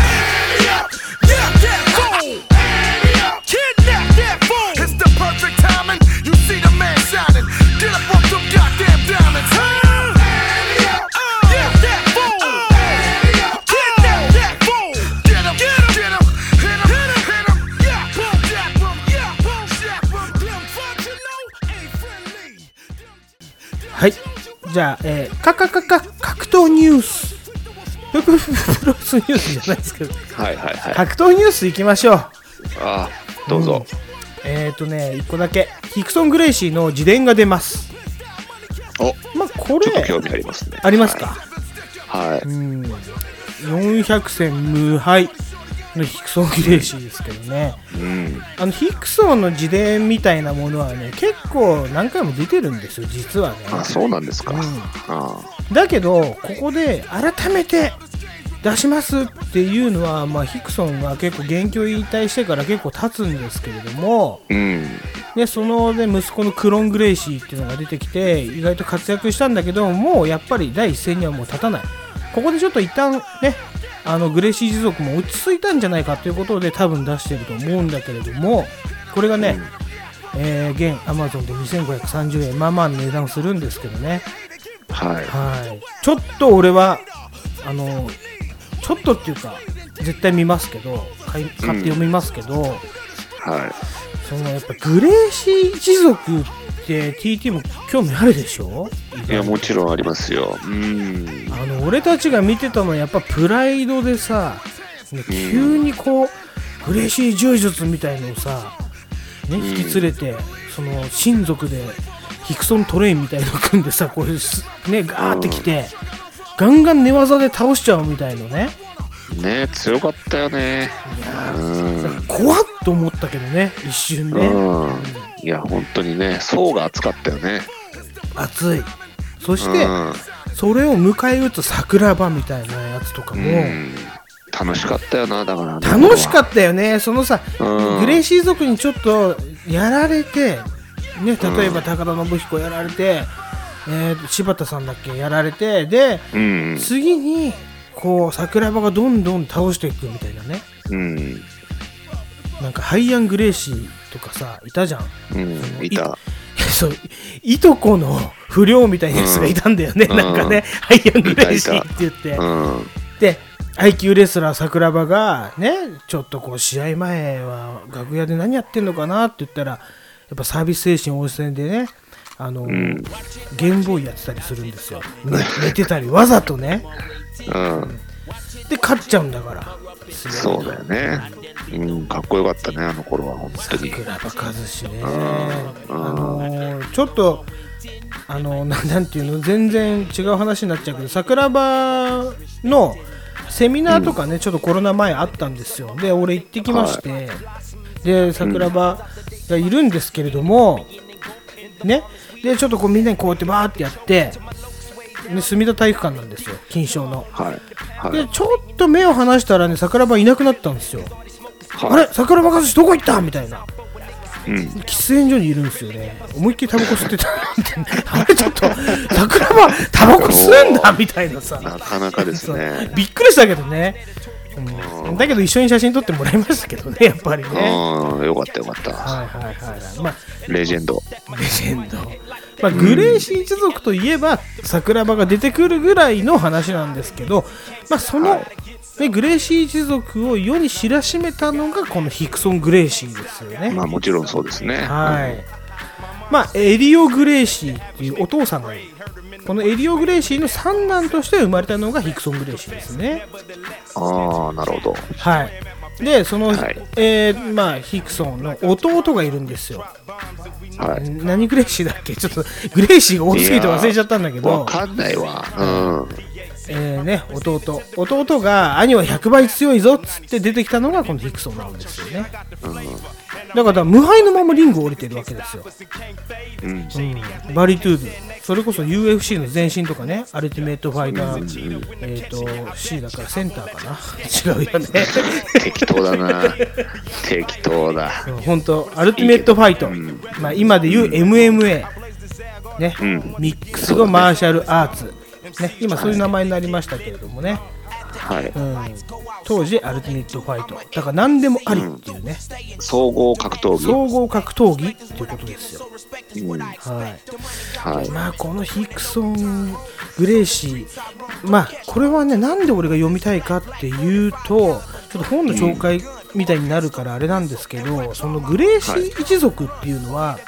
[SPEAKER 7] Yeah, yeah, that fool. Kidnap that fool. It's the perfect timing. You see the man shining. Get up off them goddamn diamonds. Huh? Yeah, that fool. Kidnap that fool. Get him, get him, get him. Hit him, hit him, hit him. Yeah, boom, jab him. Yeah, boom, jab him. Them fuck you know ain't friendly. Them-
[SPEAKER 2] はいじゃあ、えー、カカカカ格闘ニュースププププロレスニュースじゃないですけど
[SPEAKER 3] はいはいはい
[SPEAKER 2] 格闘ニュースいきましょう
[SPEAKER 3] あどうぞ、
[SPEAKER 2] えっ、ー、とね1個だけヒクソン・グレイシーの自伝が出ます
[SPEAKER 3] お
[SPEAKER 2] まあこ
[SPEAKER 3] ちょっと
[SPEAKER 2] れ
[SPEAKER 3] 興味ありますね
[SPEAKER 2] ありますか、
[SPEAKER 3] はい、
[SPEAKER 2] 400戦無敗のヒクソン・グレイシーですけどね、あのヒクソンの自伝みたいなものはね結構何回も出てるんですよ実はね
[SPEAKER 3] あそうなんですか、
[SPEAKER 2] ん
[SPEAKER 3] あ
[SPEAKER 2] だけどここで改めて出しますっていうのは、まあ、ヒクソンが結構現況引退してから結構経つんですけれども
[SPEAKER 3] うん
[SPEAKER 2] でその、ね、息子のクロン・グレイシーっていうのが出てきて意外と活躍したんだけどもうやっぱり第一線にはもう立たないここでちょっと一旦ねあのグレイシー一族も落ち着いたんじゃないかということで多分出してると思うんだけれどもこれがね、えー現 Amazon で2530円まあまあの値段をするんですけどね
[SPEAKER 3] はい
[SPEAKER 2] はいちょっと俺はあのちょっとっていうか絶対見ますけど買い買って読みますけど、
[SPEAKER 3] はい
[SPEAKER 2] そのやっぱグレーシー一族って TT も興味あるでしょ
[SPEAKER 3] いやもちろんありますようん
[SPEAKER 2] あの俺たちが見てたのはやっぱプライドでさね急にこう嬉しい柔術みたいのをさ、ね、引き連れて、その親族でヒクソントレインみたいの組んでさこういうすねガーってきて、ガンガン寝技で倒しちゃうみたいのね
[SPEAKER 3] ね強かったよね
[SPEAKER 2] 怖っと思ったけどね一瞬
[SPEAKER 3] う
[SPEAKER 2] ね、
[SPEAKER 3] んいや本当にね層が厚かったよね
[SPEAKER 2] 熱いそして、
[SPEAKER 3] うん
[SPEAKER 2] それを迎え撃つ桜庭みたいなやつとかも、
[SPEAKER 3] うん楽しかったよなだから
[SPEAKER 2] 楽しかったよねそのさ、
[SPEAKER 3] うん
[SPEAKER 2] グレイシー族にちょっとやられて、ね、例えば高田信彦やられて、えー柴田さんだっけやられてで
[SPEAKER 3] うん
[SPEAKER 2] 次にこう桜庭がどんどん倒していくみたいなね
[SPEAKER 3] うん
[SPEAKER 2] なんかハイアン・グレイシーとかさいたじゃん
[SPEAKER 3] うんいた
[SPEAKER 2] そういとこの不良みたいなやつがいたんだよね、
[SPEAKER 3] うん
[SPEAKER 2] なんかね、ハイアン・グレイシーって言って。
[SPEAKER 3] うん
[SPEAKER 2] で IQ レスラー桜庭がねちょっとこう試合前は楽屋で何やってんのかなって言ったらやっぱサービス精神旺盛でねあの、ゲームボーイやってたりするんですよ、ね寝てたりわざとね
[SPEAKER 3] うん
[SPEAKER 2] で勝っちゃうんだから
[SPEAKER 3] そうだよねうんかっこよかったねあの頃は本当に
[SPEAKER 2] 桜庭和志ねあのちょっとあのななんていうの全然違う話になっちゃうけど桜庭のセミナーとかね、ちょっとコロナ前あったんですよで俺行ってきまして、で桜庭がいるんですけれども、ねでちょっとこうみんなにこうやってバーってやってで墨田体育館なんですよ金賞の
[SPEAKER 3] はいは
[SPEAKER 2] で
[SPEAKER 3] い
[SPEAKER 2] ちょっと目を離したらね桜庭いなくなったんですよあれ桜庭和志どこ行ったみたいな
[SPEAKER 3] うん
[SPEAKER 2] 喫煙所にいるんですよね思いっきりタバコ吸ってた あれちょっと桜庭タバコ吸うんだみたいなさ
[SPEAKER 3] なかなかですね
[SPEAKER 2] びっくりしたけどね、うん、だけど一緒に写真撮ってもらいましたけどねやっぱりねは
[SPEAKER 3] うんよかったよかった
[SPEAKER 2] いはいはいま
[SPEAKER 3] レジェンド
[SPEAKER 2] あレジェンド、まあ、グレーシー一族といえば桜庭が出てくるぐらいの話なんですけどまあその、ね、グレーシー一族を世に知らしめたのがこのヒクソン・グレーシーですよね、
[SPEAKER 3] まあもちろんそうですね
[SPEAKER 2] はい。まあ、エリオ・グレイシーっていうお父さんがいる。このエリオ・グレイシーの三男として生まれたのがヒクソン・グレイシーですね。
[SPEAKER 3] ああなるほど
[SPEAKER 2] はい。で、その、
[SPEAKER 3] はい
[SPEAKER 2] えーまあ、ヒクソンの弟がいるんですよ。
[SPEAKER 3] はい
[SPEAKER 2] 何グレイシーだっけちょっと、グレイシーが多すぎて忘れちゃったんだけ
[SPEAKER 3] いやわ
[SPEAKER 2] ど、
[SPEAKER 3] かんないわ。
[SPEAKER 2] えーね、弟。弟が、兄は100倍強いぞっつって出てきたのがこのヒクソンなんですよね。だから、無敗のままリングを降りてるわけですよ。
[SPEAKER 3] うん。うん。
[SPEAKER 2] バリトゥーブそれこそ UFC の前身とかねアルティメイトファイター、えっ、と C だからセンターかな 違うよね
[SPEAKER 3] 適当 だな。適当だ。
[SPEAKER 2] 本当アルティメットファイトまあ、今で言う MMA、ね
[SPEAKER 3] ん
[SPEAKER 2] ミックス後マーシャルアーツ、ね、今そういう名前になりましたけれどもね、
[SPEAKER 3] はい。
[SPEAKER 2] うん、当時アルティメットファイトだから何でもありっていうね、
[SPEAKER 3] 総合格闘技。
[SPEAKER 2] 総合格闘技っていうことですよ
[SPEAKER 3] う
[SPEAKER 2] は
[SPEAKER 3] ん
[SPEAKER 2] い
[SPEAKER 3] はい。
[SPEAKER 2] まあこのヒクソン・グレイシー、まあこれはね、なんで俺が読みたいかっていうと、ちょっと本の紹介みたいになるからあれなんですけど、そのグレイシー一族っていうのは、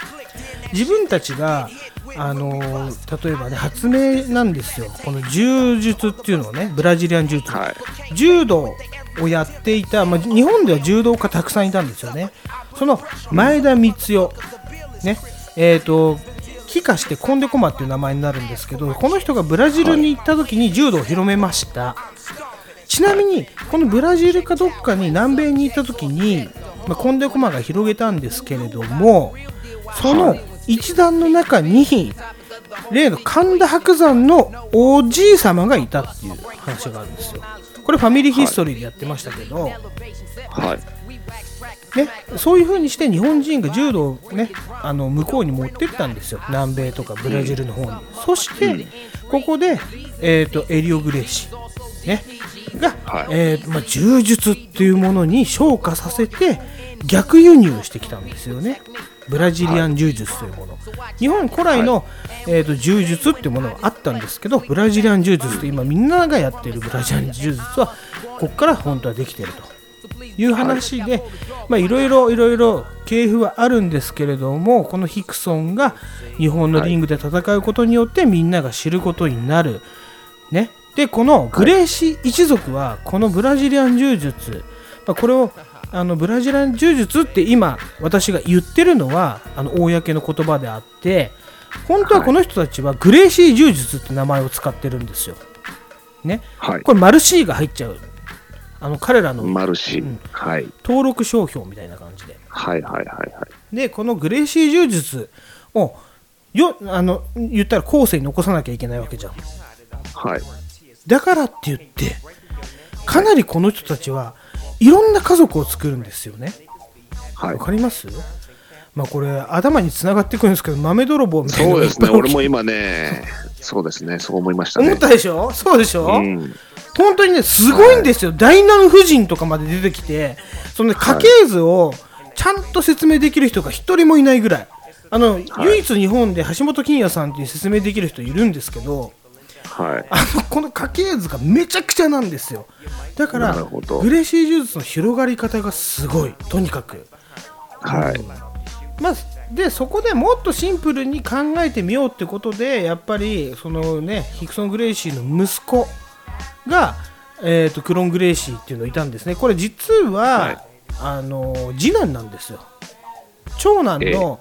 [SPEAKER 2] 自分たちが、あの例えばね、発明なんですよ、この柔術っていうのをね、ブラジリアン柔術、
[SPEAKER 3] はい
[SPEAKER 2] 柔道をやっていた、まあ、日本では柔道家たくさんいたんですよね。その前田光代、ね、えっ、と、帰化してコンデコマっていう名前になるんですけど、この人がブラジルに行った時に柔道を広めました。ちなみに、このブラジルかどっかに南米に行った時に、まあ、コンデコマが広げたんですけれども、その一団の中に、例の神田伯山のおじい様がいたっていう話があるんですよ。これファミリーヒストリーでやってましたけど、
[SPEAKER 3] はい。
[SPEAKER 2] ね、そういう風にして日本人が柔道を、ね、あの向こうに持ってったんですよ南米とかブラジルの方に、そして、ここで、えー、とエリオ・グレイシー、ね、が、
[SPEAKER 3] はい
[SPEAKER 2] えーまあ、柔術っていうものに昇華させて逆輸入してきたんですよねブラジリアン柔術というもの、日本古来の、えー、と柔術っていうものはあったんですけどブラジリアン柔術って今みんながやっているブラジリアン柔術はここから本当はできてると。いう話で、まあいろいろいろいろ系譜はあるんですけれどもこのヒクソンが日本のリングで戦うことによってみんなが知ることになる、ね、でこのグレーシ一族はこのブラジリアン柔術、まあ、これをあのブラジリアン柔術って今私が言ってるのはあの公の言葉であって本当はこの人たちはグレーシー柔術って名前を使ってるんですよ。ね、
[SPEAKER 3] はい
[SPEAKER 2] これマルシーが入っちゃうあの彼らの
[SPEAKER 3] マルシ
[SPEAKER 2] うん
[SPEAKER 3] ー。はい。
[SPEAKER 2] 登録商標みたいな感じで。
[SPEAKER 3] はいはいはいはい。
[SPEAKER 2] でこのグレーシー柔術をよあの言ったら後世に残さなきゃいけないわけじゃん
[SPEAKER 3] はい。
[SPEAKER 2] だからって言ってかなりこの人たちはいろんな家族を作るんですよね
[SPEAKER 3] はい
[SPEAKER 2] わ。かりますまあこれ頭に繋がってくるんですけど豆泥棒みたいな
[SPEAKER 3] そうですね。
[SPEAKER 2] いっぱい
[SPEAKER 3] 俺
[SPEAKER 2] 起き
[SPEAKER 3] も今ね、そうですね。そう思いました
[SPEAKER 2] 思
[SPEAKER 3] ね
[SPEAKER 2] っ。たでしょそうでしょ、
[SPEAKER 3] うん。
[SPEAKER 2] 本当にねすごいんですよ、大難夫人とかまで出てきてその、ね、家系図をちゃんと説明できる人が一人もいないぐらいあの、唯一日本で橋本金也さんっていう説明できる人いるんですけど
[SPEAKER 3] はい。
[SPEAKER 2] あのこの家系図がめちゃくちゃなんですよだから
[SPEAKER 3] なるほど
[SPEAKER 2] グレーシー柔術の広がり方がすごいとにかく。
[SPEAKER 3] はい。
[SPEAKER 2] まあ、でそこでもっとシンプルに考えてみようってことでやっぱりそのねヒクソン・グレイシーの息子が、えー、とクロン・グレイシーっていうのいたんですねこれ実は、
[SPEAKER 3] はい
[SPEAKER 2] あの次男なんですよ長男の、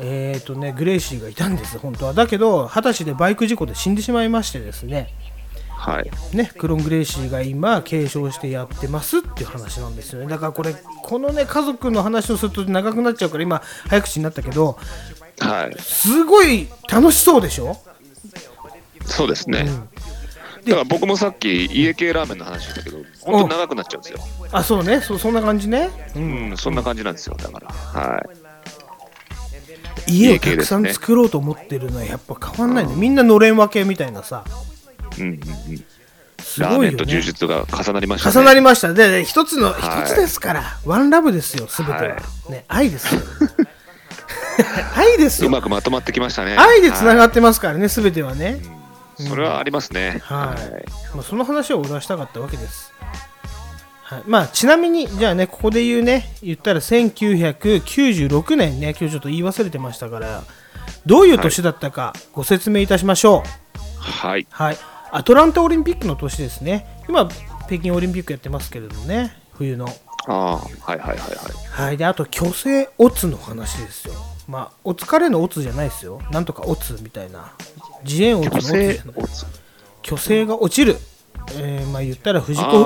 [SPEAKER 2] えーとね、グレイシーがいたんです本当はだけど二十歳でバイク事故で死んでしまいましてですね
[SPEAKER 3] はい。
[SPEAKER 2] ね、クロン・グレイシーが今継承してやってますっていう話なんですよねだからこれこのね家族の話をすると長くなっちゃうから今早口になったけど
[SPEAKER 3] はい。
[SPEAKER 2] すごい楽しそうでしょ
[SPEAKER 3] そうですね。だから僕もさっき家系ラーメンの話したけど、本当長くなっちゃうんですよ。
[SPEAKER 2] あそうねそそんな感じね
[SPEAKER 3] うん、そんな感じなんですよ。だから。はい。
[SPEAKER 2] 家をたくさん作ろうと思ってるのはやっぱ変わんないねみんなのれん分けみたいなさ
[SPEAKER 3] うんうんうん。
[SPEAKER 2] す
[SPEAKER 3] ラー
[SPEAKER 2] ご
[SPEAKER 3] メ
[SPEAKER 2] い
[SPEAKER 3] ン
[SPEAKER 2] よ、
[SPEAKER 3] と柔
[SPEAKER 2] ね、
[SPEAKER 3] 術が重なりましたね。
[SPEAKER 2] 重なりましたでで一つの一
[SPEAKER 3] はい
[SPEAKER 2] つですからワンラブですよ全ては、
[SPEAKER 3] は
[SPEAKER 2] ね、愛 ですよ愛です
[SPEAKER 3] う
[SPEAKER 2] よ
[SPEAKER 3] まくまとまってきましたね。
[SPEAKER 2] 愛でつなが
[SPEAKER 3] は
[SPEAKER 2] ってますからね全てはね、
[SPEAKER 3] いそれはありますね。
[SPEAKER 2] はいまあ、その話を俺はしたかったわけです、はいまあ、ちなみにじゃあねここで言うね言ったら1996年ね今日ちょっと言い忘れてましたからどういう年だったかご説明いたしましょう、
[SPEAKER 3] はい。
[SPEAKER 2] はい、アトランタオリンピックの年ですね今北京オリンピックやってますけれどもね冬の
[SPEAKER 3] ああー、はいはいはいはい。
[SPEAKER 2] はいであと虚勢オツの話ですよまあお疲れのオツじゃないですよなんとかオツみたいな自演オツのオ
[SPEAKER 3] 女
[SPEAKER 2] ツじゃない
[SPEAKER 3] 性をつ
[SPEAKER 2] 虚勢が落ちる、えーまあ言ったら藤
[SPEAKER 3] あ
[SPEAKER 2] 子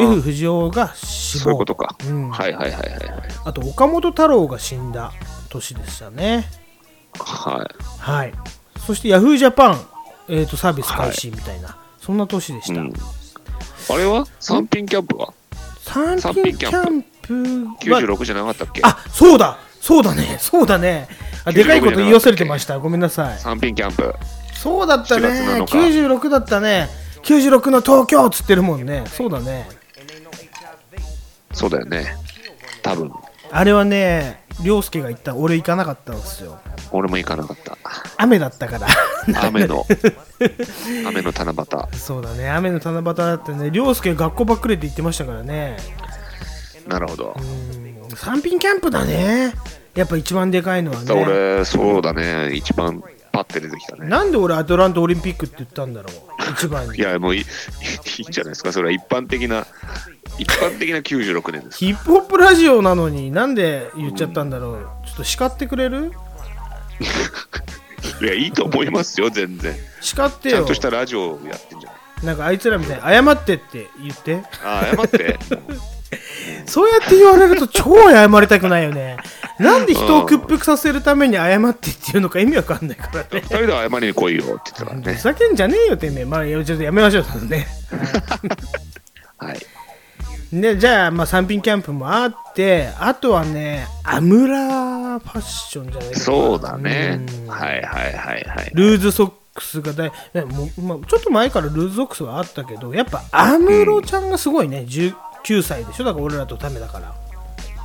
[SPEAKER 3] ー
[SPEAKER 2] F 不二雄が死亡
[SPEAKER 3] そういうことか。
[SPEAKER 2] うん
[SPEAKER 3] はいはいはいはいはい。
[SPEAKER 2] あと岡本太郎が死んだ年でしたね
[SPEAKER 3] はい。
[SPEAKER 2] はいそして Yahoo! ジャパン、えー、とサービス開始みたいな、そんな年でした、
[SPEAKER 3] うんあれは三品キャンプは
[SPEAKER 2] 三
[SPEAKER 3] 三
[SPEAKER 2] 品
[SPEAKER 3] 品
[SPEAKER 2] キ
[SPEAKER 3] キ
[SPEAKER 2] ャ
[SPEAKER 3] ャ
[SPEAKER 2] ン
[SPEAKER 3] ン
[SPEAKER 2] プは
[SPEAKER 3] ?96 じゃなかったっけ
[SPEAKER 2] あそうだそうだね そうだねあでかいこと言い忘れてましたごめんなさい
[SPEAKER 3] 三品キャンプ。
[SPEAKER 2] そうだったね
[SPEAKER 3] 7月
[SPEAKER 2] 96だったね96の東京っつってるもんねそうだね
[SPEAKER 3] そうだよね。多分、
[SPEAKER 2] あれはね涼介が言った俺行かなかったんですよ
[SPEAKER 3] 俺も行かなかった。
[SPEAKER 2] 雨だったから
[SPEAKER 3] 雨の、雨の七 夕。
[SPEAKER 2] そうだね雨の七夕だってね涼介学校ばっくれって言ってましたからね
[SPEAKER 3] なるほど。
[SPEAKER 2] うん三品キャンプだねやっぱ一番でかいのは
[SPEAKER 3] だ
[SPEAKER 2] ね
[SPEAKER 3] 俺、そうだね。一番パッて出てきたね。
[SPEAKER 2] なんで俺アトランタオリンピックって言ったんだろう一番
[SPEAKER 3] い
[SPEAKER 2] に
[SPEAKER 3] や、もういいいいんじゃないですか。それは一般的な、一般的な96年です。
[SPEAKER 2] ヒップホップラジオなのになんで言っちゃったんだろうちょっと叱ってくれる
[SPEAKER 3] いや、いいと思いますよ、全然。
[SPEAKER 2] 叱って
[SPEAKER 3] ちゃ
[SPEAKER 2] よ
[SPEAKER 3] んとしたラジオをやってんじゃない。
[SPEAKER 2] なんかあいつらみたいに謝ってって言って
[SPEAKER 3] あー、謝 って。
[SPEAKER 2] そうやって言われると超謝りたくないよ ね。なんで人を屈服させるために謝ってっていうのか意味わかんないからね
[SPEAKER 3] 二。人で謝りに来いよって言ってたから
[SPEAKER 2] ふ
[SPEAKER 3] ね。
[SPEAKER 2] ざけんじゃねえよ、てめえ。まあ、いやちょっとやめましょう、そのね。
[SPEAKER 3] はい。
[SPEAKER 2] ね、じゃあ、まあ、三品キャンプもあって、あとはね、アムラファッションじゃないですか。
[SPEAKER 3] そうだね
[SPEAKER 2] う。ん
[SPEAKER 3] はいはいはいはい。
[SPEAKER 2] ルーズソックスが大、ねもうまあ、ちょっと前からルーズソックスはあったけど、やっぱアムロちゃんがすごいね。19歳でしょだから俺らとためだから。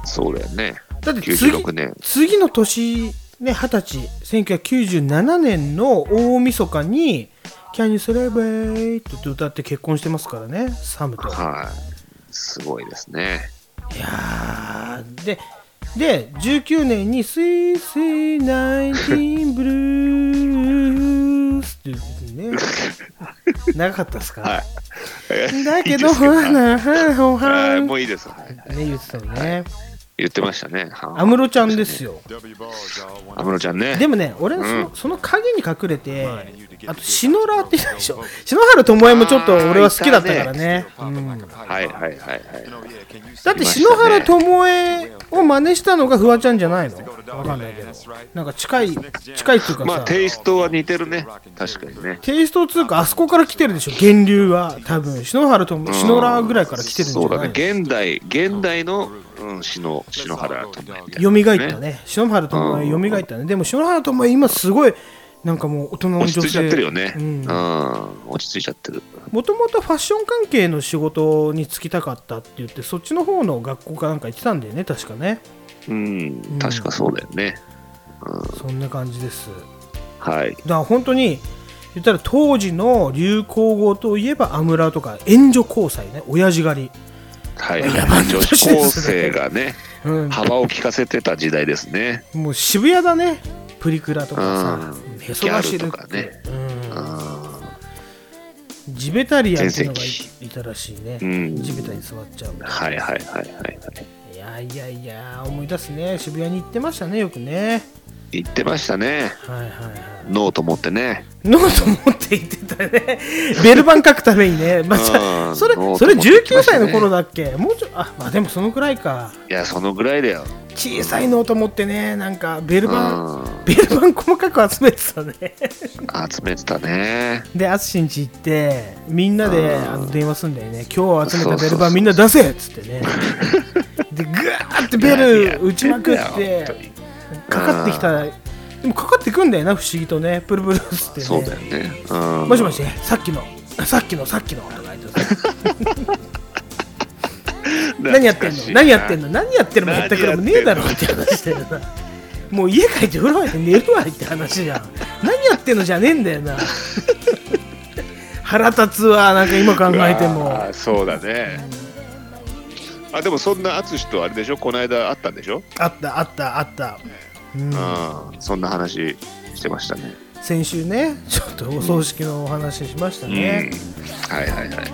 [SPEAKER 3] そうだよね。
[SPEAKER 2] だって次
[SPEAKER 3] 96年。
[SPEAKER 2] 次の年、ね、20歳、1997年の大晦日に、Can you celebrate? って歌って結婚してますからね、サムと。
[SPEAKER 3] はい。すごいですね。
[SPEAKER 2] いやーで、で、19年に、Sweet Sweet Nineteen Blues っていうね、長かったですか、
[SPEAKER 3] はい
[SPEAKER 2] だけど、
[SPEAKER 3] いいです けどはい
[SPEAKER 2] なお
[SPEAKER 3] あ
[SPEAKER 2] は
[SPEAKER 3] ー
[SPEAKER 2] ん。ね、
[SPEAKER 3] もういいです、はい
[SPEAKER 2] 言ってたよね。
[SPEAKER 3] 言ってましたねはい
[SPEAKER 2] 安室ちゃんですよ。
[SPEAKER 3] 安室ちゃんね
[SPEAKER 2] でもね、俺はその,、その影に隠れて、あと篠原って言ったでしょ。篠原ともえもちょっと俺は好きだったからね。うん
[SPEAKER 3] はいはいはいはい
[SPEAKER 2] だって篠原ともえを真似したのがフワちゃんじゃないのわかんないけど。なんか近い、近いっていうかさ、
[SPEAKER 3] まあテイストは似てるね確かにね
[SPEAKER 2] テイストつうか、あそこから来てるでしょ、源流は。多分、篠原とも、篠原ぐらいから来てるんじゃ
[SPEAKER 3] そう
[SPEAKER 2] な
[SPEAKER 3] だ
[SPEAKER 2] い
[SPEAKER 3] ね
[SPEAKER 2] の
[SPEAKER 3] 現代現代の、うん、篠篠原とも
[SPEAKER 2] 蘇ったね。篠原ともえ、蘇ったね。でも、篠原ともえ、今すごい、なんかもう大人の女
[SPEAKER 3] 落ち着いちゃってるよ
[SPEAKER 2] 性。
[SPEAKER 3] ね、うん落ち着いちゃってる
[SPEAKER 2] もともとファッション関係の仕事に就きたかったって言って、そっちの方の学校かなんか行ってたんだよね、確かね。
[SPEAKER 3] うん確かそうだよね、
[SPEAKER 2] そんな感じです。
[SPEAKER 3] はい
[SPEAKER 2] だから本当に言ったら当時の流行語といえばアムラとか援助交際ね親父狩り、
[SPEAKER 3] はい
[SPEAKER 2] やばい
[SPEAKER 3] 女子高生がね
[SPEAKER 2] うん、
[SPEAKER 3] 幅を利かせてた時代ですね
[SPEAKER 2] もう渋谷だねプリクラとか
[SPEAKER 3] うん
[SPEAKER 2] さへそばしる
[SPEAKER 3] ギャルとかね
[SPEAKER 2] うん、ジベタリアンっていうのが
[SPEAKER 3] 全
[SPEAKER 2] いいたらしいね、
[SPEAKER 3] うん
[SPEAKER 2] 地べたに座っちゃう
[SPEAKER 3] はいはいはいはいはい
[SPEAKER 2] いやいやいや思い出すね渋谷に行ってましたねよくね
[SPEAKER 3] 言ってましたね
[SPEAKER 2] はいはいはい
[SPEAKER 3] ノート持ってね
[SPEAKER 2] ノート持って行ってたね。ベルバン書くためにね。まあじゃ
[SPEAKER 3] う
[SPEAKER 2] あ、
[SPEAKER 3] ん
[SPEAKER 2] それ
[SPEAKER 3] ノート持、って
[SPEAKER 2] それ
[SPEAKER 3] きま
[SPEAKER 2] 19
[SPEAKER 3] した
[SPEAKER 2] 歳
[SPEAKER 3] ね
[SPEAKER 2] の頃だっけもうちょ、あ、まあでもそのくらいか。
[SPEAKER 3] いやそのぐらいだよ
[SPEAKER 2] 小さいノート持ってね、なんかベルバ
[SPEAKER 3] う
[SPEAKER 2] ン、ベルバン細かく集めてたね。
[SPEAKER 3] 集めてたね
[SPEAKER 2] で、アスシンチ行って、みんなであの電話すんだよね。今日集めたベル
[SPEAKER 3] そうそう
[SPEAKER 2] バ
[SPEAKER 3] そ
[SPEAKER 2] ン
[SPEAKER 3] う
[SPEAKER 2] みんな出せっつってね。で、ぐわーってベ
[SPEAKER 3] いや
[SPEAKER 2] ル打ちまくっ
[SPEAKER 3] やってんだよ本当
[SPEAKER 2] て、かかってきた。でもかかってくんだよな、不思議とね。プルプルっつってね。
[SPEAKER 3] そうだよねうん
[SPEAKER 2] もしもし、さっきの、 さっきの、さっ きの、とか言ってさ何やってんの何やってん
[SPEAKER 3] の
[SPEAKER 2] の何やってるも絶対これもねえだろって話してるな。もう家帰って風呂入って寝るわいって話じゃん。何やってんのじゃねえんだよな。腹立つわ、なんか今考えても。
[SPEAKER 3] そうだねあでもそんな淳とあれでしょこの間あったんでしょ、
[SPEAKER 2] あった、あった、あった。
[SPEAKER 3] うん、そんな話してましたね
[SPEAKER 2] 先週ね、ちょっとお葬式のお話しました
[SPEAKER 3] うん
[SPEAKER 2] ね。
[SPEAKER 3] はいはいはい
[SPEAKER 2] はいはい、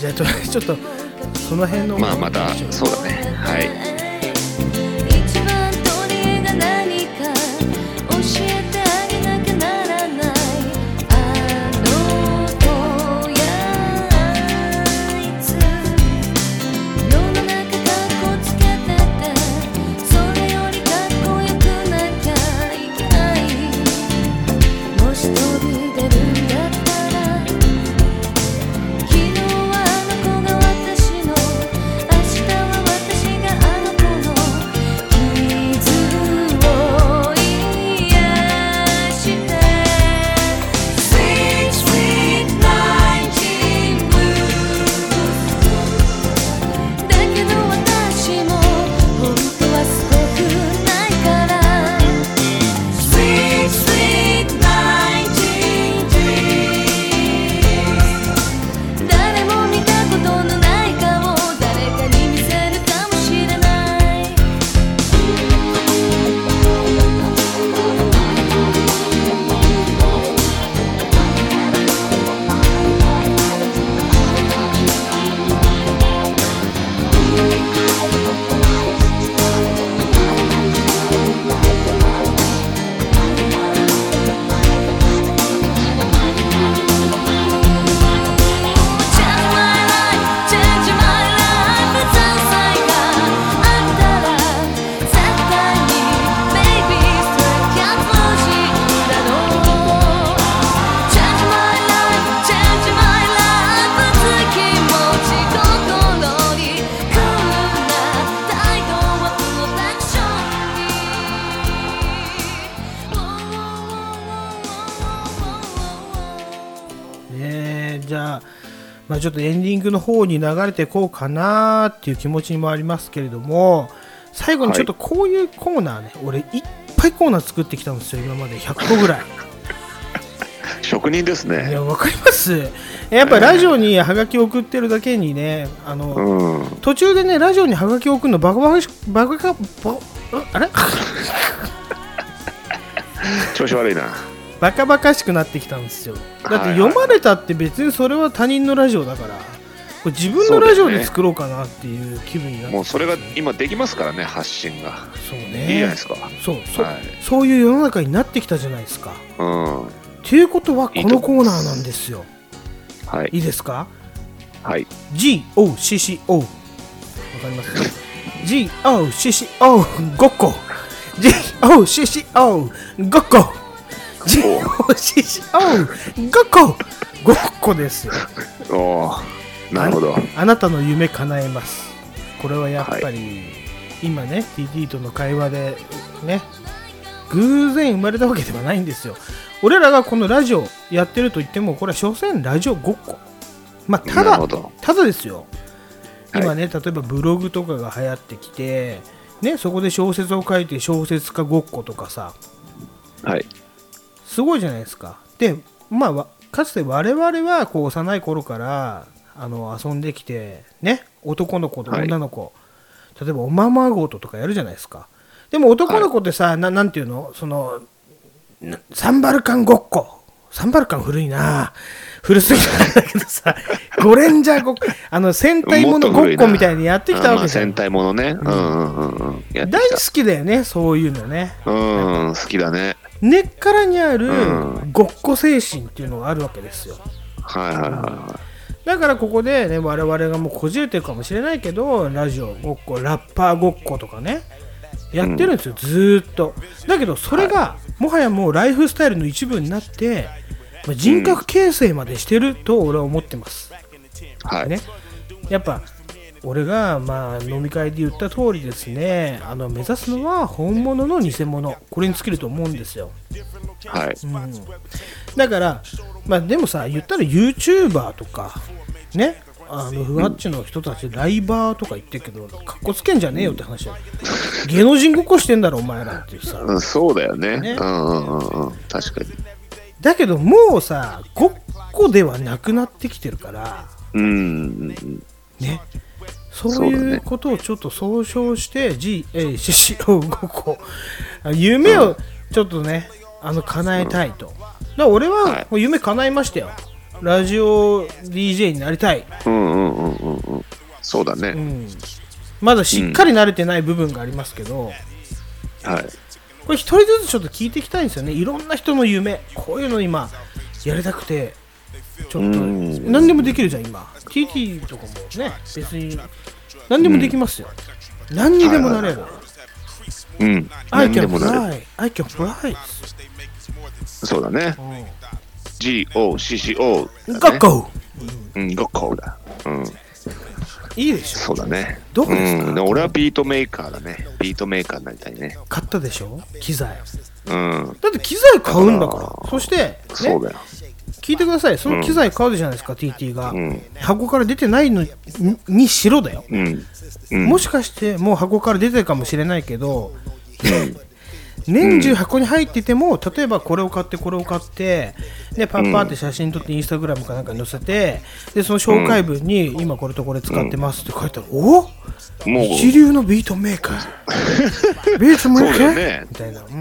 [SPEAKER 2] じゃあとりあえずちょっと、その辺の。
[SPEAKER 3] まあまたそうだねはい
[SPEAKER 8] 一番鳥が何か教えてあげなきゃならないあの子やあいつ世の中かっこつけててそれよりかっこよくなきゃいけないもし飛び出るんだったら「昨日はあの子が私の」「明日は私があの子の」「傷を癒して」「Sweet Sweet Nineteen Blues」「だけど私も本当はすごくないから」「Sweet Sweet Nineteen Dreams」誰も見たことのない顔誰かに見せるかもしれない「Change my life, change my life」「ザンサイがあったらいいな」「絶対に Baby Strike Cat 欲しいだろう」「Change my life, change my life」「気持ち心に来るんだ」「態度はプロダクションに」
[SPEAKER 2] ねえじゃあ、まあ、ちょっとエンディングの方に流れていこうかなっていう気持ちもありますけれども最後にちょっとこういうコーナーね、俺いっぱいコーナー作ってきたんですよ今まで100個ぐ らい
[SPEAKER 3] 職人です
[SPEAKER 2] い
[SPEAKER 3] ね
[SPEAKER 2] やわかりますやっぱラジオにハガキ送ってるだけにねあの、
[SPEAKER 3] うん
[SPEAKER 2] 途中でねラジオにハガキ送るのバカバカしバカバカバあれ
[SPEAKER 3] 調子悪いな
[SPEAKER 2] バカバカしくなってきたんですよだって
[SPEAKER 3] はいはい
[SPEAKER 2] 読まれたって別にそれは他人のラジオだからこれ自分のラジオで作ろうかなっていう気分になって
[SPEAKER 3] もうそれが今できますからね発信が
[SPEAKER 2] そう
[SPEAKER 3] いいじゃない
[SPEAKER 2] ね
[SPEAKER 3] ですか
[SPEAKER 2] そうそう
[SPEAKER 3] はい
[SPEAKER 2] そういう世の中になってきたじゃないですか
[SPEAKER 3] うんは
[SPEAKER 2] ということはこ
[SPEAKER 3] いいと
[SPEAKER 2] の
[SPEAKER 3] 思
[SPEAKER 2] コー
[SPEAKER 3] います
[SPEAKER 2] ナーなんですよ
[SPEAKER 3] い
[SPEAKER 2] いいですか
[SPEAKER 3] はい
[SPEAKER 2] GOCCO わかります GOCCO ごっこ GOCCO ごっこ GOCCO ごっこごっこですよ
[SPEAKER 3] おおなるほど
[SPEAKER 2] あなたの夢叶えますこれはやっぱり、今ね TT との会話でね偶然生まれたわけではないんですよ俺らがこのラジオやってると言ってもこれは所詮ラジオごっこまあた
[SPEAKER 3] なる
[SPEAKER 2] だ
[SPEAKER 3] ほど
[SPEAKER 2] ただですよ
[SPEAKER 3] はい
[SPEAKER 2] 今ね、例えばブログとかが流行ってきてねそこで小説を書いて小説家ごっことかさ
[SPEAKER 3] はい
[SPEAKER 2] すごいじゃないですか。で、まあわ、かつて我々はこう幼い頃からあの遊んできて、ね、男の子と
[SPEAKER 3] はい
[SPEAKER 2] 女の子、例えばおままごととかやるじゃないですか。でも男の子ってさ、ななんていうのそのなサンバルカンごっこ。サンバルカン古いな古すぎなんだけど さ、ゴレンジャーごっこ、あの戦隊ものごっこみたいにやってきたわけじゃん。
[SPEAKER 3] 戦隊ものねうんうんうんうんやって
[SPEAKER 2] 大
[SPEAKER 3] き
[SPEAKER 2] 好きだよね、そういうのね。
[SPEAKER 3] たうん好きだね
[SPEAKER 2] 根っからにある
[SPEAKER 3] うん
[SPEAKER 2] ごっこ精神っていうのがあるわけですよ。
[SPEAKER 3] はいはいは
[SPEAKER 2] だからここでね我々がもうこじれてるかもしれないけどラジオごっこラッパーごっことかねやってるんですよ、ずーっとだけどそれが、もはやもうライフスタイルの一部になってまあ人格形成までしてると俺は思ってます、
[SPEAKER 3] いはい
[SPEAKER 2] ねやっぱ俺がまあ飲み会で言った通りですねあの目指すのは本物の偽物これに尽きると思うんですよ
[SPEAKER 3] はい
[SPEAKER 2] だから、まあ、でもさ、言ったら YouTuber とか、ね、あのふわっちの人たち、ライバーとか言ってるけど、かっこつけんじゃねえよって話だよ芸能人ごっこしてんだろ、お前らっていうさ。
[SPEAKER 3] うんそうだよね
[SPEAKER 2] ね
[SPEAKER 3] うんうんうんうん確かに
[SPEAKER 2] だけど、もうさ、ごっこではなくなってきてるから、
[SPEAKER 3] うんうん
[SPEAKER 2] ね。
[SPEAKER 3] だ
[SPEAKER 2] そ
[SPEAKER 3] ね
[SPEAKER 2] ういうことをちょっと総称して、G、A、C、C、O、ごっこ。あ夢をちょっとね、あの、叶えたいと。だから俺
[SPEAKER 3] はい
[SPEAKER 2] は、もう夢叶いましたよ。ラジオ DJ になりたい。
[SPEAKER 3] うんうんうんうんうんそうだね
[SPEAKER 2] うんまだしっかり慣れてない部分がありますけど、
[SPEAKER 3] はい
[SPEAKER 2] これ一人ずつちょっと聞いていきたいんですよねいろんな人の夢こういうの今やりたくてちょっと
[SPEAKER 3] うん
[SPEAKER 2] 何でもできるじゃん今 TT とかもね別に何でもできますよ、何にでもなれる、
[SPEAKER 3] うん
[SPEAKER 2] アイ
[SPEAKER 3] 何
[SPEAKER 2] I
[SPEAKER 3] で
[SPEAKER 2] can
[SPEAKER 3] もなれる
[SPEAKER 2] fly I can fly
[SPEAKER 3] そうだね GOCCO だね
[SPEAKER 2] 学校
[SPEAKER 3] うん学校だうん
[SPEAKER 2] いいでしょ
[SPEAKER 3] そうだね
[SPEAKER 2] どこですか
[SPEAKER 3] うん、でも俺はビートメーカーだねビートメーカーになりたいね
[SPEAKER 2] 買ったでしょ機材
[SPEAKER 3] うん
[SPEAKER 2] だって機材買うんだからそして、ね、
[SPEAKER 3] そうだよ
[SPEAKER 2] 聞いてくださいその機材買うじゃないですか、TT が、
[SPEAKER 3] ん
[SPEAKER 2] 箱から出てないのににしろだよ、
[SPEAKER 3] うんうん
[SPEAKER 2] もしかしてもう箱から出てるかもしれないけど年中箱に入ってても例えばこれを買ってこれを買ってでパッパーって写真撮ってインスタグラムかなんかに載せてでその紹介文に今これとこれ使ってますって書いたら、お
[SPEAKER 3] もう
[SPEAKER 2] 一流のビートメーカー ビートメー
[SPEAKER 3] そう
[SPEAKER 2] カ
[SPEAKER 3] だよ
[SPEAKER 2] ー、
[SPEAKER 3] ね
[SPEAKER 2] みたいな、う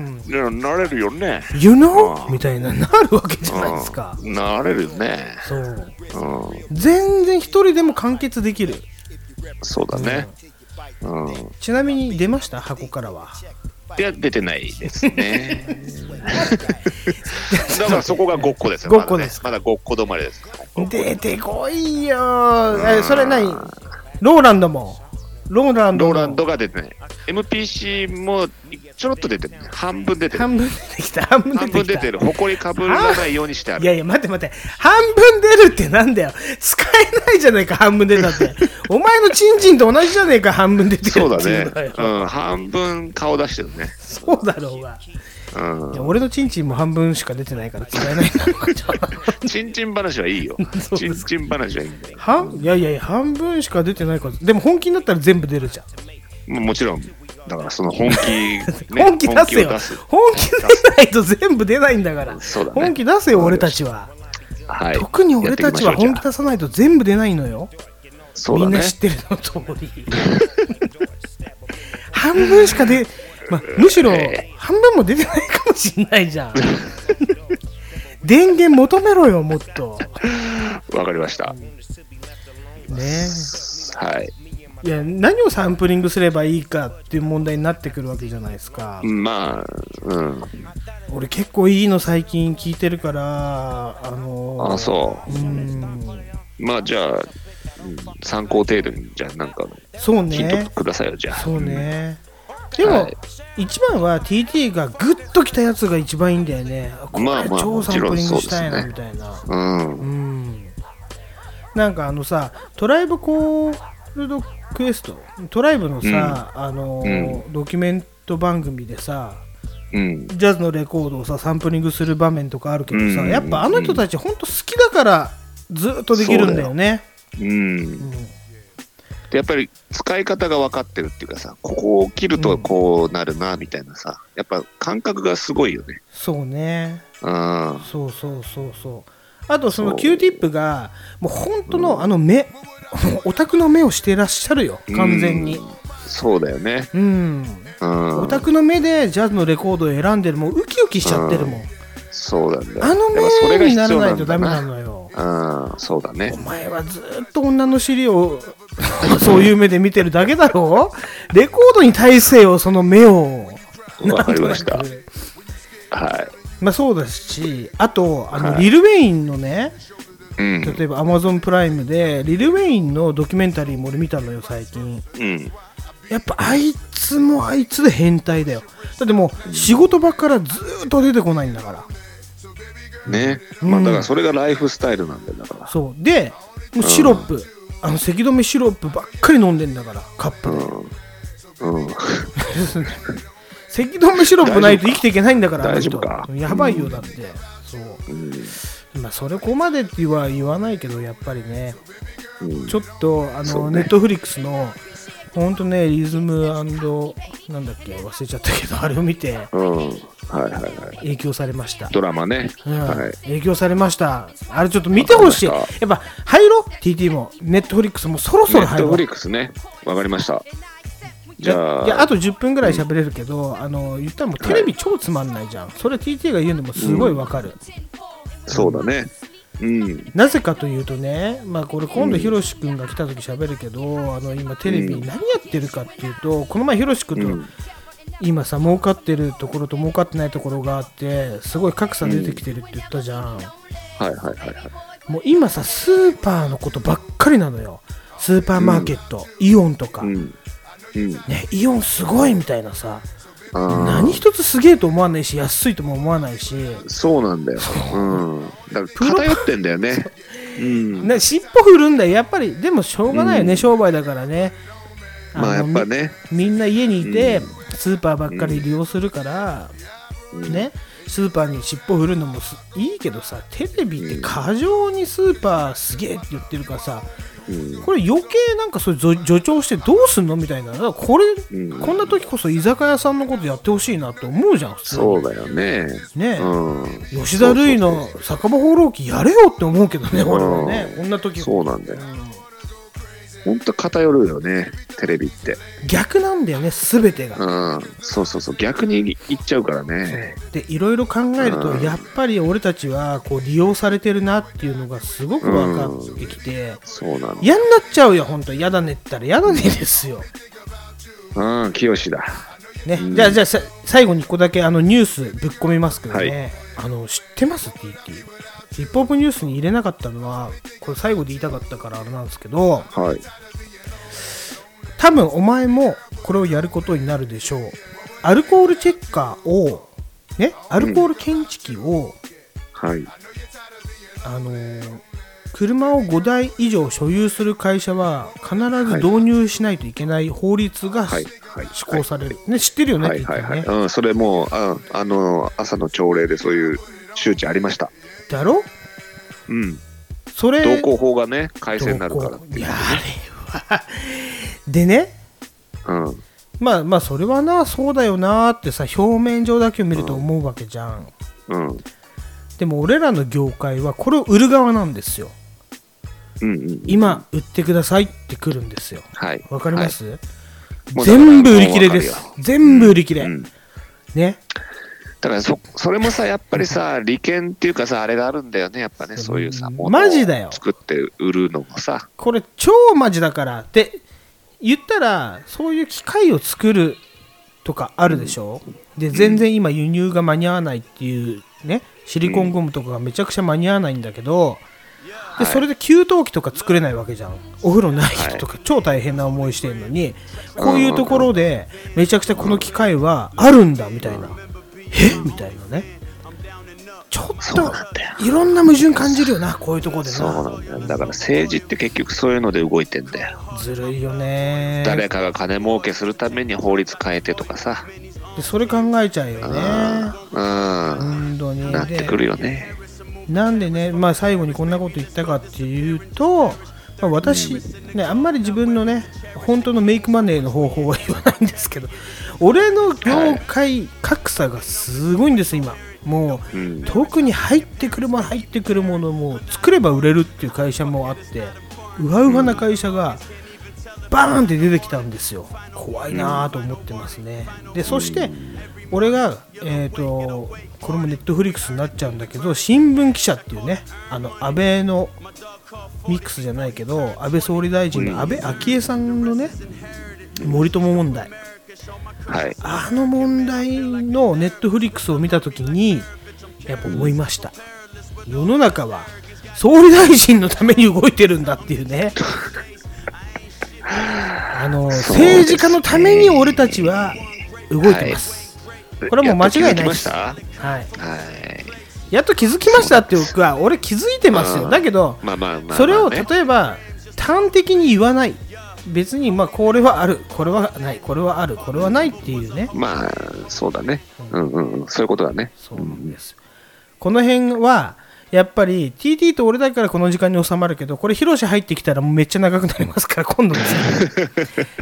[SPEAKER 2] ん、
[SPEAKER 3] ねなれるよね
[SPEAKER 2] You know? みたいななるわけじゃないですか、
[SPEAKER 3] うんなれるよね
[SPEAKER 2] そう
[SPEAKER 3] うん
[SPEAKER 2] 全然一人でも完結できる
[SPEAKER 3] そうだねうんい
[SPEAKER 2] ちなみに出ました箱からは
[SPEAKER 3] や出てないです ねだからそこがごっこですよ
[SPEAKER 2] ごっこです
[SPEAKER 3] まだ,、ね、まだごっこ止まりです
[SPEAKER 2] 出てこいよーえそれ何ローランドもローランド
[SPEAKER 3] ロ
[SPEAKER 2] も
[SPEAKER 3] ーランドが出てない MPC もちょろっと出てる半分出てる
[SPEAKER 2] 半分出てきた半分出て
[SPEAKER 3] 半
[SPEAKER 2] きた
[SPEAKER 3] 分出てる埃かぶらないようにしてあ
[SPEAKER 2] い
[SPEAKER 3] る
[SPEAKER 2] やいや待って待って半分出るってなんだよ使えないじゃないか半分出たって お前のチンチンと同じじゃねえか半分出てるってい
[SPEAKER 3] そううだね
[SPEAKER 2] のはよ、
[SPEAKER 3] うん、半分顔出してるね、
[SPEAKER 2] そうだろうが
[SPEAKER 3] うん
[SPEAKER 2] いや俺のチンチンも半分しか出てないから使えない な
[SPEAKER 3] ちんちん話はいいよ。
[SPEAKER 2] そう
[SPEAKER 3] ち
[SPEAKER 2] で
[SPEAKER 3] ん
[SPEAKER 2] す
[SPEAKER 3] ちん話はいいんだよ。
[SPEAKER 2] はいやいやいや半分しか出てないからでも本気になったら全部出るじゃん
[SPEAKER 3] ももちろん、だからそ の本気、ね、
[SPEAKER 2] 本気出せよ
[SPEAKER 3] 本気を出す。
[SPEAKER 2] 本気出ないと全部出ないんだから
[SPEAKER 3] そうだね
[SPEAKER 2] 本気出せよ俺たちは
[SPEAKER 3] はい、
[SPEAKER 2] 特に俺たちは本気
[SPEAKER 3] だ。
[SPEAKER 2] 出さないと全部出ないのよ
[SPEAKER 3] そう
[SPEAKER 2] み
[SPEAKER 3] だ
[SPEAKER 2] ん
[SPEAKER 3] ね
[SPEAKER 2] な。知ってるの通り半分しか出まあむしろ
[SPEAKER 3] え
[SPEAKER 2] 半分も出てないかもしんないじゃん電源求めろよ、もっと。
[SPEAKER 3] わかりました。
[SPEAKER 2] ね
[SPEAKER 3] はい。
[SPEAKER 2] いや、何をサンプリングすればいいかっていう問題になってくるわけじゃないですか。
[SPEAKER 3] まあ、うん。
[SPEAKER 2] 俺結構いいの最近聞いてるから、あのー、
[SPEAKER 3] あ、そう。
[SPEAKER 2] うん、
[SPEAKER 3] まあ、じゃあ、うん参考程度に、じゃあ、なんか、
[SPEAKER 2] そう
[SPEAKER 3] ヒン
[SPEAKER 2] ね
[SPEAKER 3] ト。くださいよ、じゃあ。
[SPEAKER 2] そうね。でも、
[SPEAKER 3] はい
[SPEAKER 2] 一番は TT がグッときたやつが一番いいんだよね。こ
[SPEAKER 3] まあ
[SPEAKER 2] れ
[SPEAKER 3] まあ
[SPEAKER 2] 超サンプリングしたいなみ
[SPEAKER 3] も
[SPEAKER 2] たいな。
[SPEAKER 3] うん。う。
[SPEAKER 2] うんん。なんかあのさ、トライブコールドクエスト、トライブのさ、あのードキュメント番組でさ、
[SPEAKER 3] うん。
[SPEAKER 2] ジャズのレコードをさサンプリングする場面とかあるけどさ、
[SPEAKER 3] うん
[SPEAKER 2] やっぱあの人たちほんと好きだからずっとできるんだよね。うん
[SPEAKER 3] でやっぱり使い方が分かってるっていうかさ、ここを切るとこうなるな、みたいなさ、やっぱ感覚がすごいよね。
[SPEAKER 2] そうね
[SPEAKER 3] うん。
[SPEAKER 2] そうそうそうそうあとその
[SPEAKER 3] そう
[SPEAKER 2] Q ティップがもう本当のあの目、もうオタクの目をしていらっしゃるよ完全に
[SPEAKER 3] そうだよね。
[SPEAKER 2] うん、
[SPEAKER 3] うん。
[SPEAKER 2] オタクの目でジャズのレコードを選んでるもうウキウキしちゃってるもん、
[SPEAKER 3] そうなんだよ。
[SPEAKER 2] あの
[SPEAKER 3] やっぱそれ
[SPEAKER 2] 目
[SPEAKER 3] が
[SPEAKER 2] にな
[SPEAKER 3] 必
[SPEAKER 2] ら
[SPEAKER 3] 要
[SPEAKER 2] ない
[SPEAKER 3] ん
[SPEAKER 2] と
[SPEAKER 3] だ
[SPEAKER 2] ダメなのよ
[SPEAKER 3] うん、そうだね
[SPEAKER 2] お。前はずっと女の尻を そういう目で見てるだけだろレコードに対せよその目を
[SPEAKER 3] わかりまし た
[SPEAKER 2] なんとなく
[SPEAKER 3] は
[SPEAKER 2] まあそうだしあとあの、
[SPEAKER 3] はい
[SPEAKER 2] リル・ウェインのね
[SPEAKER 3] い。うん。
[SPEAKER 2] 例えば Amazon プライムでリル・ウェインのドキュメンタリーも俺見たのよ最近
[SPEAKER 3] うん。
[SPEAKER 2] やっぱあいつもあいつで変態だよだってもう仕事場からずっと出てこないんだから
[SPEAKER 3] ね。まあ、だからそれがライフスタイルなんだよ、だから。
[SPEAKER 2] そうでもうシロップ、あの咳止めシロップばっかり飲んでんだからカップで、
[SPEAKER 3] うん。
[SPEAKER 2] 咳止めシロップないと生きていけないんだから
[SPEAKER 3] 大丈夫
[SPEAKER 2] あの人
[SPEAKER 3] か
[SPEAKER 2] やばいよだって、そう、まあそれここまでっては言わないけどやっぱりね、ちょっとあ
[SPEAKER 3] そ
[SPEAKER 2] の、
[SPEAKER 3] うね
[SPEAKER 2] ネットフリックスのほんとねリズムなんだっけ忘れちゃったけどあれを見て
[SPEAKER 3] うん。はいはいはい。
[SPEAKER 2] 影響されました
[SPEAKER 3] ドラマね。
[SPEAKER 2] うん
[SPEAKER 3] はい。
[SPEAKER 2] 影響されまたあれちょっと見てほしいや
[SPEAKER 3] わかりま
[SPEAKER 2] っぱ入ろう TT もネットフリックスもそろそ
[SPEAKER 3] ネ
[SPEAKER 2] ろ
[SPEAKER 3] ッ
[SPEAKER 2] 入
[SPEAKER 3] ト
[SPEAKER 2] ろ
[SPEAKER 3] フ
[SPEAKER 2] う
[SPEAKER 3] リックスね。わかりました。じ
[SPEAKER 2] じ
[SPEAKER 3] ゃ
[SPEAKER 2] ゃ
[SPEAKER 3] あ、
[SPEAKER 2] ああと10分ぐらい喋れるけど、あの言ったらもうテレビ超つまんないじゃん、それ TT が言うのもすごいわかる、
[SPEAKER 3] そうだね。うん。
[SPEAKER 2] なぜかというとね、まあ、これ今度ひろし君が来た時喋るけど、あの今テレビ何やってるかっていうと、この前ひろし君と、今さ儲かってるところと儲かってないところがあってすごい格差出てきてるって言ったじゃん、
[SPEAKER 3] はいはいはいはい。
[SPEAKER 2] もう今さスーパーのことばっかりなのよスーパーマーケット、イオンとか、
[SPEAKER 3] うん。うん。
[SPEAKER 2] ね、イオンすごいみたいなさ
[SPEAKER 3] あ
[SPEAKER 2] 何一つすげえと思わないし安いとも思わないし
[SPEAKER 3] ーそうなんだよ。うん。だから偏ってんだよね。うん。
[SPEAKER 2] な尻尾振るんだよやっぱりでもしょうがないよね、商売だからね
[SPEAKER 3] まあや
[SPEAKER 2] の
[SPEAKER 3] っぱね。
[SPEAKER 2] みみんな家にいて、スーパーばっかり利用するから、ねスーパーに尻尾振るのもすいいけどさテレビって過剰にスーパーすげえって言ってるからさ、これ余計なんかそれぞ助長してどうすんのみたいなだからこれ、
[SPEAKER 3] ん
[SPEAKER 2] こんな時こそ居酒屋さんのことやってほしいなって思うじゃん普通に
[SPEAKER 3] そうだよね。
[SPEAKER 2] ね、
[SPEAKER 3] うん。
[SPEAKER 2] 吉田類の酒場放浪記やれよって思うけどね、俺はね、こんな時
[SPEAKER 3] そうなんだよ。ほんと偏るよね、テレビって。
[SPEAKER 2] 逆なんだよね、すべてが。
[SPEAKER 3] うん。そうそうそう。逆に行っちゃうからね。
[SPEAKER 2] で、いろいろ考えると、
[SPEAKER 3] うん
[SPEAKER 2] やっぱり俺たちはこう利用されてるなっていうのがすごく分かってきて、
[SPEAKER 3] そうなの。
[SPEAKER 2] 嫌になっちゃうよ、本当嫌だねって言ったら嫌だねですよ。
[SPEAKER 3] うん、清だ。
[SPEAKER 2] ね、じゃあ、じゃあさ最後に1個だけあのニュースぶっ込みますけど
[SPEAKER 3] は
[SPEAKER 2] ね、あの知ってます ?TT。ヒップホップニュースに入れなかったのは、これ最後で言いたかったからあれなんですけど、
[SPEAKER 3] はい。
[SPEAKER 2] 多分お前もこれをやることになるでしょうアルコールチェッカーをねアルコール検知器を、
[SPEAKER 3] はい。
[SPEAKER 2] あのー車を5台以上所有する会社は必ず導入しないといけない法律が、
[SPEAKER 3] はいはい
[SPEAKER 2] 施行される、ね、知ってるよね、
[SPEAKER 3] はい
[SPEAKER 2] って
[SPEAKER 3] はい
[SPEAKER 2] 言った
[SPEAKER 3] は
[SPEAKER 2] ね
[SPEAKER 3] い。うん、それもう、ああの、朝の朝礼でそういう周知ありました。
[SPEAKER 2] だろ
[SPEAKER 3] うん。
[SPEAKER 2] それ
[SPEAKER 3] 同行法がね、改正になるから
[SPEAKER 2] ど。うこういやあれはでね
[SPEAKER 3] うん。
[SPEAKER 2] まあまあそれはなそうだよなってさ表面上だけを見ると思うわけじゃん、
[SPEAKER 3] うん。
[SPEAKER 2] でも俺らの業界はこれを売る側なんですよ
[SPEAKER 3] うんうん。
[SPEAKER 2] 今売ってくださいってくるんですよ
[SPEAKER 3] はい。
[SPEAKER 2] わかります、
[SPEAKER 3] もうだから
[SPEAKER 2] 全部売り切れです
[SPEAKER 3] もうわか
[SPEAKER 2] 全部売り切れ、
[SPEAKER 3] うん
[SPEAKER 2] ね
[SPEAKER 3] だからそ、それもさ、やっぱりさ、利権っていうかさ、あれがあるんだよね、やっぱね、そういうさ、もの
[SPEAKER 2] マジだよ
[SPEAKER 3] を作って売るのもさ、
[SPEAKER 2] これ超マジだからって言ったらそういう機械を作るとかあるでしょ、で全然今輸入が間に合わないっていうねシリコンゴムとかがめちゃくちゃ間に合わないんだけど、でそれで給湯器とか作れないわけじゃんお風呂ない人とか超大変な思いしてるのにこういうところでめちゃくちゃこの機械はあるんだみたいなえみたいなねちょっ
[SPEAKER 3] そうなんだよ
[SPEAKER 2] といろんな矛盾感じるよなこういうところで
[SPEAKER 3] そう
[SPEAKER 2] な
[SPEAKER 3] なんだよ。だから政治って結局そういうので動いてんだよ。
[SPEAKER 2] ずるいよね
[SPEAKER 3] 誰かが金儲けするために法律変えてとかさ、
[SPEAKER 2] でそれ考えちゃうよね
[SPEAKER 3] うん、な
[SPEAKER 2] 本当に
[SPEAKER 3] って
[SPEAKER 2] で
[SPEAKER 3] くるよね。
[SPEAKER 2] なんでね、まあ、最後にこんなこと言ったかっていうと、まあ私、ね、あんまり自分のね本当のメイクマネーの方法は言わないんですけど俺の業界格差がすごいんです今もう、
[SPEAKER 3] うん
[SPEAKER 2] 特に入ってくるもの入ってくるものも作れば売れるっていう会社もあってうわうわな会社がバーンって出てきたんですよ怖いなぁと思ってますねでそして俺が、えー、とこれもネットフリックスになっちゃうんだけど新聞記者っていうねあの安倍のミックスじゃないけど安倍総理大臣の安倍昭恵さんのね森友問題
[SPEAKER 3] はい。
[SPEAKER 2] あの問題のネットフリックスを見た時にやっぱ思いました、世の中は総理大臣のために動いてるんだっていう ねあの
[SPEAKER 3] そうですね
[SPEAKER 2] 政治家のために俺たちは動いてます、 これはもう間違いない
[SPEAKER 3] やっと気づ
[SPEAKER 2] で
[SPEAKER 3] きまし
[SPEAKER 2] す
[SPEAKER 3] たは
[SPEAKER 2] はい、
[SPEAKER 3] い。
[SPEAKER 2] やっと気づきましたっていうか俺気づいてます
[SPEAKER 3] う
[SPEAKER 2] よ
[SPEAKER 3] ん
[SPEAKER 2] だけど
[SPEAKER 3] まあまあまあまあね
[SPEAKER 2] それを例えば端的に言わない別にまあこれはあるこれはないこれはあるこれはないっていうね
[SPEAKER 3] まあ、そうだね。うんうん、そういうことだね。
[SPEAKER 2] そうなんです、この辺はやっぱり TT と俺だからこの時間に収まるけどこれヒロシ入ってきたらもうめっちゃ長くなりますから 今度です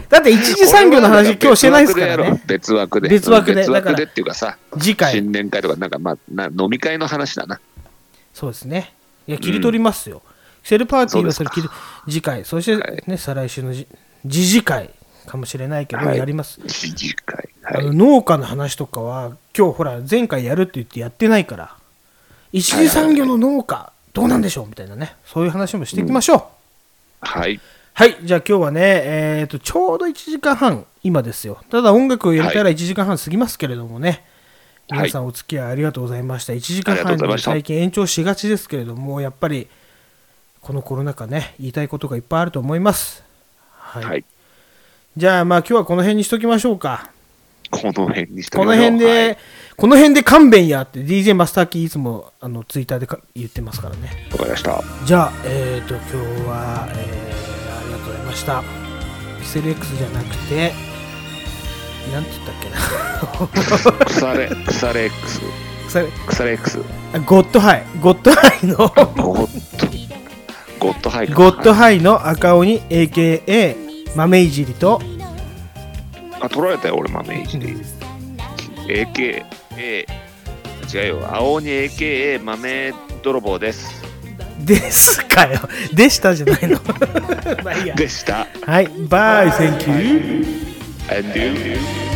[SPEAKER 2] だって一次産業の話今日してないですからね
[SPEAKER 3] 別枠でやろう
[SPEAKER 2] 別枠で
[SPEAKER 3] 別
[SPEAKER 2] だ
[SPEAKER 3] 枠
[SPEAKER 2] か
[SPEAKER 3] で
[SPEAKER 2] ら
[SPEAKER 3] っていうかさ、
[SPEAKER 2] 次回
[SPEAKER 3] 新年会とか、なんか、まあな、飲み会の話だな。
[SPEAKER 2] そうですねいや切り取りますよ、セルパーティーはそれ
[SPEAKER 3] そ
[SPEAKER 2] 切
[SPEAKER 3] う
[SPEAKER 2] る
[SPEAKER 3] で
[SPEAKER 2] 次回そして、ね
[SPEAKER 3] はい
[SPEAKER 2] 再来週のじ次次回かもしれないけど、
[SPEAKER 3] はい
[SPEAKER 2] やります
[SPEAKER 3] 次回。
[SPEAKER 2] あ
[SPEAKER 3] は
[SPEAKER 2] の
[SPEAKER 3] い。
[SPEAKER 2] 農家の話とかは今日ほら前回やるって言ってやってないから一次産業の農家どうなんでしょうみたいなねそういう話もしていきましょう、
[SPEAKER 3] はい。
[SPEAKER 2] はいじゃあ今日はね、えー、とちょうど1時間半今ですよただ音楽を入れたら
[SPEAKER 3] は
[SPEAKER 2] 1時間半過ぎますけれどもね、
[SPEAKER 3] はい
[SPEAKER 2] 皆さんお付き合いありがとうございました1時間
[SPEAKER 3] ありがと
[SPEAKER 2] 半
[SPEAKER 3] うございま
[SPEAKER 2] に
[SPEAKER 3] した
[SPEAKER 2] 最近延長しがちですけれどもやっぱりこのコロナ禍ね言いたいことがいっぱいあると思いますはい、
[SPEAKER 3] はい。
[SPEAKER 2] じゃあまあ今日はこの辺にしときましょうか
[SPEAKER 3] この辺にして
[SPEAKER 2] この辺で、この辺で勘弁やって DJ マスターキーいつもあのツイッターでか言ってますからね
[SPEAKER 3] わかりました。
[SPEAKER 2] じゃあえー、と今日は、えーありがとうございましたピセル X じゃなくてなん て言ったっけな
[SPEAKER 3] 腐れ、腐れ X。
[SPEAKER 2] それ
[SPEAKER 3] 腐れ X。
[SPEAKER 2] あゴッドハイゴッドハ イの
[SPEAKER 3] ゴッド。ゴッドハイか
[SPEAKER 2] ゴッドハイの赤鬼 AKA 豆いじりと
[SPEAKER 3] あ、取られたよ、俺、豆いじり。AKA、違うよ、青鬼 AKA 豆泥棒です。
[SPEAKER 2] ですかよでしたじゃないのまあいいや
[SPEAKER 3] でした。
[SPEAKER 2] はいバイセンキュー
[SPEAKER 3] And you.